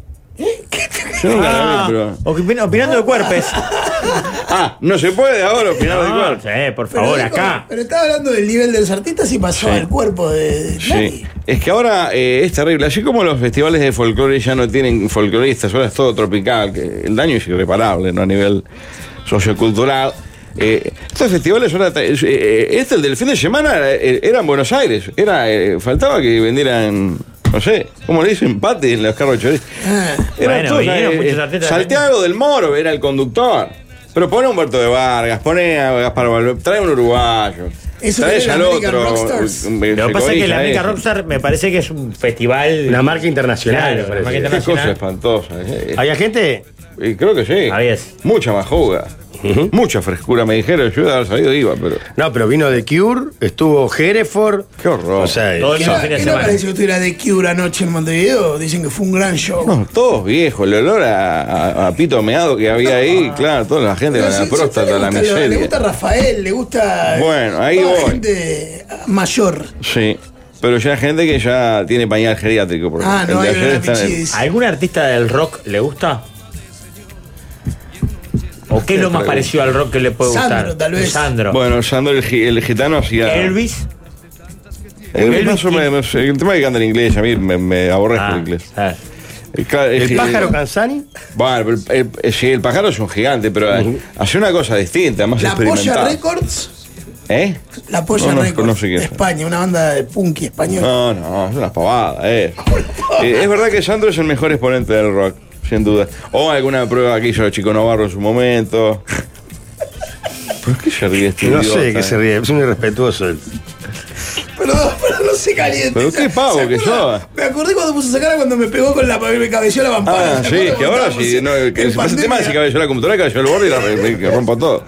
[SPEAKER 3] Yo nunca la
[SPEAKER 4] Ah,
[SPEAKER 3] vi, pero-
[SPEAKER 4] opin- opinando de cuerpes.
[SPEAKER 3] Ah, no se puede ahora opinar de
[SPEAKER 4] No,
[SPEAKER 3] cuerpo.
[SPEAKER 4] sí, eh, por
[SPEAKER 2] Pero
[SPEAKER 4] favor,
[SPEAKER 2] digo, eh,
[SPEAKER 4] acá.
[SPEAKER 2] Pero estaba hablando del nivel de los artistas y pasó
[SPEAKER 3] Sí.
[SPEAKER 2] al cuerpo de, de
[SPEAKER 3] Sí.
[SPEAKER 2] Lali.
[SPEAKER 3] Es que ahora eh, es terrible. Así como los festivales de folclore ya no tienen folcloristas, ahora es todo tropical, que el daño es irreparable ¿no? a nivel sociocultural. Eh, estos festivales ahora. tra- eh, eh, este, el del fin de semana, eh, era en Buenos Aires. Era, eh, faltaba que vendieran. No sé, ¿cómo le dicen? Pati en los carros de chorizo.
[SPEAKER 2] Ah.
[SPEAKER 3] Eran
[SPEAKER 4] Bueno,
[SPEAKER 3] todos,
[SPEAKER 4] vinieron
[SPEAKER 3] eh,
[SPEAKER 4] muchos
[SPEAKER 3] eh,
[SPEAKER 4] atletas
[SPEAKER 3] Santiago del Moro era el conductor. Pero pone a Humberto de Vargas, pone a Gaspar Valverde, trae un uruguayo.
[SPEAKER 2] Eso
[SPEAKER 3] trae
[SPEAKER 2] que era American Rockstars.
[SPEAKER 4] Lo que pasa es que la América
[SPEAKER 3] eh.
[SPEAKER 4] Rockstar me parece que es un festival.
[SPEAKER 1] Una marca internacional.
[SPEAKER 4] Claro,
[SPEAKER 1] me parece.
[SPEAKER 4] una marca
[SPEAKER 3] Qué
[SPEAKER 4] internacional.
[SPEAKER 3] cosa espantosa. eh.
[SPEAKER 1] ¿Había gente?
[SPEAKER 3] Y creo que sí.
[SPEAKER 4] Ahí es.
[SPEAKER 3] Mucha más juga. Mucha frescura, me dijeron. Yo de haber salido iba, pero.
[SPEAKER 1] No, pero vino de Cure, estuvo Hereford.
[SPEAKER 3] Qué horror.
[SPEAKER 1] O sea,
[SPEAKER 4] Todo el
[SPEAKER 2] ¿Qué
[SPEAKER 4] mismo
[SPEAKER 2] no-
[SPEAKER 4] fin de
[SPEAKER 2] qué no
[SPEAKER 4] semana.
[SPEAKER 2] pareció que estuviera de Cure anoche en Montevideo? Dicen que fue un gran show.
[SPEAKER 3] No, todos viejos, el olor a, a- a pito meado que había
[SPEAKER 4] Ah.
[SPEAKER 3] ahí, claro, toda la gente
[SPEAKER 2] Pero
[SPEAKER 3] con
[SPEAKER 2] sí,
[SPEAKER 3] la
[SPEAKER 2] sí,
[SPEAKER 3] próstata,
[SPEAKER 2] le
[SPEAKER 3] la
[SPEAKER 2] gusta- Le gusta
[SPEAKER 3] miseria.
[SPEAKER 2] Rafael, le gusta.
[SPEAKER 3] Bueno, ahí
[SPEAKER 2] toda
[SPEAKER 3] voy.
[SPEAKER 2] gente ah, mayor.
[SPEAKER 3] Sí, pero ya hay gente que ya tiene pañal geriátrico. Porque
[SPEAKER 2] Ah,
[SPEAKER 3] el
[SPEAKER 2] no,
[SPEAKER 3] de
[SPEAKER 2] hay
[SPEAKER 3] ayer
[SPEAKER 2] una
[SPEAKER 3] está en-
[SPEAKER 2] pichis.
[SPEAKER 4] ¿Algún artista del rock le gusta? ¿O qué es lo más
[SPEAKER 3] Pregunta.
[SPEAKER 4] parecido al rock que le puede
[SPEAKER 2] Sandro,
[SPEAKER 4] gustar?
[SPEAKER 2] tal vez.
[SPEAKER 4] Sandro.
[SPEAKER 3] Bueno, Sandro el, gi- el gitano hacía.
[SPEAKER 4] Elvis.
[SPEAKER 3] El,
[SPEAKER 4] Elvis
[SPEAKER 3] más o
[SPEAKER 4] y-
[SPEAKER 3] menos, el tema que canta en inglés, a mí me, me aborrezco el inglés.
[SPEAKER 4] ah.
[SPEAKER 3] El, ca- el
[SPEAKER 1] ¿El
[SPEAKER 3] gi-
[SPEAKER 1] pájaro Canzani?
[SPEAKER 3] Bueno, pero el, el- el- sí, el pájaro es un gigante, pero eh, hace una cosa distinta, más
[SPEAKER 2] La Polla
[SPEAKER 3] experimentada.
[SPEAKER 2] Records.
[SPEAKER 3] ¿Eh?
[SPEAKER 2] La Polla
[SPEAKER 3] No, no,
[SPEAKER 2] Records.
[SPEAKER 3] no sé qué
[SPEAKER 2] de
[SPEAKER 3] es. Ah.
[SPEAKER 2] España, una banda de punky español.
[SPEAKER 3] No, no, es una pavada, eh. Eh, Es verdad que Sandro es el mejor exponente del rock, sin duda. O alguna prueba que hizo Chico Navarro en su momento. ¿Por qué se ríe este
[SPEAKER 1] No
[SPEAKER 3] idiota,
[SPEAKER 1] sé de qué
[SPEAKER 3] eh?
[SPEAKER 1] se ríe, es un irrespetuoso.
[SPEAKER 2] Perdón, pero no se caliente.
[SPEAKER 3] Pero qué pavo
[SPEAKER 2] ¿Se
[SPEAKER 3] que
[SPEAKER 2] acuerda?
[SPEAKER 3] sos.
[SPEAKER 2] Me acordé cuando puso esa cara cuando me pegó con la. me cabelló la vampana.
[SPEAKER 3] Ah,
[SPEAKER 2] ¿Se
[SPEAKER 3] sí, que
[SPEAKER 2] acuerda cuando
[SPEAKER 3] ahora
[SPEAKER 2] estábamos
[SPEAKER 3] sí.
[SPEAKER 2] en-
[SPEAKER 3] No, el que-
[SPEAKER 2] en
[SPEAKER 3] el pasa el
[SPEAKER 2] pandemia?
[SPEAKER 3] tema es que cabelló la computadora, cabelló el borde y la re- que rompa todo.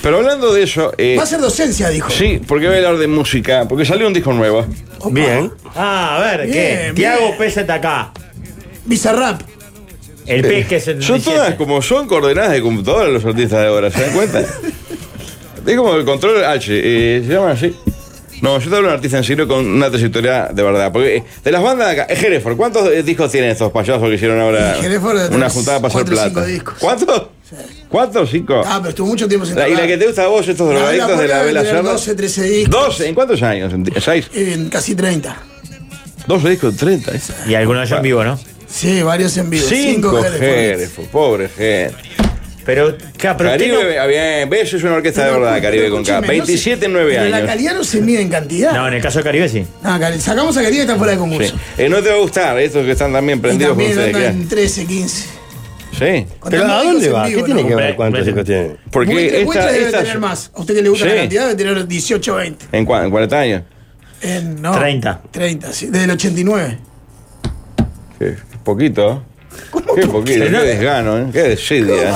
[SPEAKER 3] Pero hablando de eso, eh,
[SPEAKER 2] Va a ser docencia, dijo.
[SPEAKER 3] sí, porque voy a hablar de música, porque salió un disco nuevo.
[SPEAKER 2] Opa.
[SPEAKER 1] Bien.
[SPEAKER 4] Ah, a ver, ¿qué?
[SPEAKER 2] Bien,
[SPEAKER 4] Tiago
[SPEAKER 2] bien.
[SPEAKER 4] acá.
[SPEAKER 2] Bizarrap.
[SPEAKER 4] El pez que es el
[SPEAKER 3] Son todas
[SPEAKER 4] 17.
[SPEAKER 3] como son coordenadas de computadora los artistas de ahora, ¿se dan cuenta? es como el control H, eh, se llama así. No, yo te hablo de un artista en serio con una trayectoria de verdad. Porque eh, de las bandas de acá, eh, Hereford, ¿cuántos eh, discos tienen estos payasos que hicieron ahora
[SPEAKER 2] Y Hereford de
[SPEAKER 3] una
[SPEAKER 2] tres,
[SPEAKER 3] juntada para hacer
[SPEAKER 2] cuatro o cinco
[SPEAKER 3] plata?
[SPEAKER 2] discos.
[SPEAKER 3] ¿Cuántos? ¿Cuatro o cinco?
[SPEAKER 2] Ah, pero estuvo mucho tiempo sin
[SPEAKER 3] La- y la
[SPEAKER 2] tocar.
[SPEAKER 3] que te gusta a vos, estos
[SPEAKER 2] La Vela
[SPEAKER 3] drogadictos de la
[SPEAKER 2] Puerta debe
[SPEAKER 3] vela
[SPEAKER 2] tener
[SPEAKER 3] cerda.
[SPEAKER 2] 12, 13 discos.
[SPEAKER 3] 12, ¿en cuántos años? ¿En 6?
[SPEAKER 2] En casi 30.
[SPEAKER 3] 12 discos, 30. ¿eh?
[SPEAKER 4] Y algunos ya en vivo, ¿no?
[SPEAKER 2] Sí, varios en vivo.
[SPEAKER 3] Cinco
[SPEAKER 2] Cinco
[SPEAKER 3] Jerez, pobre gente.
[SPEAKER 4] Pero, claro, pero usted
[SPEAKER 3] Caribe, ah, bien, ves, es una orquesta de verdad, Caribe con K. 27 en 9
[SPEAKER 2] Pero la
[SPEAKER 3] años.
[SPEAKER 2] calidad no se mide en cantidad.
[SPEAKER 4] no... No, en el caso de Caribe sí.
[SPEAKER 2] Ah, Cali- sacamos a calidad y está fuera de
[SPEAKER 3] Sí.
[SPEAKER 2] concurso.
[SPEAKER 3] Eh, no te va a gustar, estos que están también
[SPEAKER 2] Y
[SPEAKER 3] prendidos con
[SPEAKER 2] también
[SPEAKER 3] ustedes.
[SPEAKER 2] andan
[SPEAKER 3] claro.
[SPEAKER 2] en 13, 15.
[SPEAKER 3] Sí.
[SPEAKER 1] ¿Pero
[SPEAKER 2] Contando
[SPEAKER 1] a dónde
[SPEAKER 2] discos
[SPEAKER 1] va?
[SPEAKER 2] en
[SPEAKER 1] ¿Qué
[SPEAKER 2] vivo,
[SPEAKER 1] tiene
[SPEAKER 2] ¿no?
[SPEAKER 1] que
[SPEAKER 4] Hombre,
[SPEAKER 1] ver cuántos
[SPEAKER 4] hombre.
[SPEAKER 1] discos tiene?
[SPEAKER 3] Porque
[SPEAKER 2] Buitre- Buitre
[SPEAKER 3] esta,
[SPEAKER 2] debe
[SPEAKER 3] esta-
[SPEAKER 2] tener más. A usted que le gusta
[SPEAKER 3] Sí.
[SPEAKER 2] la cantidad debe tener 18 o 20.
[SPEAKER 3] ¿En, cua- en 40 años?
[SPEAKER 2] En, no,
[SPEAKER 4] 30.
[SPEAKER 2] 30, sí. Desde el 89.
[SPEAKER 3] Sí, poquito. ¿eh? Qué poquito, qué
[SPEAKER 4] Pero no-
[SPEAKER 3] desgano, ¿eh? qué desidia.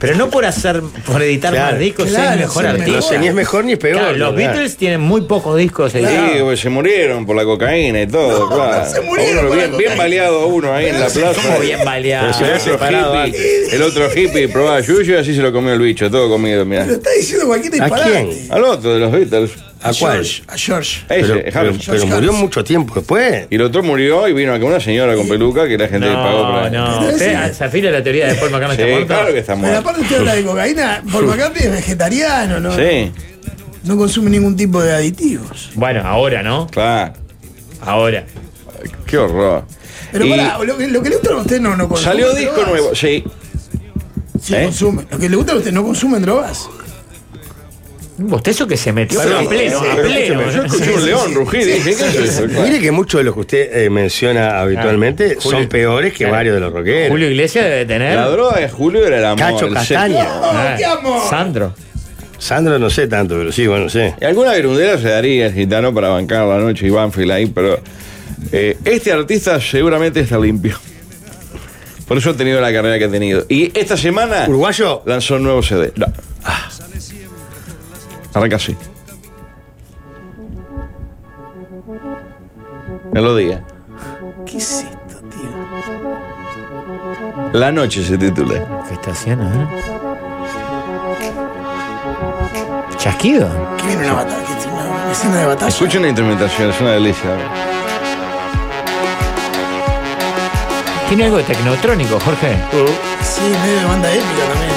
[SPEAKER 4] Pero no por hacer, por editar
[SPEAKER 1] Claro.
[SPEAKER 4] más discos,
[SPEAKER 2] Claro,
[SPEAKER 4] es mejor
[SPEAKER 2] sí,
[SPEAKER 4] artista.
[SPEAKER 2] mejor.
[SPEAKER 1] No sé, ni es mejor ni es peor.
[SPEAKER 4] Claro, los
[SPEAKER 1] ¿verdad?
[SPEAKER 4] Beatles tienen muy pocos discos editados.
[SPEAKER 3] Sí, pues, se murieron por la cocaína y todo,
[SPEAKER 2] No,
[SPEAKER 3] claro.
[SPEAKER 2] se murieron
[SPEAKER 3] Uno
[SPEAKER 2] por la
[SPEAKER 3] bien, bien
[SPEAKER 2] cocaína.
[SPEAKER 3] baleado a uno ahí en la plaza.
[SPEAKER 4] ¿Cómo bien
[SPEAKER 1] Pero
[SPEAKER 4] baleado?
[SPEAKER 1] si
[SPEAKER 3] El
[SPEAKER 1] lo
[SPEAKER 3] otro,
[SPEAKER 1] separado
[SPEAKER 3] hippie, el otro hippie probaba yuyo y así se lo comió el bicho, todo comido, mirá.
[SPEAKER 2] Pero está diciendo cualquier
[SPEAKER 1] ¿A
[SPEAKER 2] disparate.
[SPEAKER 1] quién?
[SPEAKER 3] Al otro de los Beatles.
[SPEAKER 1] ¿A cuál?
[SPEAKER 2] George, a George.
[SPEAKER 1] Pero,
[SPEAKER 3] Ese,
[SPEAKER 1] pero-
[SPEAKER 3] Harrison.
[SPEAKER 1] pero murió mucho tiempo después.
[SPEAKER 3] Y el otro murió y vino acá una señora con peluca que la gente le pagó
[SPEAKER 4] No,
[SPEAKER 3] para.
[SPEAKER 4] no.
[SPEAKER 2] Pero
[SPEAKER 4] Usted
[SPEAKER 2] ese-
[SPEAKER 4] se afila a la teoría de Paul McCartney está
[SPEAKER 3] Sí,
[SPEAKER 4] muerto.
[SPEAKER 3] claro que está
[SPEAKER 2] Pero
[SPEAKER 3] muerto.
[SPEAKER 2] aparte usted habla de cocaína, Paul McCartney es vegetariano, ¿no?
[SPEAKER 3] Sí,
[SPEAKER 2] No consume ningún tipo de aditivos.
[SPEAKER 4] Bueno, ahora, ¿no?
[SPEAKER 3] claro.
[SPEAKER 4] Ahora.
[SPEAKER 3] Qué horror.
[SPEAKER 2] Pero
[SPEAKER 3] Y
[SPEAKER 2] pará, lo, que- lo que le gusta a usted no, no consume.
[SPEAKER 3] salió
[SPEAKER 2] drogas.
[SPEAKER 3] disco nuevo, sí.
[SPEAKER 2] Sí,
[SPEAKER 3] ¿Eh?
[SPEAKER 2] consume. Lo que le gusta a usted no consumen drogas.
[SPEAKER 4] Usted eso que se metió pero a pleno, a
[SPEAKER 3] Pero
[SPEAKER 4] pleno.
[SPEAKER 3] escúchame, yo escuché un león rugir y dije, ¿qué es eso?
[SPEAKER 1] Mire que muchos de los que usted eh, menciona habitualmente
[SPEAKER 4] Julio-
[SPEAKER 1] son peores que
[SPEAKER 4] Claro.
[SPEAKER 1] varios de los rockeros.
[SPEAKER 4] Julio Iglesias debe tener.
[SPEAKER 3] La droga de Julio era el amor.
[SPEAKER 1] Cacho
[SPEAKER 3] el sexo.
[SPEAKER 1] Castaña.
[SPEAKER 4] Ah,
[SPEAKER 2] ¡Qué amor!
[SPEAKER 4] Sandro.
[SPEAKER 1] Sandro no sé tanto, pero sí, bueno, sé.
[SPEAKER 3] Y Eh, alguna virundera se daría el gitano para bancar la noche y Banfield ahí, pero eh, este artista seguramente está limpio. Por eso ha tenido la carrera que ha tenido. Y esta semana
[SPEAKER 1] ¿Uruguayo?
[SPEAKER 3] lanzó un nuevo CD. No. Ah. Arranca así. Melodía.
[SPEAKER 2] ¿Qué es esto, tío?
[SPEAKER 3] La noche se titula.
[SPEAKER 4] ¿Qué está haciendo, eh? Chasquido.
[SPEAKER 2] ¿Qué viene una batalla? ¿Qué es una escena de batalla?
[SPEAKER 3] Escucha una instrumentación, es una delicia.
[SPEAKER 4] Tiene algo de tecnotrónico, Jorge.
[SPEAKER 2] Sí, medio de banda épica también.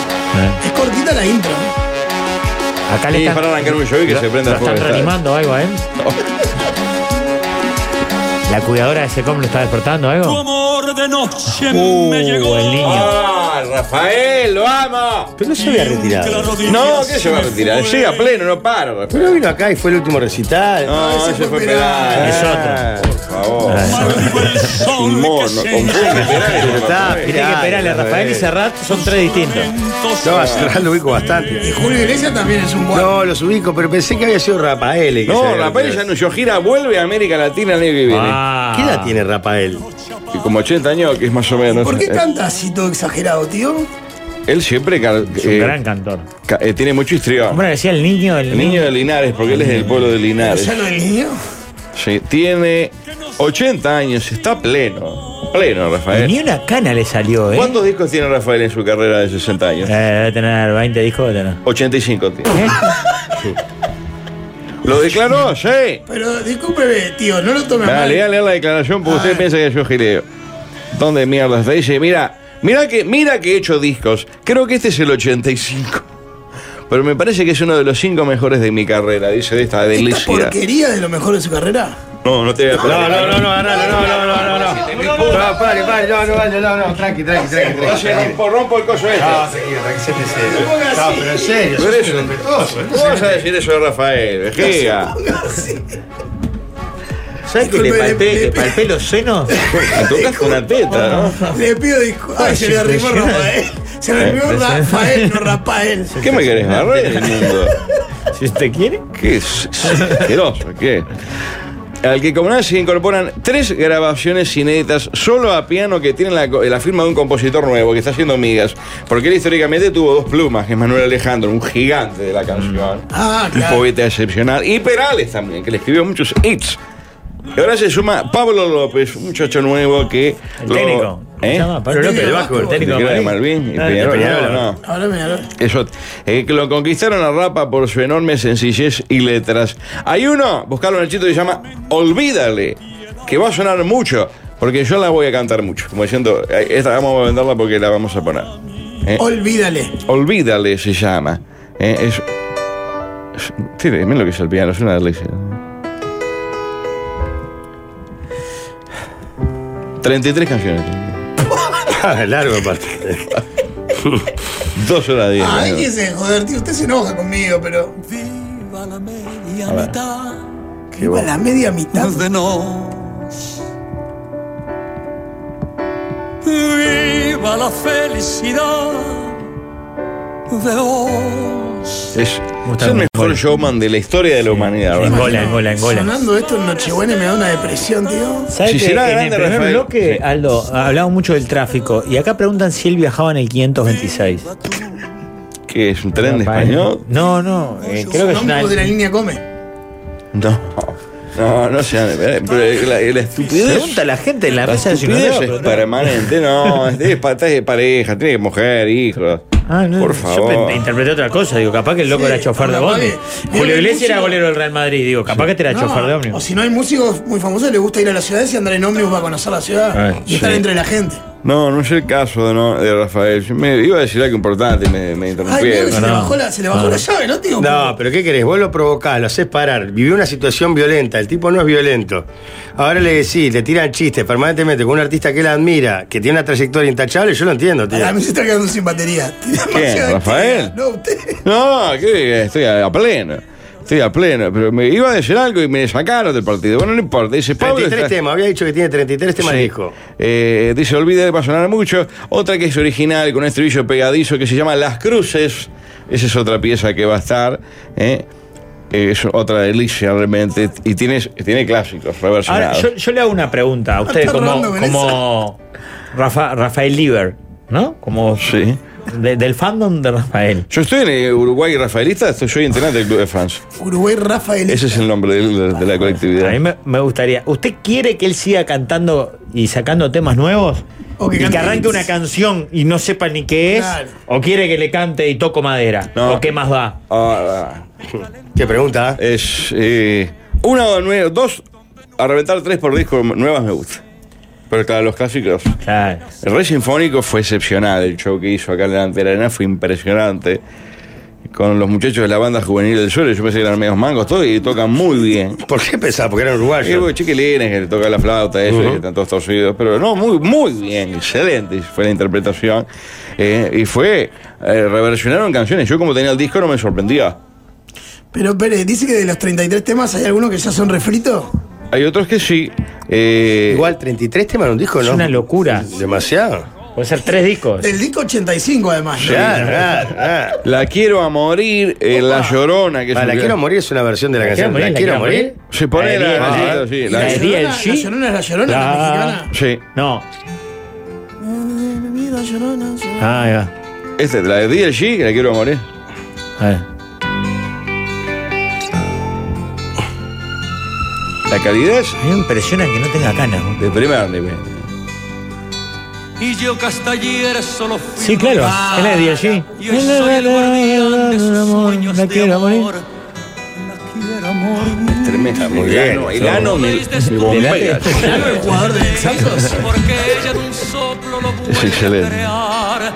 [SPEAKER 3] Eh.
[SPEAKER 2] Es cortita la intro. ¿no?
[SPEAKER 4] Acá le
[SPEAKER 3] Y
[SPEAKER 4] están,
[SPEAKER 3] para arrancar un show y que
[SPEAKER 4] lo-
[SPEAKER 3] se prenda
[SPEAKER 4] lo
[SPEAKER 3] fuego,
[SPEAKER 4] están
[SPEAKER 3] está.
[SPEAKER 4] reanimando algo a él. La cuidadora de Secom lo está despertando
[SPEAKER 6] Tu
[SPEAKER 4] algo.
[SPEAKER 6] amor de noche
[SPEAKER 4] Uh,
[SPEAKER 6] me llegó.
[SPEAKER 4] el niño.
[SPEAKER 3] ¡Ah, Rafael, lo amo!
[SPEAKER 1] Pero no se había retirado.
[SPEAKER 6] Claro,
[SPEAKER 3] No, que se va a retirar. Llega pleno, no paro. Rafael.
[SPEAKER 1] Pero vino acá y fue el último recital.
[SPEAKER 3] No,
[SPEAKER 2] ese
[SPEAKER 3] ese
[SPEAKER 2] fue
[SPEAKER 3] fue
[SPEAKER 2] Peral.
[SPEAKER 3] Peral.
[SPEAKER 4] Es
[SPEAKER 1] Ah,
[SPEAKER 3] Por favor.
[SPEAKER 6] Maldigo el sol
[SPEAKER 3] Un
[SPEAKER 6] que
[SPEAKER 3] mono, confunde
[SPEAKER 6] se
[SPEAKER 3] Peral
[SPEAKER 1] Pero
[SPEAKER 3] con
[SPEAKER 1] está,
[SPEAKER 3] Rafael.
[SPEAKER 4] Tiene que esperarle a Rafael y Serrat, son tres distintos.
[SPEAKER 1] No, a Serrat lo ubico bastante.
[SPEAKER 2] Y Julio Iglesias también es un buen.
[SPEAKER 1] No, los ubico, pero pensé que había sido Rafael. el que se
[SPEAKER 3] No,
[SPEAKER 1] había
[SPEAKER 3] Rafael ya
[SPEAKER 1] retirado.
[SPEAKER 3] anunció gira, vuelve a América Latina el año que viene.
[SPEAKER 4] Ah.
[SPEAKER 1] ¿Qué edad tiene Rafael?
[SPEAKER 3] Y Como 80 años, que es más o menos.
[SPEAKER 2] ¿Por qué
[SPEAKER 3] Eh,
[SPEAKER 2] canta así todo exagerado, tío?
[SPEAKER 3] Él siempre ca-
[SPEAKER 4] Es un
[SPEAKER 3] eh,
[SPEAKER 4] gran cantor.
[SPEAKER 3] ca- eh, tiene mucho histrión.
[SPEAKER 4] Hombre, decía el niño, el
[SPEAKER 3] El niño de Linares, porque él es del pueblo de Linares.
[SPEAKER 2] ¿Ya lo del niño?
[SPEAKER 3] Sí, tiene 80 años, está pleno. Pleno,
[SPEAKER 4] Y ni
[SPEAKER 3] Rafael.
[SPEAKER 4] una cana le salió, ¿eh?
[SPEAKER 3] ¿Cuántos discos tiene Rafael en su carrera de 60 años?
[SPEAKER 4] Eh, debe tener 20 discos, debe tener.
[SPEAKER 3] 85 tiene. Lo declaró, sí.
[SPEAKER 2] Pero discúlpeme, tío, no lo tome a
[SPEAKER 3] Dale,
[SPEAKER 2] mal.
[SPEAKER 3] dale la declaración porque usted piensa que yo gileo. ¿Dónde mierda está? Dice, mira, mira que, mira que he hecho discos. Creo que este es el 85. Pero me parece que es uno de los cinco mejores de mi carrera, dice de esta
[SPEAKER 2] ¿Esta
[SPEAKER 3] delicia.
[SPEAKER 2] porquería de lo mejor de su carrera?
[SPEAKER 3] No, no te voy a
[SPEAKER 1] No,
[SPEAKER 3] perder.
[SPEAKER 1] no, no, no, agarralo, no, no, no, no, no. No, pare, pare, no, no, no, no, no, tranqui, tranqui, tranqui, Ah, tranqui.
[SPEAKER 3] Entonces
[SPEAKER 1] tranqui.
[SPEAKER 3] rompo, rompo el coso este.
[SPEAKER 1] No, tranquilo, tranqui, siéntese. No, pero en serio,
[SPEAKER 3] Pero
[SPEAKER 1] sos
[SPEAKER 3] eso-
[SPEAKER 1] irrespetuoso,
[SPEAKER 3] ¿Cómo
[SPEAKER 1] entonces-
[SPEAKER 3] vas a decir eso de Rafael? Vejiga.
[SPEAKER 4] ¿Sabes que le palpé, le palpé los senos?
[SPEAKER 3] Me tocaste una teta, ¿no?
[SPEAKER 2] Le pido disculpas. Ay, se le arrimó Rafael. Se le arrimó Rafael, no Rafael.
[SPEAKER 3] ¿Qué me querés barrer en el mundo?
[SPEAKER 4] Si usted quiere.
[SPEAKER 3] ¿Qué es? es asqueroso, ¿qué? Al que como nada se incorporan tres grabaciones inéditas solo a piano que tienen la, co- la firma de un compositor nuevo que está haciendo migas. Porque él históricamente tuvo dos plumas, que es Manuel Alejandro, un gigante de la canción.
[SPEAKER 4] Mm.
[SPEAKER 2] Ah,
[SPEAKER 3] Un
[SPEAKER 2] claro.
[SPEAKER 3] poeta excepcional. Y Perales también, que le escribió muchos hits. Y ahora se suma Pablo López, un muchacho nuevo que.
[SPEAKER 4] El
[SPEAKER 3] lo-
[SPEAKER 4] técnico.
[SPEAKER 3] ¿Eh?
[SPEAKER 4] Se llama Pablo
[SPEAKER 2] El
[SPEAKER 4] López,
[SPEAKER 2] técnico
[SPEAKER 4] el
[SPEAKER 2] de
[SPEAKER 4] vasco, el
[SPEAKER 2] Vasco.
[SPEAKER 4] técnico
[SPEAKER 3] ¿Te
[SPEAKER 4] de
[SPEAKER 3] queda de
[SPEAKER 4] Malvin.
[SPEAKER 3] Malvin? ¿Y
[SPEAKER 4] Ah,
[SPEAKER 3] Peñarol?
[SPEAKER 1] Peñarol.
[SPEAKER 3] No, no.
[SPEAKER 2] Ahora me ahora.
[SPEAKER 3] Eso, eh, que lo conquistaron a Rapa por su enorme sencillez y letras. Hay uno, buscarlo en el chito, que se llama Olvídale, que va a sonar mucho, porque yo la voy a cantar mucho. Como diciendo, eh, esta vamos a venderla porque la vamos a poner. Eh,
[SPEAKER 2] Olvídale.
[SPEAKER 3] Olvídale se llama. Eh, es, es- sí, miren lo que es el piano, es una delicia. 33 canciones.
[SPEAKER 1] Ah, Largo aparte.
[SPEAKER 3] Dos horas 10.
[SPEAKER 2] Ay, que se joder, tío. Usted se enoja conmigo, pero.
[SPEAKER 9] Viva la media
[SPEAKER 3] A ver.
[SPEAKER 9] mitad
[SPEAKER 2] Que va a la media mitad.
[SPEAKER 9] de nos. Viva la felicidad de dos.
[SPEAKER 3] Es, es
[SPEAKER 4] gusta
[SPEAKER 3] el
[SPEAKER 4] el
[SPEAKER 3] mejor
[SPEAKER 4] gol.
[SPEAKER 3] showman de la historia de la humanidad. ¿verdad?
[SPEAKER 4] Engola, engola, engola.
[SPEAKER 2] Sonando esto en Nochebuena y me da una depresión, tío.
[SPEAKER 4] ¿Sabes
[SPEAKER 3] Si
[SPEAKER 4] que
[SPEAKER 3] será
[SPEAKER 4] en el
[SPEAKER 3] grande,
[SPEAKER 4] primer
[SPEAKER 3] Rafael.
[SPEAKER 4] bloque,
[SPEAKER 3] Sí.
[SPEAKER 4] Aldo, hablamos mucho del tráfico y acá preguntan si él viajaba en el 526.
[SPEAKER 3] ¿Qué es un tren de español?
[SPEAKER 4] No, no, eh, creo que es
[SPEAKER 2] Son
[SPEAKER 4] una...
[SPEAKER 2] ambos de la línea Come.
[SPEAKER 4] ¿eh?
[SPEAKER 3] No. No, no sea. eh, Pero la, la estupidez.
[SPEAKER 4] Pregunta a la gente en la
[SPEAKER 3] La
[SPEAKER 4] mesa de
[SPEAKER 3] estupidez es permanente, no, es de, es pa- estás de pareja, tiene que mujer, hijos. Por
[SPEAKER 4] Ah, Yo
[SPEAKER 3] favor.
[SPEAKER 4] pe- interpreté otra cosa, digo, capaz que el loco
[SPEAKER 2] Sí,
[SPEAKER 4] era chofer de
[SPEAKER 2] capaz
[SPEAKER 4] bondi.
[SPEAKER 2] que-
[SPEAKER 4] Julio
[SPEAKER 2] Era
[SPEAKER 4] Iglesias era
[SPEAKER 2] músico.
[SPEAKER 4] golero del Real Madrid, digo, capaz que te era
[SPEAKER 2] No,
[SPEAKER 4] chofer de
[SPEAKER 2] o
[SPEAKER 4] ómnibus.
[SPEAKER 2] si no hay músicos muy famosos, les gusta ir a las ciudades y andar en ómnibus para conocer la ciudad
[SPEAKER 3] Ay,
[SPEAKER 2] y estar
[SPEAKER 3] sí.
[SPEAKER 2] entre la gente.
[SPEAKER 3] No, no es el caso de, no- de Rafael. Yo Me, iba a decir algo importante, me, me
[SPEAKER 2] Ay, mira, que se,
[SPEAKER 3] interrumpieron.
[SPEAKER 2] le
[SPEAKER 4] no.
[SPEAKER 2] bajó la, se le bajó la llave, ¿no, tío?
[SPEAKER 1] No, pero ¿qué querés? Vos lo provocás, lo haces parar. Vivió una situación violenta, el tipo no es violento. Ahora le decís, le tiran chistes permanentemente con un artista que él admira, que tiene una trayectoria intachable, yo lo entiendo, tío.
[SPEAKER 2] A mí se está quedando sin batería. Tiene demasiada
[SPEAKER 3] ¿Rafael?
[SPEAKER 2] actividad. No, usted.
[SPEAKER 3] No, que estoy a, a pleno. Estoy a pleno, pero me iba a decir algo y me sacaron del partido. Bueno, no importa. Dice Pablo.
[SPEAKER 1] 33
[SPEAKER 3] está-
[SPEAKER 1] temas, había dicho que tiene 33 temas
[SPEAKER 3] Sí.
[SPEAKER 1] de disco.
[SPEAKER 3] Eh, dice, olvide, va a sonar mucho. Otra que es original, con un estribillo pegadizo, que se llama Las Cruces. Esa es otra pieza que va a estar. ¿eh? Eh, es otra delicia realmente. Y tiene, tiene clásicos
[SPEAKER 4] Ahora,
[SPEAKER 3] reversionados.
[SPEAKER 4] yo, yo le hago una pregunta a usted
[SPEAKER 2] Está
[SPEAKER 4] como,
[SPEAKER 2] rodando con
[SPEAKER 4] como Rafa- Rafael Lieber, ¿no? Como
[SPEAKER 3] Sí.
[SPEAKER 4] de- del fandom de Rafael.
[SPEAKER 3] Yo estoy en eh, Uruguay Rafaelista, estoy, soy integrante del Club de France.
[SPEAKER 2] Uruguay Rafael.
[SPEAKER 3] Ese es el nombre del- de, la
[SPEAKER 4] A mí
[SPEAKER 3] colectividad.
[SPEAKER 4] me, me gustaría. ¿Usted quiere que él siga cantando y sacando temas nuevos?
[SPEAKER 2] O que
[SPEAKER 4] y que
[SPEAKER 2] cante
[SPEAKER 4] arranque
[SPEAKER 2] hits.
[SPEAKER 4] una canción y no sepa ni qué es.
[SPEAKER 2] Claro.
[SPEAKER 4] ¿O quiere que le cante y toco madera?
[SPEAKER 3] No.
[SPEAKER 4] ¿O qué más da?
[SPEAKER 3] Ahora,
[SPEAKER 1] Qué pregunta. ¿eh?
[SPEAKER 3] es eh, una o nueve, dos, a reventar tres por disco, nuevas me gusta. Pero claro, los clásicos.
[SPEAKER 4] Claro.
[SPEAKER 3] El Rey Sinfónico fue excepcional. El show que hizo acá en la Delante de la Arena fue impresionante. Con los muchachos de la banda juvenil del suelo, yo pensé que eran medios mangos todos y tocan muy bien. Eh,
[SPEAKER 1] ¿Por qué pensás? Porque era
[SPEAKER 3] Y
[SPEAKER 1] uruguayo.
[SPEAKER 3] hubo chiquilines que le toca la flauta, eso, que están todos torcidos. Pero no, muy, muy bien, excelente fue la interpretación. Eh, y fue, eh, reversionaron canciones. Yo, como tenía el disco, no me sorprendía.
[SPEAKER 2] Pero Pérez, dice que de los 33 temas hay algunos que ya son refritos.
[SPEAKER 3] Hay otros que sí. eh,
[SPEAKER 1] Igual 33 temas en un disco, ¿no?
[SPEAKER 4] Es una locura.
[SPEAKER 1] Demasiado.
[SPEAKER 4] Puede ser tres discos.
[SPEAKER 2] Del disco 85, además. ¿no?
[SPEAKER 1] Claro, claro, claro.
[SPEAKER 3] La quiero a morir, eh, La Llorona, que es
[SPEAKER 1] Ah,
[SPEAKER 3] un
[SPEAKER 1] la
[SPEAKER 3] gran-
[SPEAKER 1] quiero morir es una versión de la canción. La quiero morir.
[SPEAKER 3] Se pone la-
[SPEAKER 4] de-
[SPEAKER 3] ah,
[SPEAKER 4] la-
[SPEAKER 3] sí,
[SPEAKER 2] Y la,
[SPEAKER 3] la-
[SPEAKER 4] de
[SPEAKER 2] llorona, la
[SPEAKER 4] DLG.
[SPEAKER 2] llorona es la llorona, la, mexicana.
[SPEAKER 3] Sí.
[SPEAKER 4] No.
[SPEAKER 2] Mi vida llorona, llorona.
[SPEAKER 4] Ah, ahí va.
[SPEAKER 3] Esta, este, la de DLG, que la quiero a morir.
[SPEAKER 4] A ver.
[SPEAKER 3] La calidez
[SPEAKER 4] A mí me impresiona que no tenga canas. ¿no?
[SPEAKER 3] de primer nivel.
[SPEAKER 9] Y yo Castaller solo fui.
[SPEAKER 4] Sí, claro.
[SPEAKER 9] Ah,
[SPEAKER 4] es la de DLG.
[SPEAKER 9] Yo soy el guardián de sus sueños
[SPEAKER 4] La
[SPEAKER 9] de
[SPEAKER 4] quiero
[SPEAKER 9] amor.
[SPEAKER 4] morir.
[SPEAKER 9] Quiero amor.
[SPEAKER 3] Tremenda, muy
[SPEAKER 1] bien.
[SPEAKER 3] bien. El ano me, me bombea.
[SPEAKER 2] Claro, el jugador de Santos.
[SPEAKER 9] Porque ella de un soplo lo
[SPEAKER 3] Es
[SPEAKER 9] puede
[SPEAKER 3] excelente.
[SPEAKER 9] crear.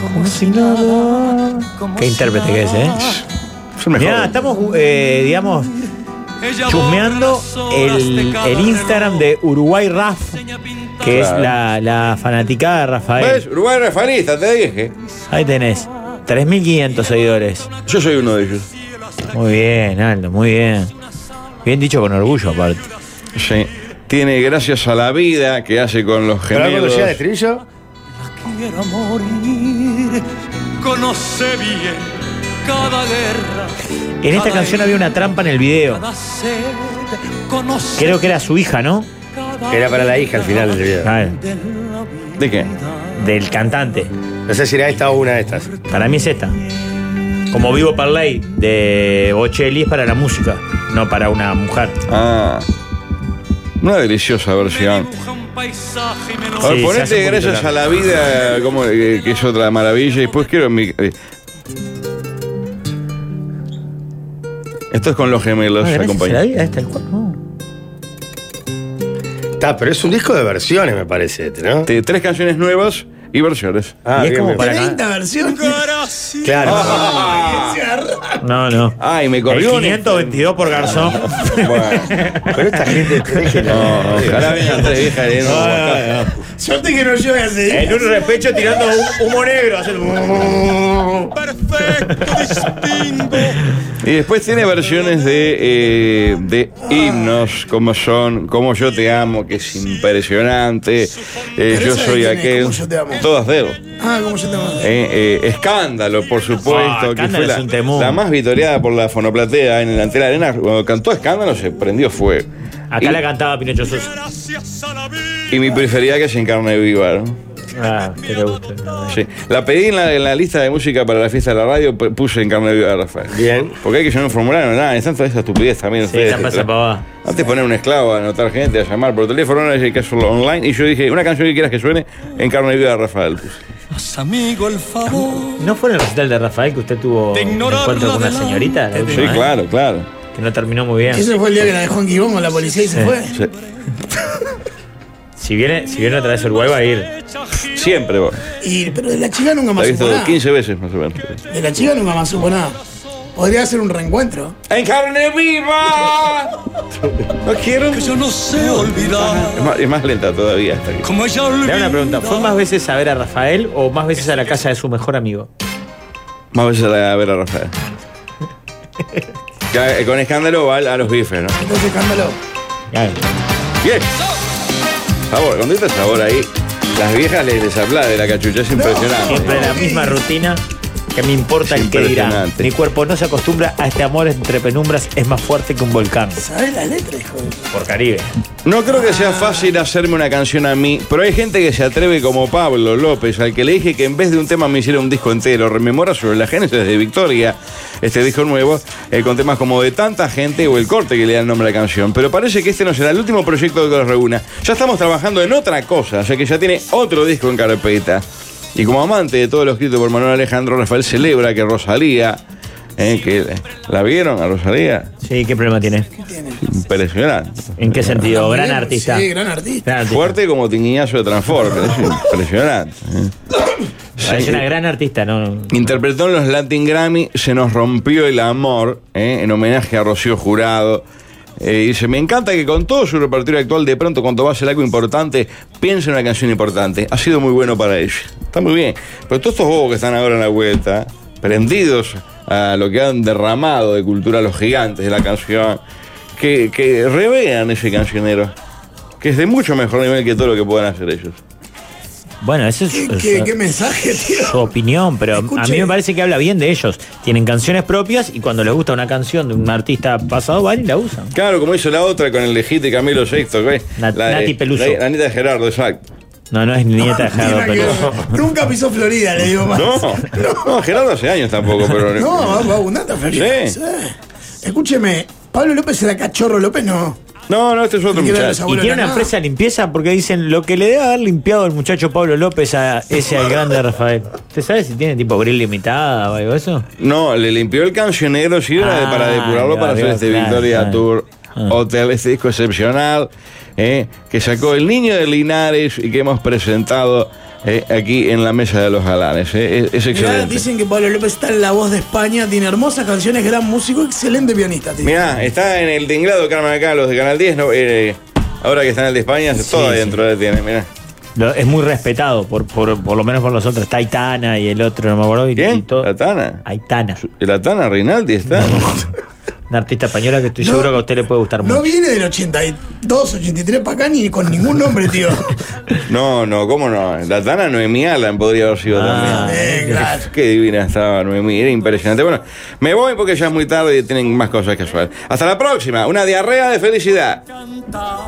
[SPEAKER 4] Como si nada. Qué intérprete que es, ¿eh?
[SPEAKER 3] Es el mejor.
[SPEAKER 4] Mirá, estamos, eh, digamos,
[SPEAKER 9] Ella
[SPEAKER 4] chusmeando
[SPEAKER 9] borra las horas
[SPEAKER 4] el,
[SPEAKER 9] cada
[SPEAKER 4] el Instagram
[SPEAKER 9] reloj.
[SPEAKER 4] de Uruguay Raf, que es
[SPEAKER 3] Claro.
[SPEAKER 4] la, la fanaticada de
[SPEAKER 3] ¿Ves?
[SPEAKER 4] Rafael.
[SPEAKER 3] Uruguay Rafaelista, te dije.
[SPEAKER 4] Ahí tenés. 3.500 seguidores.
[SPEAKER 3] Yo soy uno de ellos.
[SPEAKER 4] Muy bien, Aldo, muy bien. Bien dicho con orgullo, aparte.
[SPEAKER 3] Sí. Tiene gracias a la vida que hace con los
[SPEAKER 1] Pero ahora cuando
[SPEAKER 3] gemelos.
[SPEAKER 1] llega el estribillo,
[SPEAKER 9] Quiero morir. Conoce bien cada guerra.
[SPEAKER 4] En esta
[SPEAKER 9] cada
[SPEAKER 4] canción había una trampa en el video.
[SPEAKER 9] Cada sed. Conoce
[SPEAKER 4] Creo que era su hija, ¿no?
[SPEAKER 9] cada
[SPEAKER 1] era para la hija al final del video.
[SPEAKER 4] Ah,
[SPEAKER 9] de la vida.
[SPEAKER 3] ¿De qué?
[SPEAKER 4] Del cantante.
[SPEAKER 1] No sé si era esta o una de estas.
[SPEAKER 4] Para mí es esta. Como vivo Parley de Bocelli es para la música, no para una mujer.
[SPEAKER 3] Ah. Una deliciosa versión.
[SPEAKER 9] Dibuja un paisaje
[SPEAKER 3] A ver,
[SPEAKER 4] Sí, se hace
[SPEAKER 3] ponete
[SPEAKER 4] un poquito
[SPEAKER 3] gracias a la vida, como, eh, que es otra maravilla. Y después quiero mi. eh. Esto es con los gemelos,
[SPEAKER 4] Ah, gracias
[SPEAKER 3] acompaña.
[SPEAKER 4] a la vida, es tal cual, no.
[SPEAKER 1] Está, pero es un disco de versiones, me parece, este, ¿no?
[SPEAKER 3] Te- tres canciones nuevas y versiones.
[SPEAKER 1] Ah,
[SPEAKER 4] y es
[SPEAKER 1] bien,
[SPEAKER 4] como
[SPEAKER 1] bien.
[SPEAKER 4] para.
[SPEAKER 2] 30 versiones.
[SPEAKER 9] Gracias.
[SPEAKER 1] Claro.
[SPEAKER 3] Ah.
[SPEAKER 4] No, no.
[SPEAKER 3] Ay, Ah, me
[SPEAKER 4] El
[SPEAKER 3] corrió. un-
[SPEAKER 4] 522 por Garzón.
[SPEAKER 3] Bueno,
[SPEAKER 1] Pero esta gente tenés que
[SPEAKER 3] no, ojalá vengan tres viejas de
[SPEAKER 4] No, no,
[SPEAKER 3] no.
[SPEAKER 4] no.
[SPEAKER 2] Yo te que no llueve así.
[SPEAKER 4] Ah, En un repecho tirando hu- humo negro. hace el-
[SPEAKER 9] Perfecto, distingo.
[SPEAKER 3] Y después tiene versiones de, eh, de himnos, como son, como yo te amo, que es impresionante, eh, yo
[SPEAKER 2] esa
[SPEAKER 3] soy
[SPEAKER 2] de quién es,
[SPEAKER 3] aquel,
[SPEAKER 2] Como yo te amo.
[SPEAKER 3] todas de él.
[SPEAKER 2] Ah, como yo te amo.
[SPEAKER 3] Eh, eh, escándalo, por
[SPEAKER 4] Ah,
[SPEAKER 3] supuesto, que
[SPEAKER 4] Escándalo
[SPEAKER 3] fue
[SPEAKER 4] es
[SPEAKER 3] la,
[SPEAKER 4] un temón.
[SPEAKER 3] la más vitoreada por la fonoplatea en el Antel Arena. Cuando cantó Escándalo se prendió fuego.
[SPEAKER 4] Acá
[SPEAKER 3] Y-
[SPEAKER 4] la cantaba Pinocho Sosa.
[SPEAKER 9] Gracias a la vida.
[SPEAKER 3] Y mi preferida que es Encarne Viva, ¿no?
[SPEAKER 4] Ah, te le gusta. no, no.
[SPEAKER 3] Sí. La pedí en la, en la lista de música para la fiesta de la radio, p- puse Encarne Viva de Rafael.
[SPEAKER 1] Bien.
[SPEAKER 3] Porque hay que llenar un formulario, nada, es tanta esa estupidez también.
[SPEAKER 4] Sí,
[SPEAKER 3] ustedes,
[SPEAKER 4] esa pasa
[SPEAKER 3] ¿verdad?
[SPEAKER 4] pavada.
[SPEAKER 3] Antes poner un esclavo a anotar gente, a llamar por teléfono, ahora hay que hacerlo online. Y yo dije, una canción que quieras que suene, Encarne Viva de Rafael. puse.
[SPEAKER 9] Haz amigo el favor.
[SPEAKER 4] ¿No fue en el recital de Rafael que usted tuvo un
[SPEAKER 9] Te ignorarla
[SPEAKER 4] encuentro con una
[SPEAKER 9] delante
[SPEAKER 4] señorita? la
[SPEAKER 9] de
[SPEAKER 4] última
[SPEAKER 3] Sí,
[SPEAKER 4] vez?
[SPEAKER 3] claro, claro.
[SPEAKER 4] Que no terminó muy bien.
[SPEAKER 2] Ese fue el día que la dejó en Gibón con la policía y se fue.
[SPEAKER 3] Sí.
[SPEAKER 4] Si viene, si viene otra vez a Uruguay va a ir.
[SPEAKER 3] Siempre, vos.
[SPEAKER 2] Y, pero de la chica nunca
[SPEAKER 3] La
[SPEAKER 2] más
[SPEAKER 3] he
[SPEAKER 2] supo
[SPEAKER 3] visto
[SPEAKER 2] nada.
[SPEAKER 3] 15 veces más o menos.
[SPEAKER 2] De la chica nunca más supo nada. Podría hacer un reencuentro.
[SPEAKER 3] ¡En carne viva! No quiero.
[SPEAKER 9] Que yo no sé olvidar.
[SPEAKER 3] Es más, es más lenta todavía. Hasta que-
[SPEAKER 9] Como ella
[SPEAKER 4] Le
[SPEAKER 9] olvida.
[SPEAKER 4] hago una pregunta. ¿Fue más veces a ver a Rafael o más veces a la casa de su mejor amigo?
[SPEAKER 3] Más veces a ver a Rafael. Ya, eh, Con escándalo va a los bifes, ¿no?
[SPEAKER 2] Entonces, escándalo.
[SPEAKER 4] Ay,
[SPEAKER 3] Bien. Sabor, cuando está sabor ahí, las viejas les, les aplaude la cachucha, es impresionante.
[SPEAKER 4] Siempre la misma rutina. Que me importa
[SPEAKER 3] Es
[SPEAKER 4] el que dirán.
[SPEAKER 3] impresionante.
[SPEAKER 4] Mi cuerpo no se acostumbra a este amor entre penumbras. Es más fuerte que un volcán.
[SPEAKER 2] ¿Sabes la letra, hijo?
[SPEAKER 4] Por Caribe.
[SPEAKER 3] No creo que sea fácil hacerme una canción a mí, pero hay gente que se atreve como Pablo López, al que le dije que en vez de un tema me hiciera un disco entero. Rememora sobre la génesis de Victoria, este disco nuevo, eh, con temas como de tanta gente o el corte que le da el nombre a la canción. Pero parece que este no será el último proyecto que los reúna. Ya estamos trabajando en otra cosa, ya que ya tiene otro disco en carpeta. Y como amante de todo lo escrito por Manuel Alejandro, Rafael celebra que Rosalía, eh, que ¿la vieron a Rosalía?
[SPEAKER 4] Sí, ¿qué problema tiene?
[SPEAKER 3] Impresionante.
[SPEAKER 4] ¿En qué sentido? Gran
[SPEAKER 2] Bien,
[SPEAKER 4] artista.
[SPEAKER 2] Sí, gran artista.
[SPEAKER 4] Gran artista.
[SPEAKER 3] Fuerte como tinguiñazo de Transformers, es impresionante. ¿eh?
[SPEAKER 4] Es una gran artista, ¿no?
[SPEAKER 3] Interpretó en los Latin Grammy Se nos rompió el amor, ¿eh? en homenaje a Rocío Jurado. Eh, dice, me encanta que con todo su repertorio actual, de pronto cuando va a hacer algo importante, piense en una canción importante. Ha sido muy bueno para ella. Está muy bien. Pero todos estos bobos que están ahora en la vuelta, prendidos a lo que han derramado de cultura los gigantes de la canción, que, que revean ese cancionero, que es de mucho mejor nivel que todo lo que puedan hacer ellos.
[SPEAKER 4] Bueno, eso es
[SPEAKER 2] ¿Qué,
[SPEAKER 4] es
[SPEAKER 2] qué-
[SPEAKER 4] su,
[SPEAKER 2] qué mensaje, tío?
[SPEAKER 4] su opinión, pero a
[SPEAKER 2] Escuche.
[SPEAKER 4] mí me parece que habla bien de ellos. Tienen canciones propias y cuando les gusta una canción de un artista pasado van y la usan.
[SPEAKER 3] Claro, como hizo la otra con el lejite Camilo VI, güey.
[SPEAKER 4] Nat-
[SPEAKER 3] la, de-
[SPEAKER 4] Nati Peluso.
[SPEAKER 3] La, la nieta de Gerardo, exacto.
[SPEAKER 4] No, no es nieta de
[SPEAKER 2] Tiene
[SPEAKER 4] Gerardo
[SPEAKER 2] nada que
[SPEAKER 4] Peluso.
[SPEAKER 2] ver. Nunca pisó Florida, le digo más.
[SPEAKER 3] No, no, Gerardo hace años tampoco, pero.
[SPEAKER 2] No, va, va abundante a Florida.
[SPEAKER 3] Sí.
[SPEAKER 2] Sí. Escúcheme, Pablo López era cachorro López, no.
[SPEAKER 3] No, no, este es otro
[SPEAKER 2] Ni que ver
[SPEAKER 3] muchacho.
[SPEAKER 2] los
[SPEAKER 4] Y tiene una
[SPEAKER 2] Nada.
[SPEAKER 4] empresa de limpieza porque dicen lo que le debe haber limpiado el muchacho Pablo López a ese al grande Rafael. ¿Usted sabe si tiene tipo grill limitada o algo de eso?
[SPEAKER 3] No, le limpió el cancionero, sí, era de- para
[SPEAKER 4] Ah,
[SPEAKER 3] depurarlo
[SPEAKER 4] no,
[SPEAKER 3] para hacer
[SPEAKER 4] Dios,
[SPEAKER 3] este
[SPEAKER 4] claro,
[SPEAKER 3] Victoria
[SPEAKER 4] claro.
[SPEAKER 3] Tour
[SPEAKER 4] Ah.
[SPEAKER 3] Hotel, este disco excepcional, eh, que sacó El Niño de Linares y que hemos presentado eh, aquí en la Mesa de los Galanes. eh. Es, es
[SPEAKER 2] Mirá,
[SPEAKER 3] excelente.
[SPEAKER 2] dicen que Pablo López está en la voz de España, tiene hermosas canciones, gran músico, excelente pianista, tío.
[SPEAKER 3] Mirá, está en el tinglado Carmen acá, los de Canal 10, no, eh, ahora que están en el de España, todo
[SPEAKER 4] sí.
[SPEAKER 3] adentro la tiene, mirá.
[SPEAKER 4] Lo- es muy respetado, por, por, por lo menos por nosotros. Está Aitana y el otro, no me acuerdo. y- y
[SPEAKER 3] ¿Quién?
[SPEAKER 4] todo-
[SPEAKER 3] ¿La Tana?
[SPEAKER 4] Aitana,
[SPEAKER 3] ¿La Tana Rinaldi está?
[SPEAKER 4] una artista española que estoy
[SPEAKER 2] No,
[SPEAKER 4] seguro que a usted le puede gustar mucho.
[SPEAKER 2] No viene del 82, 83 para acá ni con ningún nombre, tío.
[SPEAKER 3] No, no, ¿cómo no? La Tana Noemí Alan podría haber sido
[SPEAKER 4] Ah.
[SPEAKER 3] también.
[SPEAKER 2] Eh, claro.
[SPEAKER 3] Qué divina estaba Noemí, era impresionante. Bueno, me voy porque ya es muy tarde y tienen más cosas que hacer. Hasta la próxima, una diarrea de felicidad.
[SPEAKER 9] cantar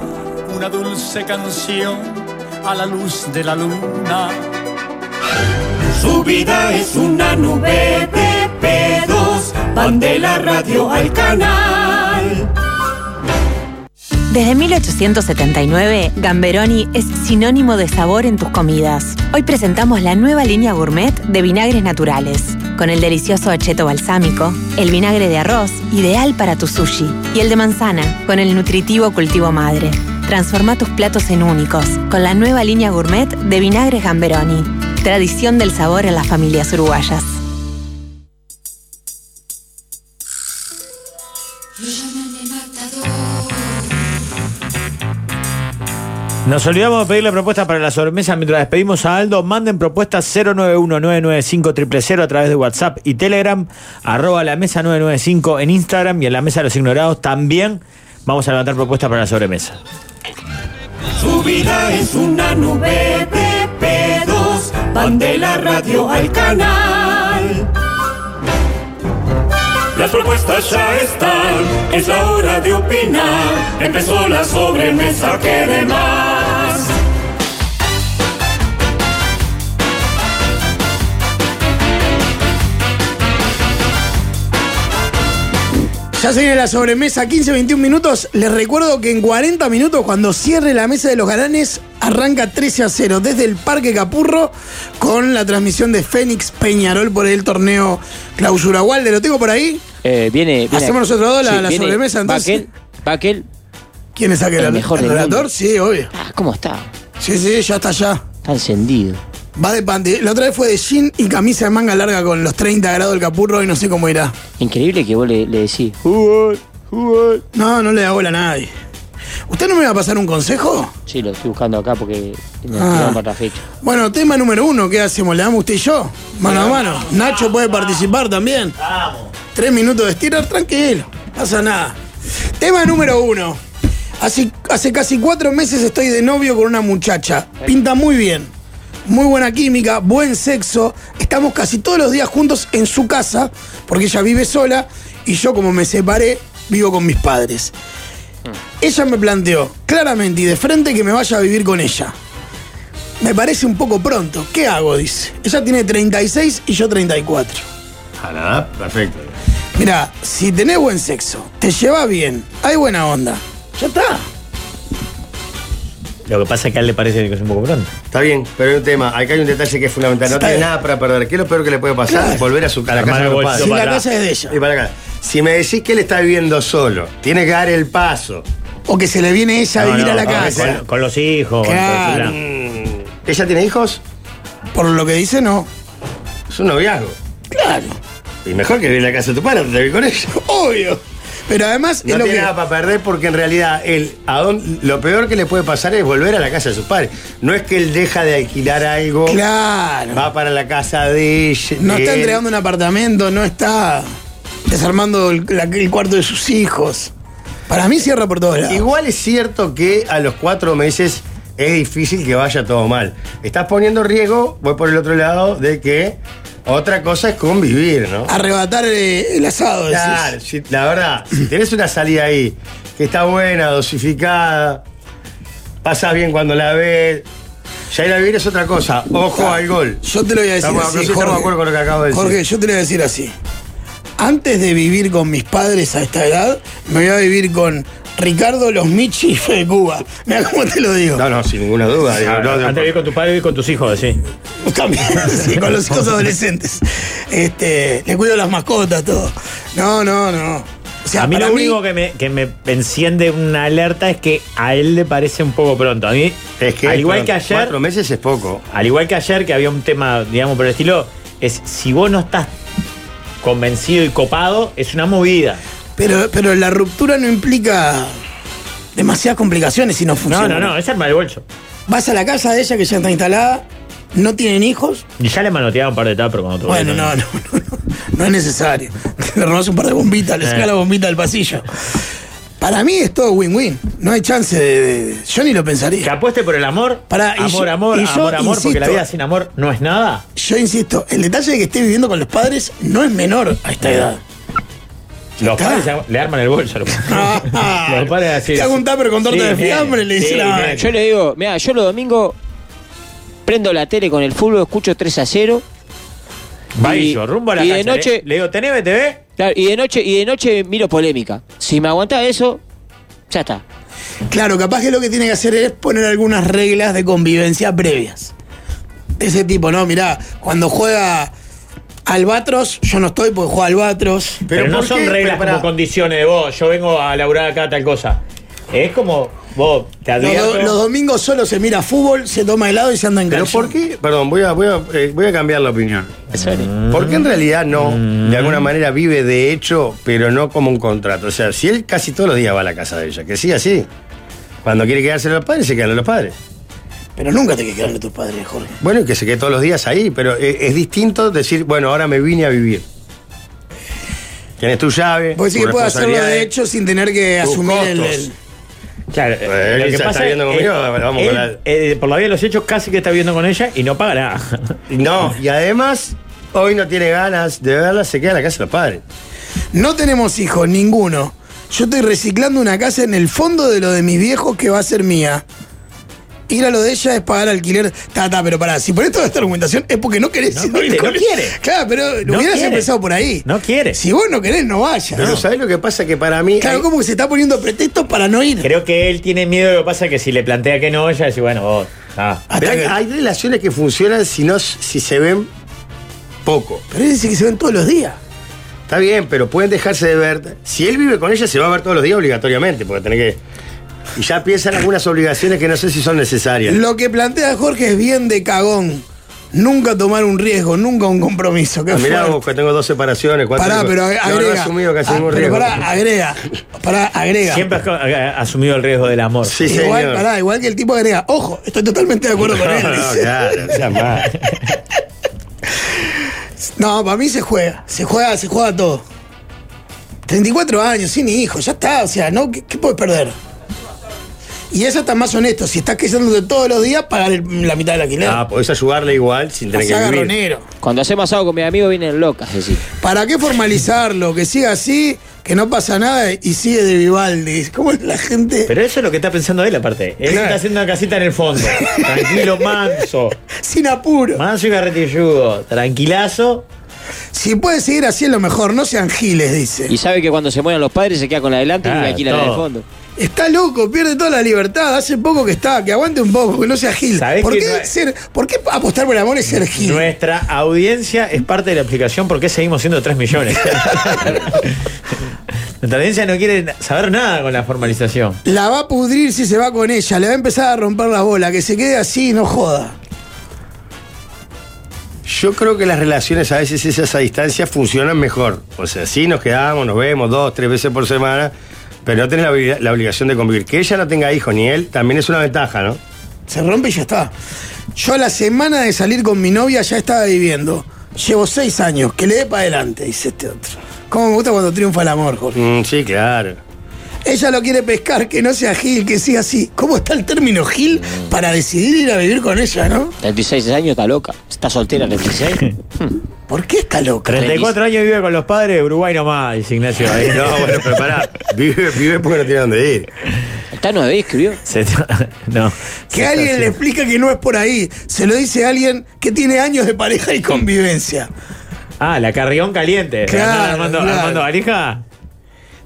[SPEAKER 9] una dulce canción a la luz de la luna.
[SPEAKER 6] Su vida es una nube de pedos. Van de la radio al canal.
[SPEAKER 10] Desde 1879, Gamberoni es sinónimo de sabor en tus comidas. Hoy presentamos la nueva línea gourmet de vinagres naturales, con el delicioso acheto balsámico, el vinagre de arroz, ideal para tu sushi, y el de manzana, con el nutritivo cultivo madre. Transforma tus platos en únicos, con la nueva línea gourmet de vinagres Gamberoni. Tradición del sabor en las familias uruguayas.
[SPEAKER 4] Nos olvidamos de pedir la propuesta para la sobremesa mientras despedimos a Aldo. Manden propuestas 091995000 a través de WhatsApp y Telegram, arroba la mesa 995 en Instagram y en la mesa de los ignorados también vamos a levantar propuestas para la sobremesa.
[SPEAKER 6] Su vida es una nube de pedos. Van de la radio al canal. Las propuestas ya están, es la hora de opinar. Empezó la sobremesa que de más.
[SPEAKER 2] Ya se viene la sobremesa, 15, 21 minutos. Les recuerdo que en 40 minutos, cuando cierre la mesa de los galanes, arranca 13 a 0 desde el Parque Capurro con la transmisión de Fénix Peñarol por el torneo Clausura Walde. ¿Lo tengo por ahí?
[SPEAKER 5] Eh, viene, viene-
[SPEAKER 2] Hacemos nosotros dos la- la
[SPEAKER 5] viene
[SPEAKER 2] sobremesa, entonces.
[SPEAKER 5] Baquel, Baquel.
[SPEAKER 2] ¿Quién es aquel?
[SPEAKER 5] El mejor
[SPEAKER 2] ¿El
[SPEAKER 5] del
[SPEAKER 2] relator?
[SPEAKER 5] mundo.
[SPEAKER 2] Sí, obvio.
[SPEAKER 5] Ah, ¿Cómo está?
[SPEAKER 2] Sí, sí, ya está allá.
[SPEAKER 5] Está encendido.
[SPEAKER 2] Va de pante. La otra vez fue de jean y camisa de manga larga con los 30 grados del Capurro y no sé cómo irá.
[SPEAKER 5] Increíble que vos le, le decís. "Uh,
[SPEAKER 2] Fútbol, fútbol. No, no le da bola a nadie. ¿Usted no me va a pasar un consejo?
[SPEAKER 5] Sí, lo estoy buscando acá porque me
[SPEAKER 2] Ah.
[SPEAKER 5] tiraron para la fecha.
[SPEAKER 2] Bueno, tema número uno, ¿qué hacemos? ¿Le damos usted y yo? Mano a mano. Nacho puede participar también. Vamos. Tres minutos de estirar, tranquilo. Pasa nada. Tema número uno. Hace, hace casi cuatro meses estoy de novio con una muchacha. Pinta muy bien. Muy buena química, buen sexo. Estamos casi todos los días juntos en su casa, porque ella vive sola y yo como me separé, vivo con mis padres. Ella me planteó claramente y de frente que me vaya a vivir con ella. Me parece un poco pronto. ¿Qué hago? Dice. Ella tiene 36 y yo 34.
[SPEAKER 1] A la edad, perfecto.
[SPEAKER 2] Mira, si tenés buen sexo, te llevas bien, hay buena onda. Ya está.
[SPEAKER 4] Lo que pasa es que a él le parece que es un poco pronto.
[SPEAKER 1] Está bien, pero hay un tema, acá hay un detalle que es fundamental. No
[SPEAKER 2] Está
[SPEAKER 1] tiene
[SPEAKER 2] bien.
[SPEAKER 1] nada para perder. ¿Qué es lo peor que le puede pasar?
[SPEAKER 2] Claro.
[SPEAKER 1] Volver a su a la
[SPEAKER 4] Armar
[SPEAKER 1] casa
[SPEAKER 4] el
[SPEAKER 1] de los
[SPEAKER 4] bolso
[SPEAKER 1] padres.
[SPEAKER 2] Si la
[SPEAKER 4] atrás.
[SPEAKER 2] casa es de ella.
[SPEAKER 1] Y para acá. Si me decís que él está viviendo solo, tiene que dar el paso.
[SPEAKER 2] O que se le viene ella a
[SPEAKER 4] No,
[SPEAKER 2] vivir
[SPEAKER 4] no,
[SPEAKER 2] a la
[SPEAKER 4] con-
[SPEAKER 2] casa.
[SPEAKER 4] Con, con los hijos. con-
[SPEAKER 2] Ah, Claro.
[SPEAKER 4] con-
[SPEAKER 1] Mm, ¿Ella tiene hijos?
[SPEAKER 2] Por lo que dice, no.
[SPEAKER 1] Es un noviazgo.
[SPEAKER 2] Claro.
[SPEAKER 1] Y mejor que vivir en la casa de tu padre, te vivir con ella.
[SPEAKER 2] Obvio. Pero además
[SPEAKER 1] No
[SPEAKER 2] es lo
[SPEAKER 1] tiene
[SPEAKER 2] que.
[SPEAKER 1] nada para perder porque en realidad él, a dónde- lo peor que le puede pasar es volver a la casa de sus padres. No es que él deja de alquilar algo,
[SPEAKER 2] Claro.
[SPEAKER 1] va para la casa de ella.
[SPEAKER 2] No
[SPEAKER 1] de
[SPEAKER 2] está
[SPEAKER 1] él.
[SPEAKER 2] entregando un apartamento, no está desarmando el, la- el cuarto de sus hijos. Para mí cierra por todos lados.
[SPEAKER 1] Igual es cierto que a los cuatro meses es difícil que vaya todo mal. Estás poniendo riesgo, voy por el otro lado, de que otra cosa es convivir,
[SPEAKER 2] Ah,
[SPEAKER 1] ¿no?
[SPEAKER 2] Arrebatar eh, el asado. decís.
[SPEAKER 1] Claro, si- la verdad, si tenés una salida ahí que está buena, dosificada, pasas bien cuando la ves. Ya ir a vivir es otra cosa. Ojo al gol.
[SPEAKER 2] Yo te lo voy a decir
[SPEAKER 1] Estamos- no sé
[SPEAKER 2] así,
[SPEAKER 1] si estamos de acuerdo con lo que acabo de decir.
[SPEAKER 2] Jorge, yo te lo voy a decir así. Antes de vivir con mis padres a esta edad, me voy a vivir con Ricardo, los Michi y Fede Cuba. Mira cómo te lo digo.
[SPEAKER 1] No, no, sin ninguna duda. digo, no, no,
[SPEAKER 4] Ah, Antes de vivir con tu padre, vivir con tus hijos, sí.
[SPEAKER 2] También, sí, con los hijos adolescentes. Este, le cuido las mascotas, todo. No, no, no. O sea,
[SPEAKER 4] a mí
[SPEAKER 2] para
[SPEAKER 4] lo único que, me, que me enciende una alerta es que a él le parece un poco pronto. A mí,
[SPEAKER 1] es que
[SPEAKER 4] al igual
[SPEAKER 1] perdón,
[SPEAKER 4] que ayer,
[SPEAKER 1] Cuatro meses es poco.
[SPEAKER 4] Al igual que ayer, que había un tema, digamos, por el estilo, es si vos no estás convencido y copado, es una movida.
[SPEAKER 2] pero, pero la ruptura no implica demasiadas complicaciones si no
[SPEAKER 4] No,
[SPEAKER 2] funciona.
[SPEAKER 4] no, no, es arma del bolso.
[SPEAKER 2] Vas a la casa de ella que ya está instalada, no tienen hijos,
[SPEAKER 4] Y ya le manotearon un par de tapas cuando tuvo.
[SPEAKER 2] Bueno, no, no, no, no, no es necesario. Le robás un par de bombitas,
[SPEAKER 1] Eh.
[SPEAKER 2] le sacás la bombita del pasillo. Para mí es todo win-win. No hay chance de, de- de- Yo ni lo
[SPEAKER 4] Que
[SPEAKER 2] pensaría.
[SPEAKER 4] apueste por el amor.
[SPEAKER 2] Pará, y
[SPEAKER 4] amor,
[SPEAKER 2] yo-
[SPEAKER 4] amor,
[SPEAKER 2] y yo
[SPEAKER 4] amor, amor, porque la
[SPEAKER 2] insisto.
[SPEAKER 4] vida sin amor no es nada.
[SPEAKER 2] Yo insisto, el detalle de que esté viviendo con los padres no es menor a
[SPEAKER 1] Eh.
[SPEAKER 2] esta edad.
[SPEAKER 4] Los
[SPEAKER 2] está. Ah,
[SPEAKER 4] padres le arman el bolso. Los los padres así.
[SPEAKER 2] Te hago un tupper con torta
[SPEAKER 4] Sí,
[SPEAKER 2] de
[SPEAKER 4] nene,
[SPEAKER 2] fiambre, le
[SPEAKER 4] sí,
[SPEAKER 2] dice la-
[SPEAKER 4] nene.
[SPEAKER 5] Yo le digo, mira, yo los domingos prendo la tele con el fútbol, escucho 3 a 0.
[SPEAKER 4] Baillo, rumbo a la
[SPEAKER 5] y de
[SPEAKER 4] cancha. ¿eh? Le-
[SPEAKER 5] noche-
[SPEAKER 4] Le digo, ¿tenés BTV?
[SPEAKER 5] Claro, y de noche, y de noche miro polémica. Si me aguanta eso, ya está.
[SPEAKER 2] Claro, capaz que lo que tiene que hacer es poner algunas reglas de convivencia previas. De ese tipo, ¿no? Mirá, cuando juega Albatros, yo no estoy porque juega Albatros.
[SPEAKER 4] Pero, no
[SPEAKER 1] ¿por
[SPEAKER 4] son
[SPEAKER 1] qué?
[SPEAKER 4] reglas
[SPEAKER 1] Pero pará.
[SPEAKER 4] como condiciones de vos. Yo vengo a laburar acá tal cosa. Es como vos, te
[SPEAKER 2] Los,
[SPEAKER 4] advierto.
[SPEAKER 2] los domingos solo se mira fútbol, se toma helado y se anda en
[SPEAKER 1] Pero
[SPEAKER 2] calzón.
[SPEAKER 1] ¿por qué? Perdón, voy a, voy a, eh, voy a cambiar la opinión. ¿Por qué en realidad no,
[SPEAKER 4] Mm.
[SPEAKER 1] de alguna manera, vive de hecho, pero no como un contrato? O sea, si él casi todos los días va a la casa de ella, que sí, así. Cuando quiere quedarse los padres, se quedan los padres.
[SPEAKER 2] Pero nunca te quedaron de tus padres, Jorge.
[SPEAKER 1] Bueno, y que se quede todos los días ahí, pero es, es distinto decir, bueno, ahora me vine a vivir. Tienes tu llave.
[SPEAKER 2] Pues sí
[SPEAKER 1] tus
[SPEAKER 2] que puede hacerlo de
[SPEAKER 1] responsabilidades,
[SPEAKER 2] hecho sin tener que
[SPEAKER 1] tus
[SPEAKER 2] asumir el,
[SPEAKER 1] costos.
[SPEAKER 2] el-
[SPEAKER 4] Claro, eh,
[SPEAKER 1] Bueno, él
[SPEAKER 4] lo
[SPEAKER 1] ya
[SPEAKER 4] que
[SPEAKER 1] está
[SPEAKER 4] pasa es
[SPEAKER 1] viendo conmigo, bueno, vamos con
[SPEAKER 4] él, eh, por la vía de los hechos casi que está viviendo con ella y no paga nada.
[SPEAKER 1] No, y además, hoy no tiene ganas de verla, se queda en la casa de los padres.
[SPEAKER 2] No tenemos hijos, ninguno. Yo estoy reciclando una casa en el fondo de lo de mis viejos que va a ser mía. Ir a lo de ella es pagar alquiler. Ta, ta, pero pará, si por esto esta argumentación es porque no querés
[SPEAKER 4] No
[SPEAKER 2] ir
[SPEAKER 4] quiere,
[SPEAKER 2] con
[SPEAKER 4] no
[SPEAKER 2] él.
[SPEAKER 4] quiere.
[SPEAKER 2] Claro, pero
[SPEAKER 4] No
[SPEAKER 2] hubieras
[SPEAKER 4] quiere.
[SPEAKER 2] empezado por ahí.
[SPEAKER 4] No quiere.
[SPEAKER 2] Si vos no querés, no vayas.
[SPEAKER 1] Pero ¿sabés lo que pasa? Que para mí.
[SPEAKER 2] Claro,
[SPEAKER 1] hay-
[SPEAKER 2] como que se está poniendo pretextos para no ir.
[SPEAKER 4] Creo que él tiene miedo. Lo que pasa es que si le plantea que no, ella dice, bueno, vos. Ah.
[SPEAKER 1] Pero
[SPEAKER 2] Hasta
[SPEAKER 1] hay,
[SPEAKER 2] que-
[SPEAKER 1] hay relaciones que funcionan si, no, si se ven poco.
[SPEAKER 2] Pero él dice que se ven todos los días.
[SPEAKER 1] Está bien, pero pueden dejarse de ver. Si él vive con ella, se va a ver todos los días obligatoriamente, porque tiene que. Y ya piensan algunas obligaciones que no sé si son necesarias.
[SPEAKER 2] Lo que plantea Jorge es bien de cagón. Nunca tomar un riesgo, nunca un compromiso.
[SPEAKER 4] Ah,
[SPEAKER 2] Qué
[SPEAKER 1] Mirá
[SPEAKER 2] fuerte.
[SPEAKER 1] vos, que tengo dos separaciones, cuatro.
[SPEAKER 2] Pará, pero
[SPEAKER 1] No,
[SPEAKER 2] agrega.
[SPEAKER 1] no, he asumido casi
[SPEAKER 2] Ah,
[SPEAKER 1] ningún
[SPEAKER 2] pero
[SPEAKER 1] riesgo.
[SPEAKER 2] Pará, agrega. Pará, agrega.
[SPEAKER 4] Siempre has co- ha- ha asumido el riesgo del amor.
[SPEAKER 1] Sí,
[SPEAKER 2] igual,
[SPEAKER 1] señor.
[SPEAKER 2] pará, igual que el tipo agrega. Ojo, estoy totalmente de acuerdo con
[SPEAKER 1] No,
[SPEAKER 2] él.
[SPEAKER 1] no, claro, o sea, más.
[SPEAKER 2] No, para mí se juega. Se juega, se juega todo. 34 años, sin hijos, ya está. O sea, ¿no? ¿Qué, qué puedes perder? Y eso está más honesto. Si estás quejándote todos los días, pagar el- la mitad del alquiler.
[SPEAKER 1] Ah, podés ayudarle igual sin tener
[SPEAKER 2] Hacé
[SPEAKER 1] que vivir.
[SPEAKER 2] agarronero.
[SPEAKER 5] Cuando hacemos asado con mis amigos vienen locas, decir.
[SPEAKER 2] ¿Para qué formalizarlo? Que siga así, que no pasa nada y sigue de Vivaldi. ¿Cómo la gente
[SPEAKER 4] Pero eso es lo que está pensando él, aparte. Él
[SPEAKER 2] Claro.
[SPEAKER 4] está haciendo una casita en el fondo. Tranquilo, manso.
[SPEAKER 2] sin apuro?
[SPEAKER 4] Manso y garretilludo. Tranquilazo.
[SPEAKER 2] Si puede seguir así es lo mejor, no sean giles, dice.
[SPEAKER 5] Y sabe que cuando se mueran los padres se queda con la delante y
[SPEAKER 4] Claro,
[SPEAKER 5] alquila la del
[SPEAKER 4] todo.
[SPEAKER 5] fondo.
[SPEAKER 2] Está loco, pierde toda la libertad. Hace poco que está, que aguante un poco, que no sea gil.
[SPEAKER 4] ¿Sabés
[SPEAKER 2] ¿Por
[SPEAKER 4] que
[SPEAKER 2] qué,
[SPEAKER 4] no es-
[SPEAKER 2] ser- por qué apostar por el amor es ser gil?
[SPEAKER 4] Nuestra audiencia es parte de la explicación por qué seguimos siendo 3 millones. Nuestra audiencia no quiere saber nada con la formalización.
[SPEAKER 2] La va a pudrir si se va con ella, le va a empezar a romper la bola, que se quede así y no joda.
[SPEAKER 1] Yo creo que las relaciones a veces esas a distancia funcionan mejor. O sea, sí nos quedamos, nos vemos dos, tres veces por semana, pero no tenés la, obli- la obligación de convivir. Que ella no tenga hijos ni él también es una ventaja, ¿no?
[SPEAKER 2] Se rompe y ya está. Yo la semana de salir con mi novia ya estaba viviendo. Llevo seis años, que le dé para adelante, dice este otro. ¿Cómo me gusta cuando triunfa el amor, Jorge?
[SPEAKER 1] Mm, sí, claro.
[SPEAKER 2] Ella lo quiere pescar, que no sea gil, que siga así. ¿Cómo está el término gil para decidir ir a vivir con ella, no?
[SPEAKER 5] 36 años está loca. Está soltera, 36.
[SPEAKER 2] ¿Por qué está loca?
[SPEAKER 4] 34 años vive con los padres de Uruguay nomás, dice Ignacio. Ahí,
[SPEAKER 1] No,
[SPEAKER 4] no,
[SPEAKER 1] bueno, pero pará. Vive, vive porque no tiene dónde ir.
[SPEAKER 5] está nueve, escribió.
[SPEAKER 4] Se- no.
[SPEAKER 2] Que alguien le explica que no es por ahí. Se lo dice a alguien que tiene años de pareja y convivencia.
[SPEAKER 4] Ah, la carrión caliente.
[SPEAKER 2] Claro,
[SPEAKER 4] Andaba Armando,
[SPEAKER 2] claro.
[SPEAKER 4] Armando Valija.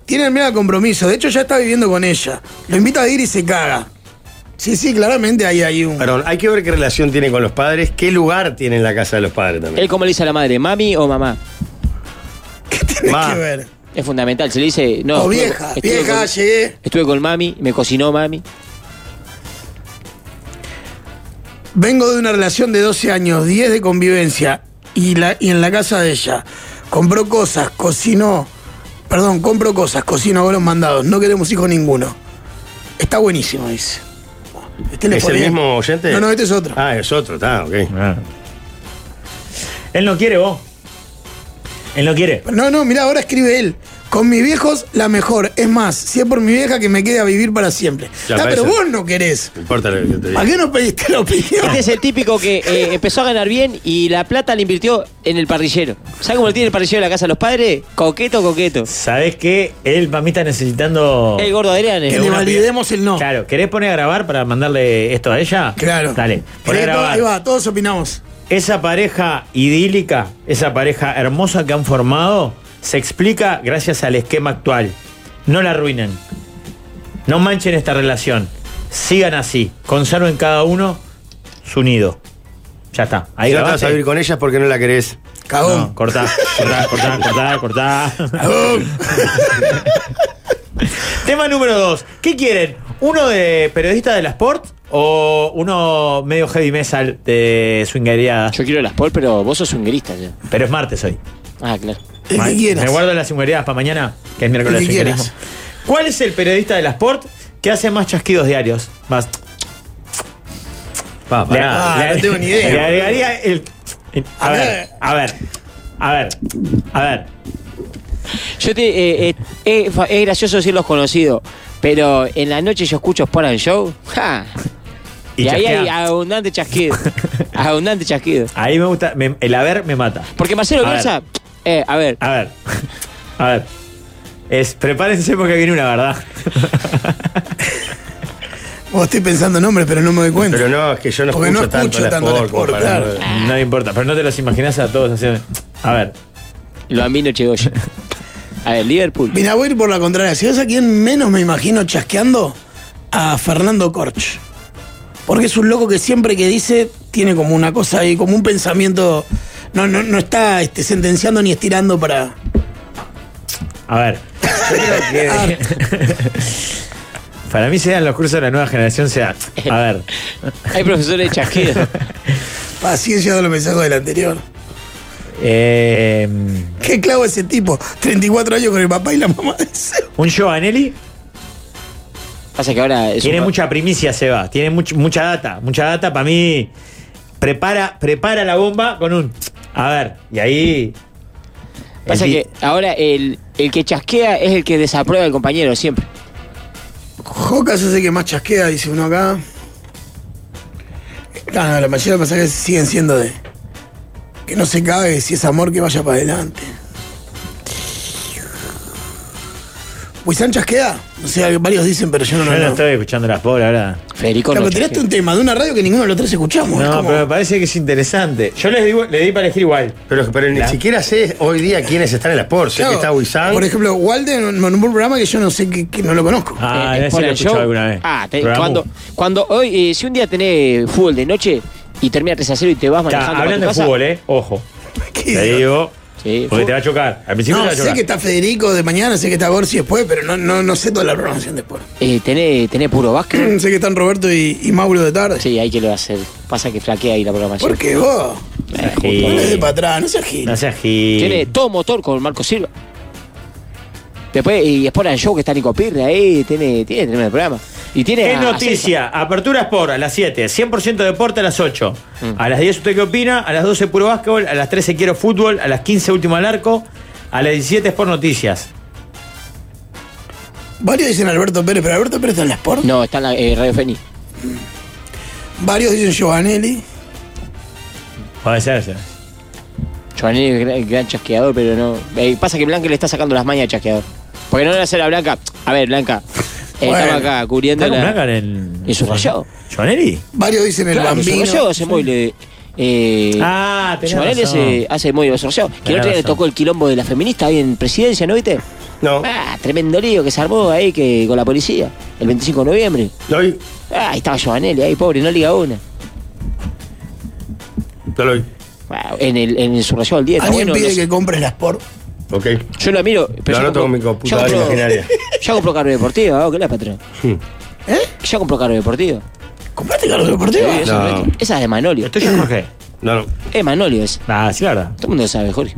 [SPEAKER 2] Tiene el miedo al compromiso. De hecho, ya está viviendo con ella. Lo invita a ir y se caga. Sí, sí, claramente ahí hay un.
[SPEAKER 1] Perdón, hay que ver qué relación tiene con los padres, qué lugar tiene en la casa de los padres también.
[SPEAKER 5] Él como le dice a la madre, mami o mamá.
[SPEAKER 2] ¿Qué tiene
[SPEAKER 1] Ma.
[SPEAKER 2] que ver?
[SPEAKER 5] Es fundamental. Se le dice, no.
[SPEAKER 2] o
[SPEAKER 5] estuve-
[SPEAKER 2] vieja,
[SPEAKER 5] estuve
[SPEAKER 2] vieja,
[SPEAKER 5] con-
[SPEAKER 2] llegué.
[SPEAKER 5] Estuve con mami, me cocinó mami.
[SPEAKER 2] Vengo de una relación de 12 años, 10 de convivencia, y, la, y en la casa de ella. Compró cosas, cocinó. Perdón, compro cosas, cocino, hago los mandados. No queremos hijos ninguno. Está buenísimo, dice. Este le
[SPEAKER 1] ¿Es
[SPEAKER 2] fue
[SPEAKER 1] el
[SPEAKER 2] bien.
[SPEAKER 1] mismo oyente?
[SPEAKER 2] No, no, este es otro. Ah.
[SPEAKER 1] Ah, es otro, está, ok.
[SPEAKER 4] Él no quiere vos. Él no quiere.
[SPEAKER 2] No, no, mira, ahora escribe él. Con mis viejos, la mejor. Es más, si es por mi vieja, que me quede a vivir para siempre.
[SPEAKER 1] Ya,
[SPEAKER 2] Ta,
[SPEAKER 1] parece.
[SPEAKER 2] pero vos no querés.
[SPEAKER 1] No importa lo que yo te diga.
[SPEAKER 2] ¿Para qué no pediste la opinión?
[SPEAKER 5] Este es el típico que eh, empezó a ganar bien y la plata la invirtió en el parrillero. ¿Sabe cómo lo tiene el parrillero de la casa de los padres? Coqueto, coqueto.
[SPEAKER 4] ¿Sabés qué? Él para mí está necesitando.
[SPEAKER 5] El gordo Adrián. eh.
[SPEAKER 2] que le
[SPEAKER 4] una
[SPEAKER 2] validemos el no.
[SPEAKER 4] Claro, ¿querés poner a grabar para mandarle esto a ella?
[SPEAKER 2] Claro.
[SPEAKER 4] Dale, poner a
[SPEAKER 2] Creo que todo-
[SPEAKER 4] grabar.
[SPEAKER 2] Ahí va, todos opinamos.
[SPEAKER 4] Esa pareja idílica, esa pareja hermosa que han formado, se explica gracias al esquema actual. No la arruinen. No manchen esta relación. Sigan así. Conserven cada uno su nido. Ya está. Ahí
[SPEAKER 1] Si no te vas a vivir
[SPEAKER 4] grabaste.
[SPEAKER 1] con ellas porque no la querés.
[SPEAKER 2] Cagón.
[SPEAKER 4] Cortá, cortá, cortá, cortá, cortá. Tema número dos. ¿Qué quieren? ¿Uno de periodista de la Sport o uno medio heavy metal de swingería? Yo
[SPEAKER 5] quiero la Sport, pero vos sos swingerista ya.
[SPEAKER 4] Pero es martes hoy.
[SPEAKER 5] Ah, claro.
[SPEAKER 2] El
[SPEAKER 4] Ma-
[SPEAKER 2] que quieras.
[SPEAKER 4] Me guardo las swingerías para mañana, que es miércoles
[SPEAKER 2] El
[SPEAKER 4] de
[SPEAKER 2] que
[SPEAKER 4] swingerismo.
[SPEAKER 2] quieras.
[SPEAKER 4] ¿Cuál es el periodista de la Sport que hace más chasquidos diarios? Más.
[SPEAKER 1] Pa,
[SPEAKER 4] Le-
[SPEAKER 1] pará.
[SPEAKER 2] Ah, no tengo ni idea.
[SPEAKER 4] le agregaría el. A
[SPEAKER 2] A
[SPEAKER 4] ver,
[SPEAKER 2] ver.
[SPEAKER 4] a ver, a ver, a ver.
[SPEAKER 5] Yo te, eh, eh, eh, fa- es gracioso decir los conocidos, pero en la noche yo escucho Sport and Show. ¡ja!
[SPEAKER 4] Y
[SPEAKER 5] Y, ahí hay
[SPEAKER 4] chasquea.
[SPEAKER 5] abundante chasquido. abundante chasquido.
[SPEAKER 4] Ahí me gusta. me- el haber me mata.
[SPEAKER 5] Porque Marcelo
[SPEAKER 4] A ver.
[SPEAKER 5] Bielsa, eh, a ver,
[SPEAKER 4] A ver, a ver. Es, prepárense porque viene una verdad.
[SPEAKER 2] Vos estoy pensando nombres, pero no me doy cuenta.
[SPEAKER 1] Pero no, es que yo no
[SPEAKER 2] Porque
[SPEAKER 1] escucho,
[SPEAKER 2] no
[SPEAKER 1] tanto
[SPEAKER 2] escucho
[SPEAKER 1] la
[SPEAKER 2] tanto
[SPEAKER 1] sport,
[SPEAKER 2] la
[SPEAKER 1] como
[SPEAKER 2] sport,
[SPEAKER 1] para-
[SPEAKER 2] claro.
[SPEAKER 4] No me importa, pero no te los imaginas a todos haciendo. A ver,
[SPEAKER 5] lo ambino Chegoya. A ver, Liverpool.
[SPEAKER 2] Mira, voy a ir por la contraria. Si ves a quien menos me imagino chasqueando, a Fernando Corch. Porque es un loco que siempre que dice tiene como una cosa ahí, como un pensamiento. No, no, no está este, sentenciando ni estirando para.
[SPEAKER 4] a ver.
[SPEAKER 5] Ah.
[SPEAKER 4] Para mí sean los cursos de la nueva generación, sea. A ver.
[SPEAKER 5] Hay profesores de chasquido.
[SPEAKER 2] Paciencia de los mensajes del anterior.
[SPEAKER 4] eh,
[SPEAKER 2] Qué clavo ese tipo. 34 años con el papá y la mamá de ese.
[SPEAKER 4] un Giovanelli
[SPEAKER 5] Pasa que ahora es
[SPEAKER 4] tiene
[SPEAKER 5] un-
[SPEAKER 4] mucha primicia, Seba. Tiene much- mucha data. Mucha data para mí. Prepara, prepara la bomba con un. A ver. Y ahí.
[SPEAKER 5] Pasa
[SPEAKER 4] el-
[SPEAKER 5] que ahora el, el que chasquea es el que desaprueba al compañero siempre.
[SPEAKER 2] Jocas es el que más chasquea, dice uno acá. Claro, no, la mayoría de los mensajes siguen siendo de. Que no se cague, si es amor que vaya para adelante. ¿Wisan chasquea? No sé, varios dicen, pero yo no
[SPEAKER 4] Yo
[SPEAKER 2] lo
[SPEAKER 4] no
[SPEAKER 2] veo.
[SPEAKER 4] estoy escuchando las pobres ahora.
[SPEAKER 5] Federico
[SPEAKER 2] Claro,
[SPEAKER 5] no
[SPEAKER 2] pero tiraste
[SPEAKER 5] chasquea.
[SPEAKER 2] un tema de una radio que ninguno de los tres escuchamos. es
[SPEAKER 4] No,
[SPEAKER 2] como-
[SPEAKER 4] pero me parece que es interesante. Yo les digo, le di para elegir igual.
[SPEAKER 1] Pero, pero ni
[SPEAKER 4] La-
[SPEAKER 1] siquiera sé hoy día quiénes están en la sport. Sé
[SPEAKER 2] Claro,
[SPEAKER 1] que está Wisan.
[SPEAKER 2] Por ejemplo, Walden en un programa que yo no sé que, que no lo conozco.
[SPEAKER 4] Ah,
[SPEAKER 5] Eh,
[SPEAKER 4] ese
[SPEAKER 5] Sport
[SPEAKER 4] lo he
[SPEAKER 5] and
[SPEAKER 4] escuchado
[SPEAKER 5] Show.
[SPEAKER 4] alguna vez.
[SPEAKER 5] Ah, te-
[SPEAKER 4] Programa.
[SPEAKER 5] cuando, cuando hoy, eh, si un día tenés fútbol de noche y termina 3 a 0 y te vas
[SPEAKER 4] Está,
[SPEAKER 5] manejando para tu
[SPEAKER 4] hablando de
[SPEAKER 5] casa,
[SPEAKER 4] fútbol, eh. Ojo.
[SPEAKER 2] ¿Qué
[SPEAKER 4] Te
[SPEAKER 2] digo?
[SPEAKER 4] digo.
[SPEAKER 5] Sí,
[SPEAKER 4] Porque
[SPEAKER 5] fútbol.
[SPEAKER 4] te va a chocar. Al principio te
[SPEAKER 2] No,
[SPEAKER 4] va a
[SPEAKER 2] sé
[SPEAKER 4] chocar.
[SPEAKER 2] que está Federico de mañana, sé que está Gorsi después, pero no, no, no sé toda la programación después.
[SPEAKER 5] eh, tenés, tenés puro básquet.
[SPEAKER 2] sé que están Roberto y, y Mauro de tarde.
[SPEAKER 5] Sí, hay que lo hacer. Pasa que flaquea ahí la programación. Eh,
[SPEAKER 2] ¿Por qué vos?
[SPEAKER 4] Sí.
[SPEAKER 2] Ponete para atrás, no seas gil.
[SPEAKER 4] No seas gil.
[SPEAKER 5] Tiene todo motor con Marco Silva. Después, y Sport and Show que está Nico Pirre ahí, tiene, tiene tremendo programa. Y tiene
[SPEAKER 4] ¿Qué
[SPEAKER 5] a- a César.
[SPEAKER 4] noticia? Apertura Sport a las 7, 100% deporte a las 8.
[SPEAKER 5] Mm.
[SPEAKER 4] A las 10 usted qué opina, a las 12 puro básquetbol, a las 13 quiero fútbol, a las 15 último al arco, a las 17 Sport Noticias.
[SPEAKER 2] Varios dicen Alberto Pérez, pero Alberto Pérez está en la Sport.
[SPEAKER 5] No, está en la eh, Radio Feni.
[SPEAKER 2] Varios dicen Giovanelli.
[SPEAKER 4] Puede ser, sí.
[SPEAKER 5] Giovanni es gran, gran chasqueador, pero no. eh, pasa que Blanca le está sacando las mañas a chasqueador. Porque no le hace la Blanca. A ver, Blanca. eh,
[SPEAKER 2] Bueno.
[SPEAKER 5] estaba acá cubriendo
[SPEAKER 4] ¿Está con
[SPEAKER 5] la.
[SPEAKER 4] Blanca en el.
[SPEAKER 5] ¿Y su rayado?
[SPEAKER 4] ¿Joanelli?
[SPEAKER 2] Varios dicen el
[SPEAKER 5] Claro, que
[SPEAKER 2] Bambino.
[SPEAKER 5] Sorrelló hace muy. le- Eh,
[SPEAKER 4] Ah, tenés
[SPEAKER 5] Giovanelli eh,
[SPEAKER 4] razón.
[SPEAKER 5] hace, hace muy bien Sorrelló. Que el
[SPEAKER 4] Tenés
[SPEAKER 5] otro día le
[SPEAKER 4] razón.
[SPEAKER 5] tocó el quilombo de la feminista ahí en presidencia, ¿no viste?
[SPEAKER 1] No,
[SPEAKER 5] Ah, tremendo lío que se armó ahí que, con la policía. El 25 de noviembre.
[SPEAKER 1] lo oí.
[SPEAKER 5] Ah, ahí estaba Giovanelli, ahí pobre, no liga una.
[SPEAKER 1] No lo oí.
[SPEAKER 5] Ah, En el, en el subrayado al 10. está
[SPEAKER 2] Alguien
[SPEAKER 5] bueno,
[SPEAKER 2] pide
[SPEAKER 5] no sé.
[SPEAKER 2] que compres la Sport.
[SPEAKER 1] Ok.
[SPEAKER 5] Yo lo miro.
[SPEAKER 1] Lo
[SPEAKER 5] yo
[SPEAKER 1] anoto
[SPEAKER 5] compro-
[SPEAKER 1] con mi computadora
[SPEAKER 5] yo compro-
[SPEAKER 1] imaginaria. Hmm.
[SPEAKER 5] Yo compro carro deportivo, ¿qué la patrón?
[SPEAKER 2] ¿Eh?
[SPEAKER 5] Yo compro carro deportivo.
[SPEAKER 2] ¿Compraste carro
[SPEAKER 5] Sí,
[SPEAKER 2] deportivo?
[SPEAKER 5] eso
[SPEAKER 1] No.
[SPEAKER 5] es correcto. Esa es de Manolio.
[SPEAKER 4] ¿Esto es Jorge?
[SPEAKER 1] No, no.
[SPEAKER 5] Es Manolio esa.
[SPEAKER 4] Ah, sí, la verdad.
[SPEAKER 5] Todo el mundo lo sabe, Jorge.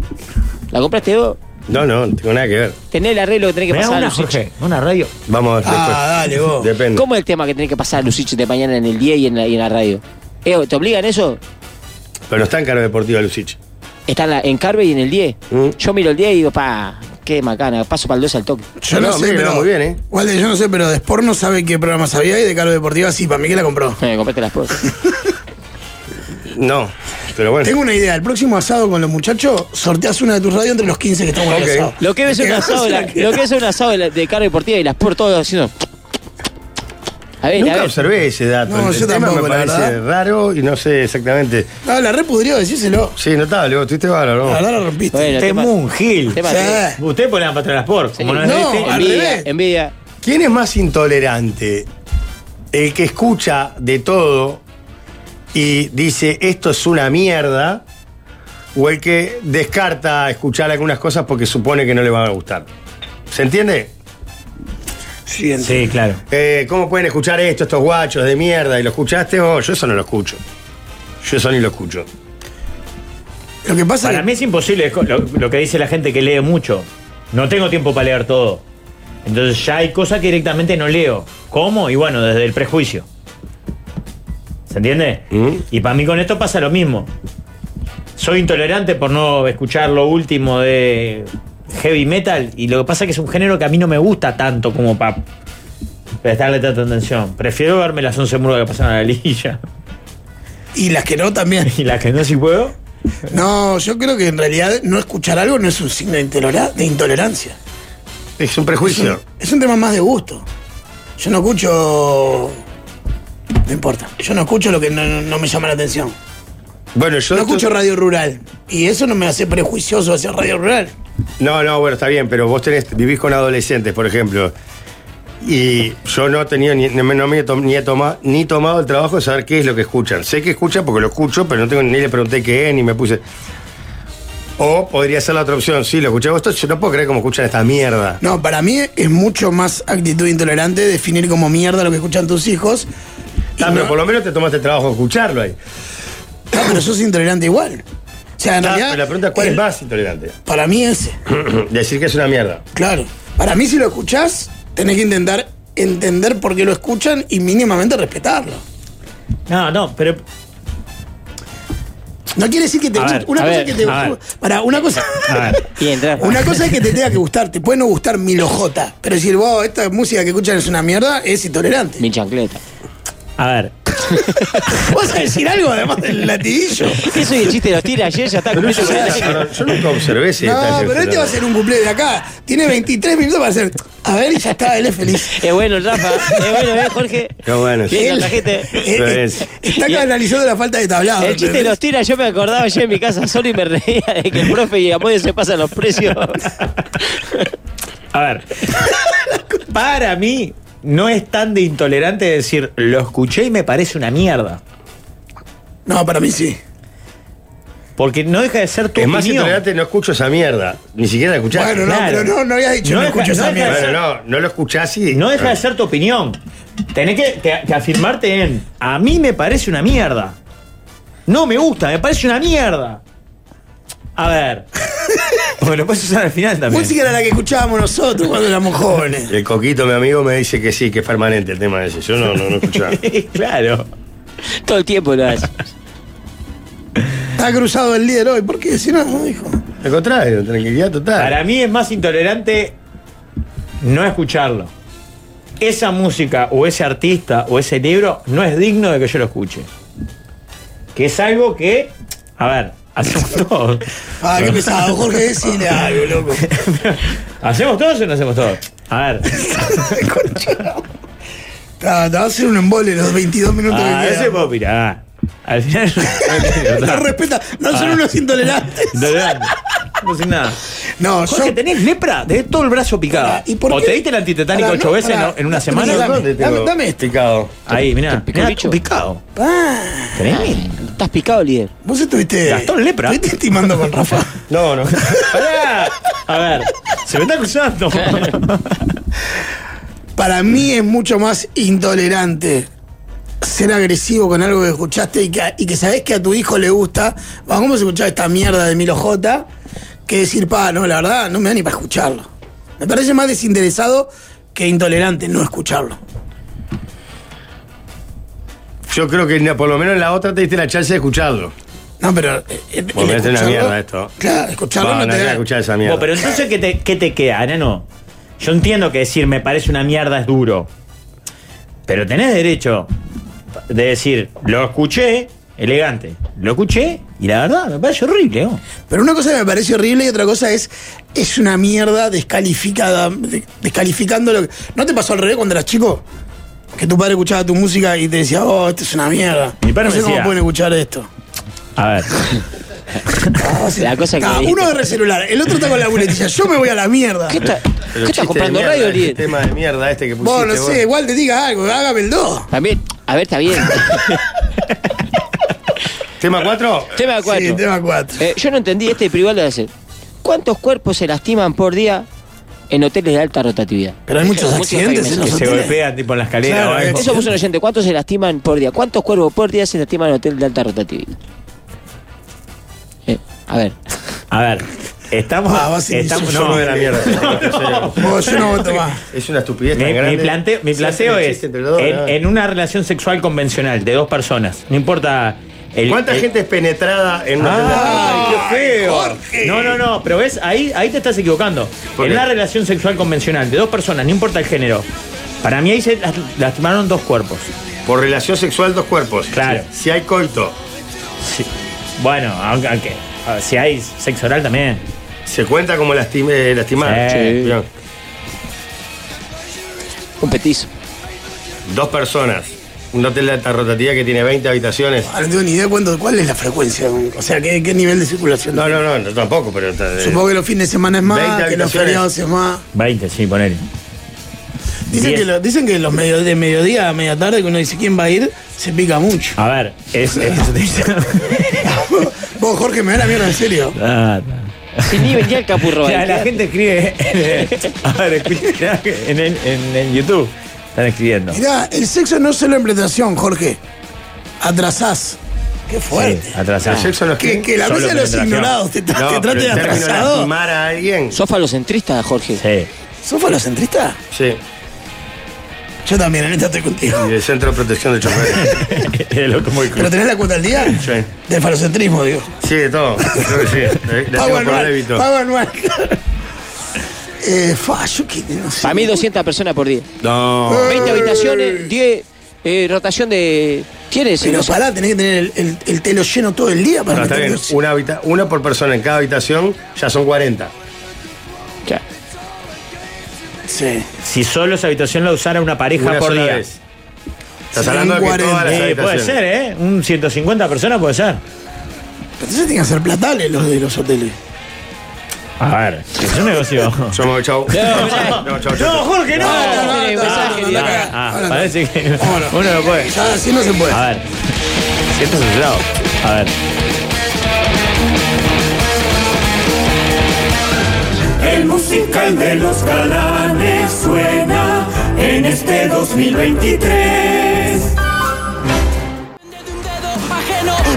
[SPEAKER 5] La compraste vos,
[SPEAKER 1] No, no, no tengo nada que ver.
[SPEAKER 5] tenés el arreglo que tenés que
[SPEAKER 4] Me da
[SPEAKER 5] pasar a
[SPEAKER 4] una,
[SPEAKER 5] Lucich.
[SPEAKER 4] Jorge. Una radio.
[SPEAKER 1] Vamos a ver después.
[SPEAKER 2] Ah, dale vos.
[SPEAKER 1] Depende.
[SPEAKER 5] ¿Cómo es el tema que tenés que pasar a Lucich de mañana en el 10 y en la, y en la radio? Eh, ¿Te obligan eso?
[SPEAKER 1] Pero no está en cargo deportivo Lucich.
[SPEAKER 5] Está en, la- en Carve y en el 10.
[SPEAKER 1] Mm.
[SPEAKER 5] Yo miro el 10 y digo, pa, qué macana, paso para el 12 al toque.
[SPEAKER 2] Yo no,
[SPEAKER 1] No,
[SPEAKER 2] sé,
[SPEAKER 1] mira,
[SPEAKER 2] pero.
[SPEAKER 1] muy bien, ¿eh?
[SPEAKER 2] Walden, yo no sé, pero de Sport no sabe qué programas había y de carro deportivo sí, para mí que la compró.
[SPEAKER 5] Eh, compraste las cosas.
[SPEAKER 1] No, pero bueno.
[SPEAKER 2] Tengo una idea, el próximo asado con los muchachos, sorteas una de tus radios entre los 15 que estamos en
[SPEAKER 1] Ok.
[SPEAKER 2] el asado.
[SPEAKER 5] Lo que ves es un
[SPEAKER 2] Que
[SPEAKER 5] asado, de la-
[SPEAKER 2] ganas, que-
[SPEAKER 5] lo que es un asado de, la- de carga deportiva y las por todos haciendo. A ver, a
[SPEAKER 1] Nunca
[SPEAKER 5] ver.
[SPEAKER 1] observé ese dato.
[SPEAKER 2] No,
[SPEAKER 1] el
[SPEAKER 2] yo
[SPEAKER 1] tema
[SPEAKER 2] tampoco,
[SPEAKER 1] me
[SPEAKER 2] la
[SPEAKER 1] parece
[SPEAKER 2] verdad.
[SPEAKER 1] raro y no sé exactamente.
[SPEAKER 2] No, Ah, la re pudrió, decíselo.
[SPEAKER 1] Sí, notable, vos estuviste bárbaro.
[SPEAKER 2] La
[SPEAKER 1] ¿no?
[SPEAKER 2] verdad la rompiste.
[SPEAKER 5] Bueno,
[SPEAKER 4] Este es
[SPEAKER 5] tema-
[SPEAKER 4] un gil.
[SPEAKER 5] tema-
[SPEAKER 2] Sí.
[SPEAKER 4] Usted pone la pata de las por. Como no,
[SPEAKER 5] Sí.
[SPEAKER 4] es de
[SPEAKER 2] No,
[SPEAKER 4] este.
[SPEAKER 2] al
[SPEAKER 5] envidia,
[SPEAKER 2] revés.
[SPEAKER 5] envidia.
[SPEAKER 1] ¿Quién es más intolerante? ¿El que escucha de todo y dice esto es una mierda? ¿O el que descarta escuchar algunas cosas porque supone que no le van a gustar? ¿Se entiende?
[SPEAKER 4] Sí, claro.
[SPEAKER 1] Eh, ¿Cómo pueden escuchar esto, estos guachos de mierda? ¿Y lo escuchaste vos? Yo eso no lo escucho. Yo eso ni lo escucho.
[SPEAKER 2] Lo que pasa
[SPEAKER 4] Para mí es imposible es co- lo, lo que dice la gente que lee mucho. No tengo tiempo para leer todo. Entonces ya hay cosas que directamente no leo. ¿Cómo? Y bueno, desde el prejuicio. ¿Se entiende? Y para mí con esto pasa lo mismo. Soy intolerante por no escuchar lo último de heavy metal y lo que pasa es que es un género que a mí no me gusta tanto como para prestarle tanta atención. Prefiero verme las 11 murgas que pasaron a la liguilla.
[SPEAKER 2] Y las que no también.
[SPEAKER 4] Y las que no si puedo.
[SPEAKER 2] No, yo creo que en realidad no escuchar algo no es un signo de, intolera- de intolerancia.
[SPEAKER 1] Es un prejuicio.
[SPEAKER 2] Es un, tema más de gusto. Yo no escucho. No importa. Yo no escucho lo que no, no- no me llama la atención.
[SPEAKER 1] Bueno, yo.
[SPEAKER 2] no
[SPEAKER 1] esto-
[SPEAKER 2] escucho radio rural. Y eso no me hace prejuicioso hacia radio rural.
[SPEAKER 1] No, no, bueno, está bien, pero vos tenés, vivís con adolescentes, por ejemplo. Y yo no he tenido ni, no me- no me he tom- ni he tomado, ni he tomado el trabajo de saber qué es lo que escuchan. Sé que escuchan porque lo escucho, pero no tengo ni le pregunté qué es, ni me puse. O podría ser la otra opción, sí, lo escuché. Esto yo no puedo creer cómo escuchan esta mierda.
[SPEAKER 2] No, para mí es mucho más actitud intolerante definir como mierda lo que escuchan tus hijos. Y
[SPEAKER 1] Ah, pero
[SPEAKER 2] no-
[SPEAKER 1] por lo menos te tomaste el trabajo de escucharlo ahí.
[SPEAKER 2] Ah, pero sos intolerante igual. O sea, en
[SPEAKER 1] Ah,
[SPEAKER 2] realidad,
[SPEAKER 1] pero la pregunta es cuál
[SPEAKER 2] el-
[SPEAKER 1] es más intolerante.
[SPEAKER 2] Para mí ese.
[SPEAKER 1] Decir que es una mierda.
[SPEAKER 2] Claro. Para mí, si lo escuchás, tenés que intentar entender por qué lo escuchan y mínimamente respetarlo.
[SPEAKER 4] No, no, pero
[SPEAKER 2] No quiere decir que te
[SPEAKER 4] A
[SPEAKER 2] guste.
[SPEAKER 4] ver,
[SPEAKER 2] Una
[SPEAKER 4] a
[SPEAKER 2] cosa
[SPEAKER 4] ver,
[SPEAKER 2] es que te.
[SPEAKER 4] a ver.
[SPEAKER 2] Para, una cosa.
[SPEAKER 4] A ver.
[SPEAKER 5] Y entrar.
[SPEAKER 2] Una cosa es que te tenga que gustar, te puede no gustar Milojota, pero decir, wow, esta música que escuchan es una mierda, es intolerante.
[SPEAKER 5] Mi chancleta.
[SPEAKER 4] A ver,
[SPEAKER 2] ¿Vas a decir algo además del latidillo?
[SPEAKER 5] Eso y el chiste de los tira ayer ya está
[SPEAKER 1] Pero
[SPEAKER 5] completo
[SPEAKER 1] eso-
[SPEAKER 5] con el taller.
[SPEAKER 1] perdón, yo nunca observé ese
[SPEAKER 2] No,
[SPEAKER 1] detalle,
[SPEAKER 2] pero este va a ser un cumple de acá. Tiene 23 minutos para hacer. A ver, y ya está, él es feliz.
[SPEAKER 5] Es bueno el Rafa, es bueno, ¿eh, Jorge?
[SPEAKER 1] Qué bueno.
[SPEAKER 5] Bien,
[SPEAKER 2] Él-
[SPEAKER 5] la gente.
[SPEAKER 2] Eh, eh,
[SPEAKER 1] es.
[SPEAKER 2] Está canalizando la falta de tablado.
[SPEAKER 5] El chiste de los tira, yo me acordaba ayer en mi casa solo y me reía de que el profe y Amodio se pasan los precios.
[SPEAKER 4] a ver. Para mí, no es tan de intolerante decir, lo escuché y me parece una mierda.
[SPEAKER 2] No, para mí sí.
[SPEAKER 4] Porque no deja de ser tu
[SPEAKER 1] Es más
[SPEAKER 4] opinión.
[SPEAKER 1] intolerante, no escucho esa mierda. Ni siquiera la escuchás.
[SPEAKER 2] Bueno, no,
[SPEAKER 4] claro.
[SPEAKER 2] pero no, no había dicho,
[SPEAKER 4] No
[SPEAKER 2] no,
[SPEAKER 4] deja-
[SPEAKER 2] escucho
[SPEAKER 4] no
[SPEAKER 2] esa
[SPEAKER 4] deja de
[SPEAKER 2] mierda.
[SPEAKER 1] Bueno, no, no lo escuchás y.
[SPEAKER 4] no deja de ser tu opinión. Tenés que, que- que afirmarte en, a mí me parece una mierda. No me gusta, me parece una mierda. A ver. Porque lo puedes usar al final también.
[SPEAKER 2] Música era la que escuchábamos nosotros cuando éramos jóvenes.
[SPEAKER 1] El coquito, mi amigo, me dice que sí, que es permanente el tema ese. Yo no, no, no escuchaba.
[SPEAKER 4] claro.
[SPEAKER 5] Todo el tiempo lo hace.
[SPEAKER 2] Está cruzado el líder hoy. ¿Por qué? Si no, no dijo.
[SPEAKER 1] Al contrario, tranquilidad total.
[SPEAKER 4] Para mí es más intolerante no escucharlo. Esa música o ese artista o ese libro no es digno de que yo lo escuche. Que es algo que, a ver, hacemos todos.
[SPEAKER 2] Ah, qué pesado, Jorge, decile algo, loco.
[SPEAKER 4] ¿Hacemos todos o no hacemos todos? A ver.
[SPEAKER 2] Ta- Te va a hacer un embole los 22 minutos
[SPEAKER 4] A
[SPEAKER 2] que
[SPEAKER 4] veces
[SPEAKER 2] quedan.
[SPEAKER 4] puedo mirar. Al final.
[SPEAKER 2] No respeta, no son unos intolerantes.
[SPEAKER 4] Intolerante. No sin nada.
[SPEAKER 2] No,
[SPEAKER 4] Jorge,
[SPEAKER 2] yo.
[SPEAKER 4] tenés lepra, tenés todo el brazo picado.
[SPEAKER 2] Pará, ¿y por
[SPEAKER 4] o
[SPEAKER 2] qué?
[SPEAKER 4] te diste el antitetánico
[SPEAKER 2] Pará, no,
[SPEAKER 4] ocho veces
[SPEAKER 2] pará.
[SPEAKER 4] en- en una
[SPEAKER 2] No,
[SPEAKER 4] semana.
[SPEAKER 2] no, no,
[SPEAKER 1] ¿Dónde te
[SPEAKER 2] dame-
[SPEAKER 1] lo-
[SPEAKER 2] dame este.
[SPEAKER 1] Picado.
[SPEAKER 4] Ahí, mirá.
[SPEAKER 5] picó el
[SPEAKER 4] Mirá,
[SPEAKER 5] bicho?
[SPEAKER 4] picado.
[SPEAKER 2] Ah,
[SPEAKER 1] ¿Eh?
[SPEAKER 4] Tremendo.
[SPEAKER 5] ¿Eh? Estás picado, líder.
[SPEAKER 2] vos estuviste.
[SPEAKER 4] Gastón Lepra.
[SPEAKER 2] Estuviste estimando con Rafa.
[SPEAKER 1] No, no.
[SPEAKER 4] Pará. A ver, se me está cruzando.
[SPEAKER 2] Para mí es mucho más intolerante ser agresivo con algo que escuchaste y que, y que sabés que a tu hijo le gusta. Vamos a escuchar esta mierda de Milo J. Que decir, pa, no, la verdad, no me da ni para escucharlo. Me parece más desinteresado que intolerante no escucharlo.
[SPEAKER 1] Yo creo que no, por lo menos en la otra te diste la chance de escucharlo.
[SPEAKER 2] No, pero. eh, eh,
[SPEAKER 1] Vos
[SPEAKER 2] el
[SPEAKER 1] me haces una
[SPEAKER 2] escucharlo-
[SPEAKER 1] mierda esto.
[SPEAKER 2] Claro, escucharlo
[SPEAKER 1] Va,
[SPEAKER 2] no,
[SPEAKER 1] no
[SPEAKER 2] te
[SPEAKER 1] voy a
[SPEAKER 2] da.
[SPEAKER 1] escuchar esa mierda.
[SPEAKER 4] Bueno, pero entonces, ¿qué te, qué te queda, nano? Yo entiendo que decir me parece una mierda es duro. Pero tenés derecho de decir, lo escuché, elegante, lo escuché y la verdad me parece horrible. ¿no?
[SPEAKER 2] Pero una cosa que me parece horrible y otra cosa es. Es una mierda descalificada. de- Descalificando lo que. ¿No te pasó al revés cuando eras chico? Que tu padre escuchaba tu música y te decía, oh, esto es una mierda.
[SPEAKER 4] Mi padre
[SPEAKER 2] no
[SPEAKER 4] me
[SPEAKER 2] sé
[SPEAKER 4] decía-
[SPEAKER 2] cómo pueden escuchar esto.
[SPEAKER 4] A ver,
[SPEAKER 5] La cosa que
[SPEAKER 2] Está,
[SPEAKER 5] me dijiste.
[SPEAKER 2] uno agarra el celular, el otro está con la boletilla. Yo me voy a la mierda.
[SPEAKER 5] ¿Qué está-
[SPEAKER 1] Pero
[SPEAKER 5] ¿Qué estás
[SPEAKER 1] chiste
[SPEAKER 5] comprando
[SPEAKER 1] de mierda,
[SPEAKER 5] radio,
[SPEAKER 1] este
[SPEAKER 5] líder?
[SPEAKER 1] tema de mierda este que pusiste.
[SPEAKER 2] Vos, no sé, igual te diga algo, hágame el 2.
[SPEAKER 5] También, a ver, está bien.
[SPEAKER 1] Tema 4.
[SPEAKER 5] Tema
[SPEAKER 2] Sí,
[SPEAKER 5] 4.
[SPEAKER 2] tema 4.
[SPEAKER 5] Eh, yo no entendí este privado de hacer. ¿Cuántos cuerpos se lastiman por día en hoteles de alta rotatividad.
[SPEAKER 2] Pero hay muchos accidentes ¿eh? en los
[SPEAKER 4] Que se
[SPEAKER 2] hoteles.
[SPEAKER 4] golpean tipo en la escalera
[SPEAKER 2] Claro,
[SPEAKER 4] o algo.
[SPEAKER 5] Eso puso un oyente. ¿Cuántos se lastiman por día? ¿Cuántos cuervos por día se lastiman en hoteles de alta rotatividad? Eh, a ver.
[SPEAKER 4] A ver, estamos.
[SPEAKER 2] Ah, vas y
[SPEAKER 4] estamos
[SPEAKER 2] dices,
[SPEAKER 1] Yo
[SPEAKER 4] no,
[SPEAKER 1] no de la mierda.
[SPEAKER 2] Vos, yo no voto más.
[SPEAKER 1] Es una estupidez
[SPEAKER 4] Mi,
[SPEAKER 1] tan
[SPEAKER 4] mi
[SPEAKER 1] grande.
[SPEAKER 4] plante- mi
[SPEAKER 1] Se
[SPEAKER 4] planteo
[SPEAKER 1] hacen el
[SPEAKER 4] es,
[SPEAKER 1] chiste entre los dos,
[SPEAKER 4] en,
[SPEAKER 1] nada.
[SPEAKER 4] en una relación sexual convencional de dos personas, no importa el...
[SPEAKER 1] ¿Cuánta
[SPEAKER 4] el-
[SPEAKER 1] gente es penetrada en una
[SPEAKER 4] ¡Ah! ¡Qué feo! No, no, no, pero ves, ahí, ahí te estás equivocando.
[SPEAKER 1] ¿Por
[SPEAKER 4] En
[SPEAKER 1] qué?
[SPEAKER 4] una relación sexual convencional de dos personas, no importa el género, para mí ahí se las- lastimaron dos cuerpos.
[SPEAKER 1] Por relación sexual, dos cuerpos.
[SPEAKER 4] Claro.
[SPEAKER 1] Si hay coito,
[SPEAKER 4] Sí. Bueno, aunque, aunque- a ver, si hay sexo oral también.
[SPEAKER 1] se cuenta como lastim- eh, lastimar.
[SPEAKER 4] Sí.
[SPEAKER 1] Bien.
[SPEAKER 5] Un petizo.
[SPEAKER 1] Dos personas. Un hotel de alta rotativa que tiene 20 habitaciones.
[SPEAKER 2] Ah, no tengo ni idea cuánto, cuál es la frecuencia. O sea, qué, qué nivel de circulación.
[SPEAKER 1] No, no, no, no, tampoco, pero. eh,
[SPEAKER 2] Supongo que los fines de semana es
[SPEAKER 1] 20
[SPEAKER 2] más, que los
[SPEAKER 1] habitaciones.
[SPEAKER 2] feriados es más.
[SPEAKER 4] 20, sí, ponele.
[SPEAKER 11] Dicen
[SPEAKER 4] Diez.
[SPEAKER 11] que, lo- dicen que los medio, de mediodía a media tarde, que uno dice quién va a ir, se pica mucho.
[SPEAKER 4] A ver, es... es-
[SPEAKER 2] Vos, Jorge, me da la mierda en serio.
[SPEAKER 4] Ah,
[SPEAKER 5] Si ni venía el capurro.
[SPEAKER 4] Ya,
[SPEAKER 5] ¿eh?
[SPEAKER 4] la gente escribe. A ver, escucha, en, el- en, en YouTube están escribiendo.
[SPEAKER 2] Mirá, el sexo no es solo implementación, Jorge. Atrasás. Qué fuerte.
[SPEAKER 4] Sí,
[SPEAKER 1] El
[SPEAKER 4] atrasado.
[SPEAKER 1] sexo no es
[SPEAKER 2] Que,
[SPEAKER 1] que.
[SPEAKER 2] que la
[SPEAKER 4] Solo
[SPEAKER 2] mesa de los
[SPEAKER 4] penetración.
[SPEAKER 2] ignorados te, tra-
[SPEAKER 1] No,
[SPEAKER 2] te trate
[SPEAKER 1] pero el
[SPEAKER 2] de
[SPEAKER 1] término
[SPEAKER 2] atrasado.
[SPEAKER 1] lastimar a alguien.
[SPEAKER 5] Sos falocentrista, Jorge.
[SPEAKER 4] Sí.
[SPEAKER 2] ¿Sos falocentrista?
[SPEAKER 1] Sí.
[SPEAKER 2] Yo también, en esta estoy contigo.
[SPEAKER 1] Y del Centro de Protección de Choferes.
[SPEAKER 4] El loco muy
[SPEAKER 2] ¿Pero
[SPEAKER 4] cruel.
[SPEAKER 2] tenés la cuenta al día?
[SPEAKER 1] Sí.
[SPEAKER 2] Del falocentrismo, digo.
[SPEAKER 1] Sí, de todo. Creo que sí. Eh, La
[SPEAKER 2] Pago
[SPEAKER 1] tengo por
[SPEAKER 2] anual.
[SPEAKER 1] débito.
[SPEAKER 2] Pago anual. eh, fa, yo qué, no sé. Eh,
[SPEAKER 5] Para mí 200 personas por día.
[SPEAKER 1] No.
[SPEAKER 5] 20 habitaciones, 10 eh, rotación de... ¿Quiénes?
[SPEAKER 2] Pero pará, tenés que tener el, el- el telo lleno todo el día para
[SPEAKER 1] No, está
[SPEAKER 2] meter
[SPEAKER 1] bien.
[SPEAKER 2] los-
[SPEAKER 1] Una, habita- una por persona en cada habitación ya son 40.
[SPEAKER 5] Ya.
[SPEAKER 2] Sí.
[SPEAKER 4] Si solo esa habitación la usara una pareja
[SPEAKER 1] Una
[SPEAKER 4] por
[SPEAKER 1] sola
[SPEAKER 4] día.
[SPEAKER 1] vez. Estás
[SPEAKER 2] Sí,
[SPEAKER 1] hablando de que
[SPEAKER 2] 40.
[SPEAKER 1] todas las
[SPEAKER 4] Eh, puede
[SPEAKER 1] habitaciones.
[SPEAKER 4] ser, ¿eh? Un 150 personas puede ser.
[SPEAKER 2] Pero entonces tienen que ser platales los de los hoteles.
[SPEAKER 4] A ver, es un negocio.
[SPEAKER 1] Yo me voy, chau.
[SPEAKER 5] mirá.
[SPEAKER 1] No, chau, chau,
[SPEAKER 4] ¡No,
[SPEAKER 1] chau.
[SPEAKER 4] Jorge, no!
[SPEAKER 2] no, no,
[SPEAKER 5] tenés
[SPEAKER 2] no,
[SPEAKER 5] mensaje,
[SPEAKER 2] no,
[SPEAKER 5] Diego.
[SPEAKER 2] no, no,
[SPEAKER 4] Ah,
[SPEAKER 2] no, no.
[SPEAKER 4] parece que
[SPEAKER 2] Ahora.
[SPEAKER 4] uno no puede.
[SPEAKER 2] Ya, así no se puede.
[SPEAKER 4] A ver. Siento censurado. A ver.
[SPEAKER 6] El musical de los galanes suena en este 2023.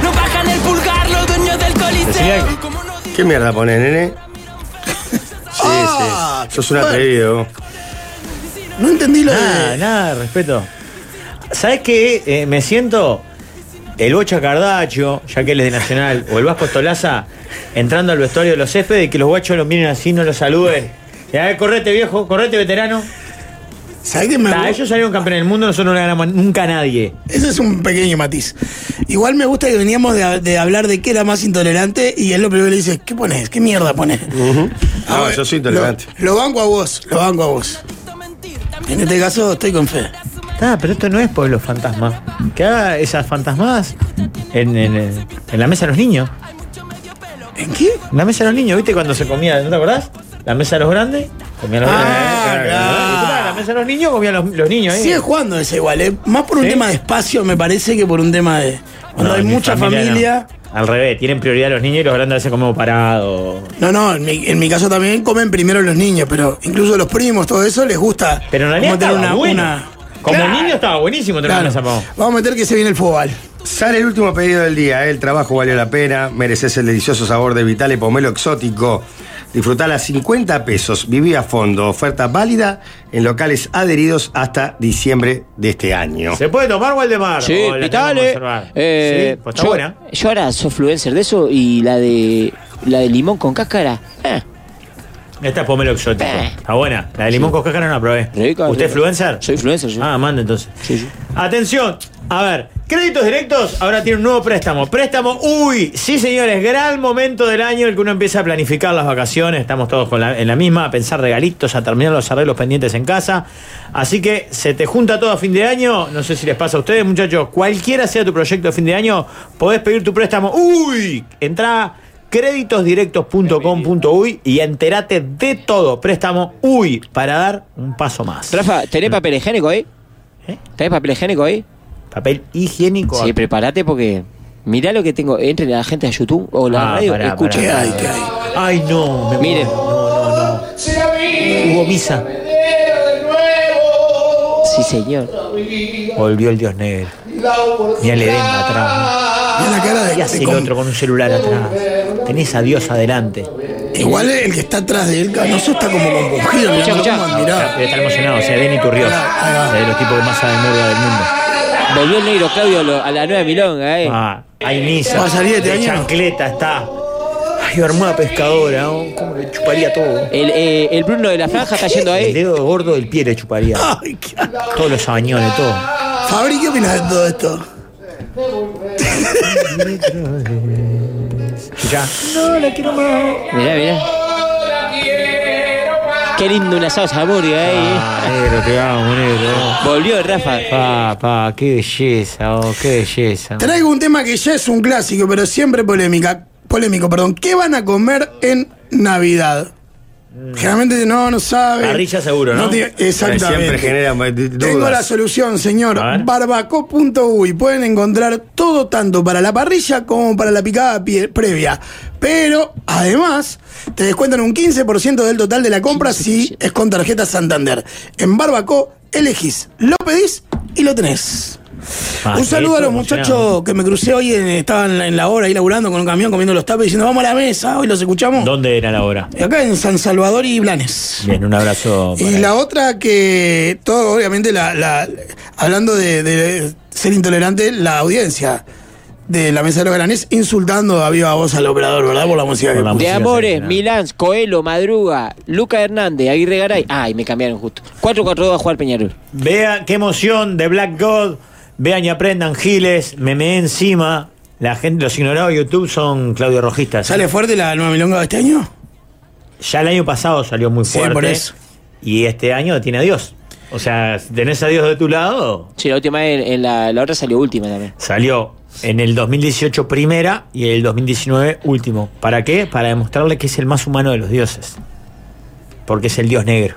[SPEAKER 8] No bajan el pulgar los dueños del coliseo.
[SPEAKER 1] ¿Qué mierda pones, nene? Sí,
[SPEAKER 2] Ah,
[SPEAKER 1] sí. Sos un
[SPEAKER 2] qué
[SPEAKER 1] atrevido.
[SPEAKER 2] No entendí lo
[SPEAKER 4] Nada,
[SPEAKER 2] de.
[SPEAKER 4] nada, respeto. ¿Sabes qué? Eh, me siento el Bocha Cardacho, ya que él es de Nacional, o el Vasco Tolaza, entrando al vestuario de los céspedes y que los guachos lo miren así, no lo saluden. Y a ver, correte viejo, correte veterano.
[SPEAKER 2] ¿Sabés qué me
[SPEAKER 4] Ta,
[SPEAKER 2] gusta?
[SPEAKER 4] Ah, ellos salieron campeones del mundo, nosotros no le ganamos nunca a nadie.
[SPEAKER 2] Ese es un pequeño matiz. Igual me gusta que veníamos de, de hablar de qué era más intolerante y él lo primero que le dice, ¿qué pones? ¿Qué mierda pones? A
[SPEAKER 1] No,
[SPEAKER 2] ver,
[SPEAKER 1] yo soy intolerante.
[SPEAKER 2] Lo, lo banco a vos, lo banco a vos. En este caso estoy con fe.
[SPEAKER 4] Ta, pero esto no es Pueblo Fantasma. Que haga esas fantasmadas en, en- en- en la mesa de los niños.
[SPEAKER 2] ¿En qué?
[SPEAKER 4] En la mesa de los niños, ¿viste cuando se comía? ¿No te acordás? La mesa de los grandes, comían los
[SPEAKER 2] Ah,
[SPEAKER 4] grandes.
[SPEAKER 2] claro.
[SPEAKER 4] Y, ta, La mesa de los niños comían los, los niños. ¿eh?
[SPEAKER 2] Sigue jugando ese igual, ¿eh? más por un
[SPEAKER 4] ¿Sí?
[SPEAKER 2] tema de espacio me parece que por un tema de... Cuando
[SPEAKER 4] No,
[SPEAKER 2] hay
[SPEAKER 4] en mi
[SPEAKER 2] mucha familia...
[SPEAKER 4] no. Al revés, tienen prioridad los niños y los grandes a veces comemos parados.
[SPEAKER 2] no, no, en, mi, en mi caso también comen primero los niños, pero incluso los primos, todo eso les gusta.
[SPEAKER 4] Pero en realidad
[SPEAKER 2] como tener
[SPEAKER 4] estaba
[SPEAKER 2] una,
[SPEAKER 4] bueno.
[SPEAKER 2] una-
[SPEAKER 4] Como
[SPEAKER 2] Claro.
[SPEAKER 4] niño estaba buenísimo tener
[SPEAKER 2] Claro.
[SPEAKER 4] una zapado.
[SPEAKER 2] Vamos a meter que se viene el fútbol.
[SPEAKER 1] Sale el último pedido del día. ¿eh? El trabajo valió la pena. Mereces el delicioso sabor de Vitale Pomelo Exótico. Disfrutala a 50 pesos. Viví a fondo. Oferta válida en locales adheridos hasta diciembre de este año.
[SPEAKER 4] ¿Se puede tomar Waldemar?
[SPEAKER 5] Sí,
[SPEAKER 4] ¿O la tenemos
[SPEAKER 5] Vitale.
[SPEAKER 4] reservada?
[SPEAKER 5] Eh,
[SPEAKER 4] Sí, pues está
[SPEAKER 5] yo,
[SPEAKER 4] buena.
[SPEAKER 5] yo ahora soy influencer de eso y la de la de limón con cáscara. Eh,
[SPEAKER 4] Esta es pomelo exótico.
[SPEAKER 5] Eh.
[SPEAKER 4] Está buena. La de limón con cáscara no la probé. ¿Usted
[SPEAKER 5] rica, rica.
[SPEAKER 4] es influencer?
[SPEAKER 5] Soy influencer, yo.
[SPEAKER 4] Ah, manda entonces.
[SPEAKER 5] Sí, sí.
[SPEAKER 4] Atención, a ver, créditos directos ahora tiene un nuevo préstamo. Préstamo, uy, sí señores, gran momento del año el que uno empieza a planificar las vacaciones, estamos todos con la- en la misma, a pensar regalitos, a terminar los arreglos pendientes en casa. Así que se te junta todo a fin de año, no sé si les pasa a ustedes muchachos, cualquiera sea tu proyecto a fin de año, podés pedir tu préstamo, uy, entra créditosdirectos.com.uy y entérate de todo. Préstamo, uy, para dar un paso más.
[SPEAKER 5] Rafa, ¿tenés papel higiénico ahí?
[SPEAKER 4] ¿Eh?
[SPEAKER 5] ¿Tenés papel higiénico ahí?
[SPEAKER 4] Papel higiénico.
[SPEAKER 5] Sí, prepárate porque mirá lo que tengo. Entren a la gente a YouTube o la
[SPEAKER 4] Ah,
[SPEAKER 5] radio,
[SPEAKER 4] pará,
[SPEAKER 5] escuchen.
[SPEAKER 4] pará,
[SPEAKER 2] ¿Qué
[SPEAKER 4] pará.
[SPEAKER 2] hay? ¿Qué hay?
[SPEAKER 4] Ay, no. me
[SPEAKER 5] Miren.
[SPEAKER 4] muero. No, no, no. Hubo misa.
[SPEAKER 5] Sí, señor.
[SPEAKER 4] Volvió el Dios Negro. Mira el Edén atrás.
[SPEAKER 2] Mira la cara de
[SPEAKER 4] ¿Qué hace el otro con un celular atrás? Tenés a Dios adelante.
[SPEAKER 2] Igual el que está atrás de él, Canoso está como compungido.
[SPEAKER 4] Escuchá, escuchá.
[SPEAKER 2] Mirá.
[SPEAKER 4] Debe estar emocionado. O sea, Edén Iturriós. Es de los tipos que más saben murga del mundo.
[SPEAKER 5] Volvió el negro Claudio a lo- a la nueva milonga, eh.
[SPEAKER 4] Ah, hay misa.
[SPEAKER 5] Va a salir este
[SPEAKER 4] De
[SPEAKER 5] año.
[SPEAKER 4] chancleta está. Ay, armada pescadora, ¿no? ¿cómo le chuparía todo?
[SPEAKER 5] El, eh, el Bruno de la franja está yendo ahí.
[SPEAKER 4] El dedo gordo del pie le chuparía.
[SPEAKER 5] Ah.
[SPEAKER 4] Todos los añones, todo.
[SPEAKER 2] Fabri, ¿qué opinas de todo esto?
[SPEAKER 4] Ya.
[SPEAKER 5] No la quiero más. Mirá, mirá. Qué lindo un asado Zamudio ahí. eh.
[SPEAKER 4] Ah, negro, te amo, negro.
[SPEAKER 5] Volvió Rafa.
[SPEAKER 4] Pa, pa, qué belleza, oh, qué belleza.
[SPEAKER 2] Traigo un tema que ya es un clásico, pero siempre polémica. Polémico, perdón. ¿Qué van a comer en Navidad? Generalmente no, no sabe.
[SPEAKER 1] Mm. Parrilla seguro, ¿no?
[SPEAKER 2] tiene- exactamente.
[SPEAKER 1] Siempre genera eh, dudas.
[SPEAKER 2] Tengo la solución, señor. Barbaco.uy. Pueden encontrar todo tanto para la parrilla como para la picada pie- previa. Pero, además, te descuentan un 15% del total de la compra si es con tarjeta Santander. En Barbaco elegís, lo pedís y lo tenés.
[SPEAKER 11] Ah,
[SPEAKER 2] un
[SPEAKER 11] sí,
[SPEAKER 2] saludo a
[SPEAKER 11] esto
[SPEAKER 2] los
[SPEAKER 11] emocionado.
[SPEAKER 2] muchachos que me crucé hoy, en, estaban en la, en la hora ahí laburando con un camión, comiendo los tapes, diciendo, vamos a la mesa, hoy los escuchamos.
[SPEAKER 4] ¿Dónde era la hora?
[SPEAKER 2] Acá en San Salvador y Blanes.
[SPEAKER 4] Bien, un abrazo.
[SPEAKER 2] Y la otra que, todo obviamente, la, la- hablando de, de ser intolerante, la audiencia de la mesa de los granés insultando a viva voz al operador, ¿verdad? Por la música que puso.
[SPEAKER 5] De Amores, Milán, Coelho, Madruga, Luca Hernández, Aguirre Garay. Ay, me cambiaron justo. 4-4-2 a jugar Peñarol.
[SPEAKER 4] Vean qué emoción de Black God. Vean y aprendan Giles, me meé encima. La gente, los ignorados de YouTube son Claudio Rojistas.
[SPEAKER 2] ¿Sale fuerte la nueva milonga de este año?
[SPEAKER 4] Ya el año pasado salió muy
[SPEAKER 2] Sí,
[SPEAKER 4] fuerte.
[SPEAKER 2] por eso.
[SPEAKER 4] Y este año tiene a Dios. O sea, si tenés a Dios de tu lado,
[SPEAKER 5] Sí, la última en, en la, la otra salió última también.
[SPEAKER 4] salió en el 2018 primera y el 2019 último. ¿Para qué? Para demostrarle que es el más humano de los dioses. Porque es el Dios negro.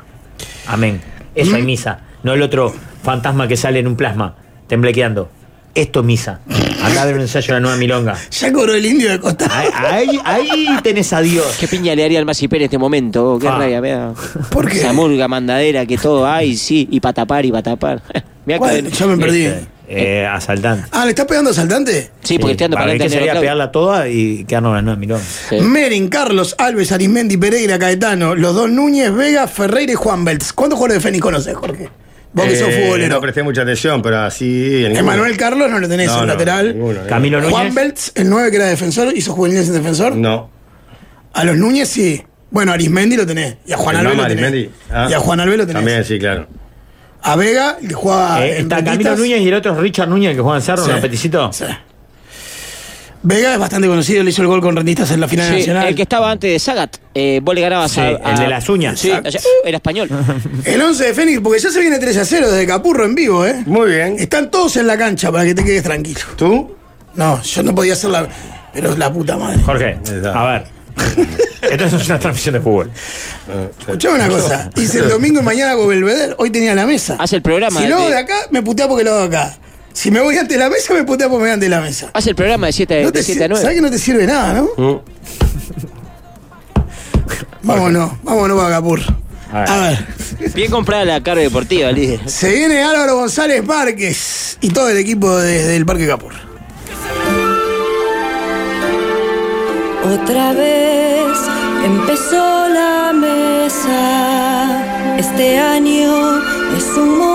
[SPEAKER 4] Amén. Eso hay
[SPEAKER 5] Mm.
[SPEAKER 4] misa. No el otro fantasma que sale en un plasma, temblequeando. Esto es misa. Acá habrá un ensayo de la nueva milonga.
[SPEAKER 2] Ya cobró el indio de costa.
[SPEAKER 4] Ahí, ahí tenés a Dios.
[SPEAKER 5] Qué piña le haría al Masi Pérez en este momento. oh, qué
[SPEAKER 4] Ah.
[SPEAKER 5] rabia me da.
[SPEAKER 2] ¿Por qué?
[SPEAKER 5] Esa murga mandadera que todo hay, sí. Y para tapar, y para tapar. Mirá que-
[SPEAKER 2] ¿Cuál? Ya me perdí.
[SPEAKER 4] Eh, asaltante.
[SPEAKER 2] Ah, ¿le estás pegando asaltante?
[SPEAKER 5] Sí, porque estoy andando para
[SPEAKER 4] ver que
[SPEAKER 5] adelante.
[SPEAKER 4] sería
[SPEAKER 5] negro, Claudio.
[SPEAKER 4] pegarla toda y quedarnos en la nueva milonga.
[SPEAKER 2] Merin, Carlos, Alves, Arismendi, Pereira, Caetano, los dos Núñez, Vega, Ferreira y Juan Beltz. ¿Cuántos jugadores de Fénix conoces, Jorge? Vos que sos
[SPEAKER 1] Eh,
[SPEAKER 2] futbolero.
[SPEAKER 1] No presté mucha atención, pero así. en
[SPEAKER 2] Emanuel
[SPEAKER 1] ninguno.
[SPEAKER 2] Carlos no lo tenés
[SPEAKER 1] No,
[SPEAKER 2] en
[SPEAKER 1] no,
[SPEAKER 2] lateral.
[SPEAKER 1] ninguno, ninguno.
[SPEAKER 2] Juan Beltz, el 9 que era defensor, hizo juveniles en defensor.
[SPEAKER 1] No.
[SPEAKER 2] A los Núñez sí. Bueno, a Arismendi lo tenés. Y a Juan
[SPEAKER 1] El
[SPEAKER 2] Alves
[SPEAKER 1] Mama
[SPEAKER 2] lo tenés.
[SPEAKER 1] Arismendi. Ah.
[SPEAKER 2] Y a Juan Alves lo tenés.
[SPEAKER 1] También, sí, claro.
[SPEAKER 2] A Vega, el que
[SPEAKER 5] Ah,
[SPEAKER 2] juega.
[SPEAKER 4] Eh,
[SPEAKER 2] en
[SPEAKER 4] está
[SPEAKER 2] Rentistas.
[SPEAKER 4] Camilo Núñez y el otro es Richard Núñez, el que juega en Cerro,
[SPEAKER 2] Sí.
[SPEAKER 4] ¿no, Peticito?
[SPEAKER 2] Vega es bastante conocido, le hizo el gol con Rentistas en la final
[SPEAKER 5] Sí,
[SPEAKER 2] nacional.
[SPEAKER 5] el
[SPEAKER 2] El,
[SPEAKER 5] que estaba antes de Zagat, eh, vos le ganabas
[SPEAKER 4] Sí,
[SPEAKER 5] a,
[SPEAKER 4] el de las uñas.
[SPEAKER 5] Sí,
[SPEAKER 4] Exacto.
[SPEAKER 5] allá- uh, era español.
[SPEAKER 2] 11 de Fénix, porque ya se viene 3 a 0 desde Capurro en vivo, ¿eh?
[SPEAKER 1] Muy bien.
[SPEAKER 2] Están todos en la cancha para que te quedes tranquilo.
[SPEAKER 1] ¿Tú?
[SPEAKER 2] No, yo no podía hacer la. Pero es la puta madre.
[SPEAKER 4] Jorge, a ver. Esto es una transmisión de fútbol.
[SPEAKER 2] Escuchame una cosa. Hice el domingo y mañana con Belvedere. Hoy tenía la mesa.
[SPEAKER 5] Hace el programa.
[SPEAKER 2] Si lo hago
[SPEAKER 5] de-
[SPEAKER 2] de acá, me putea porque lo hago acá. Si me voy ante la mesa, me putea porque me voy ante la mesa.
[SPEAKER 5] Hace el programa de 7
[SPEAKER 2] No te
[SPEAKER 5] Ah, eh, a
[SPEAKER 2] sir-
[SPEAKER 5] 9.
[SPEAKER 2] ¿Sabes que no te sirve nada, no? Vámonos, vámonos para Capur. A ver,
[SPEAKER 5] Bien comprada la carga deportiva, líder.
[SPEAKER 2] se viene Álvaro González Márquez y todo el equipo desde el Parque Capur.
[SPEAKER 12] Otra vez empezó la mesa. Este año es un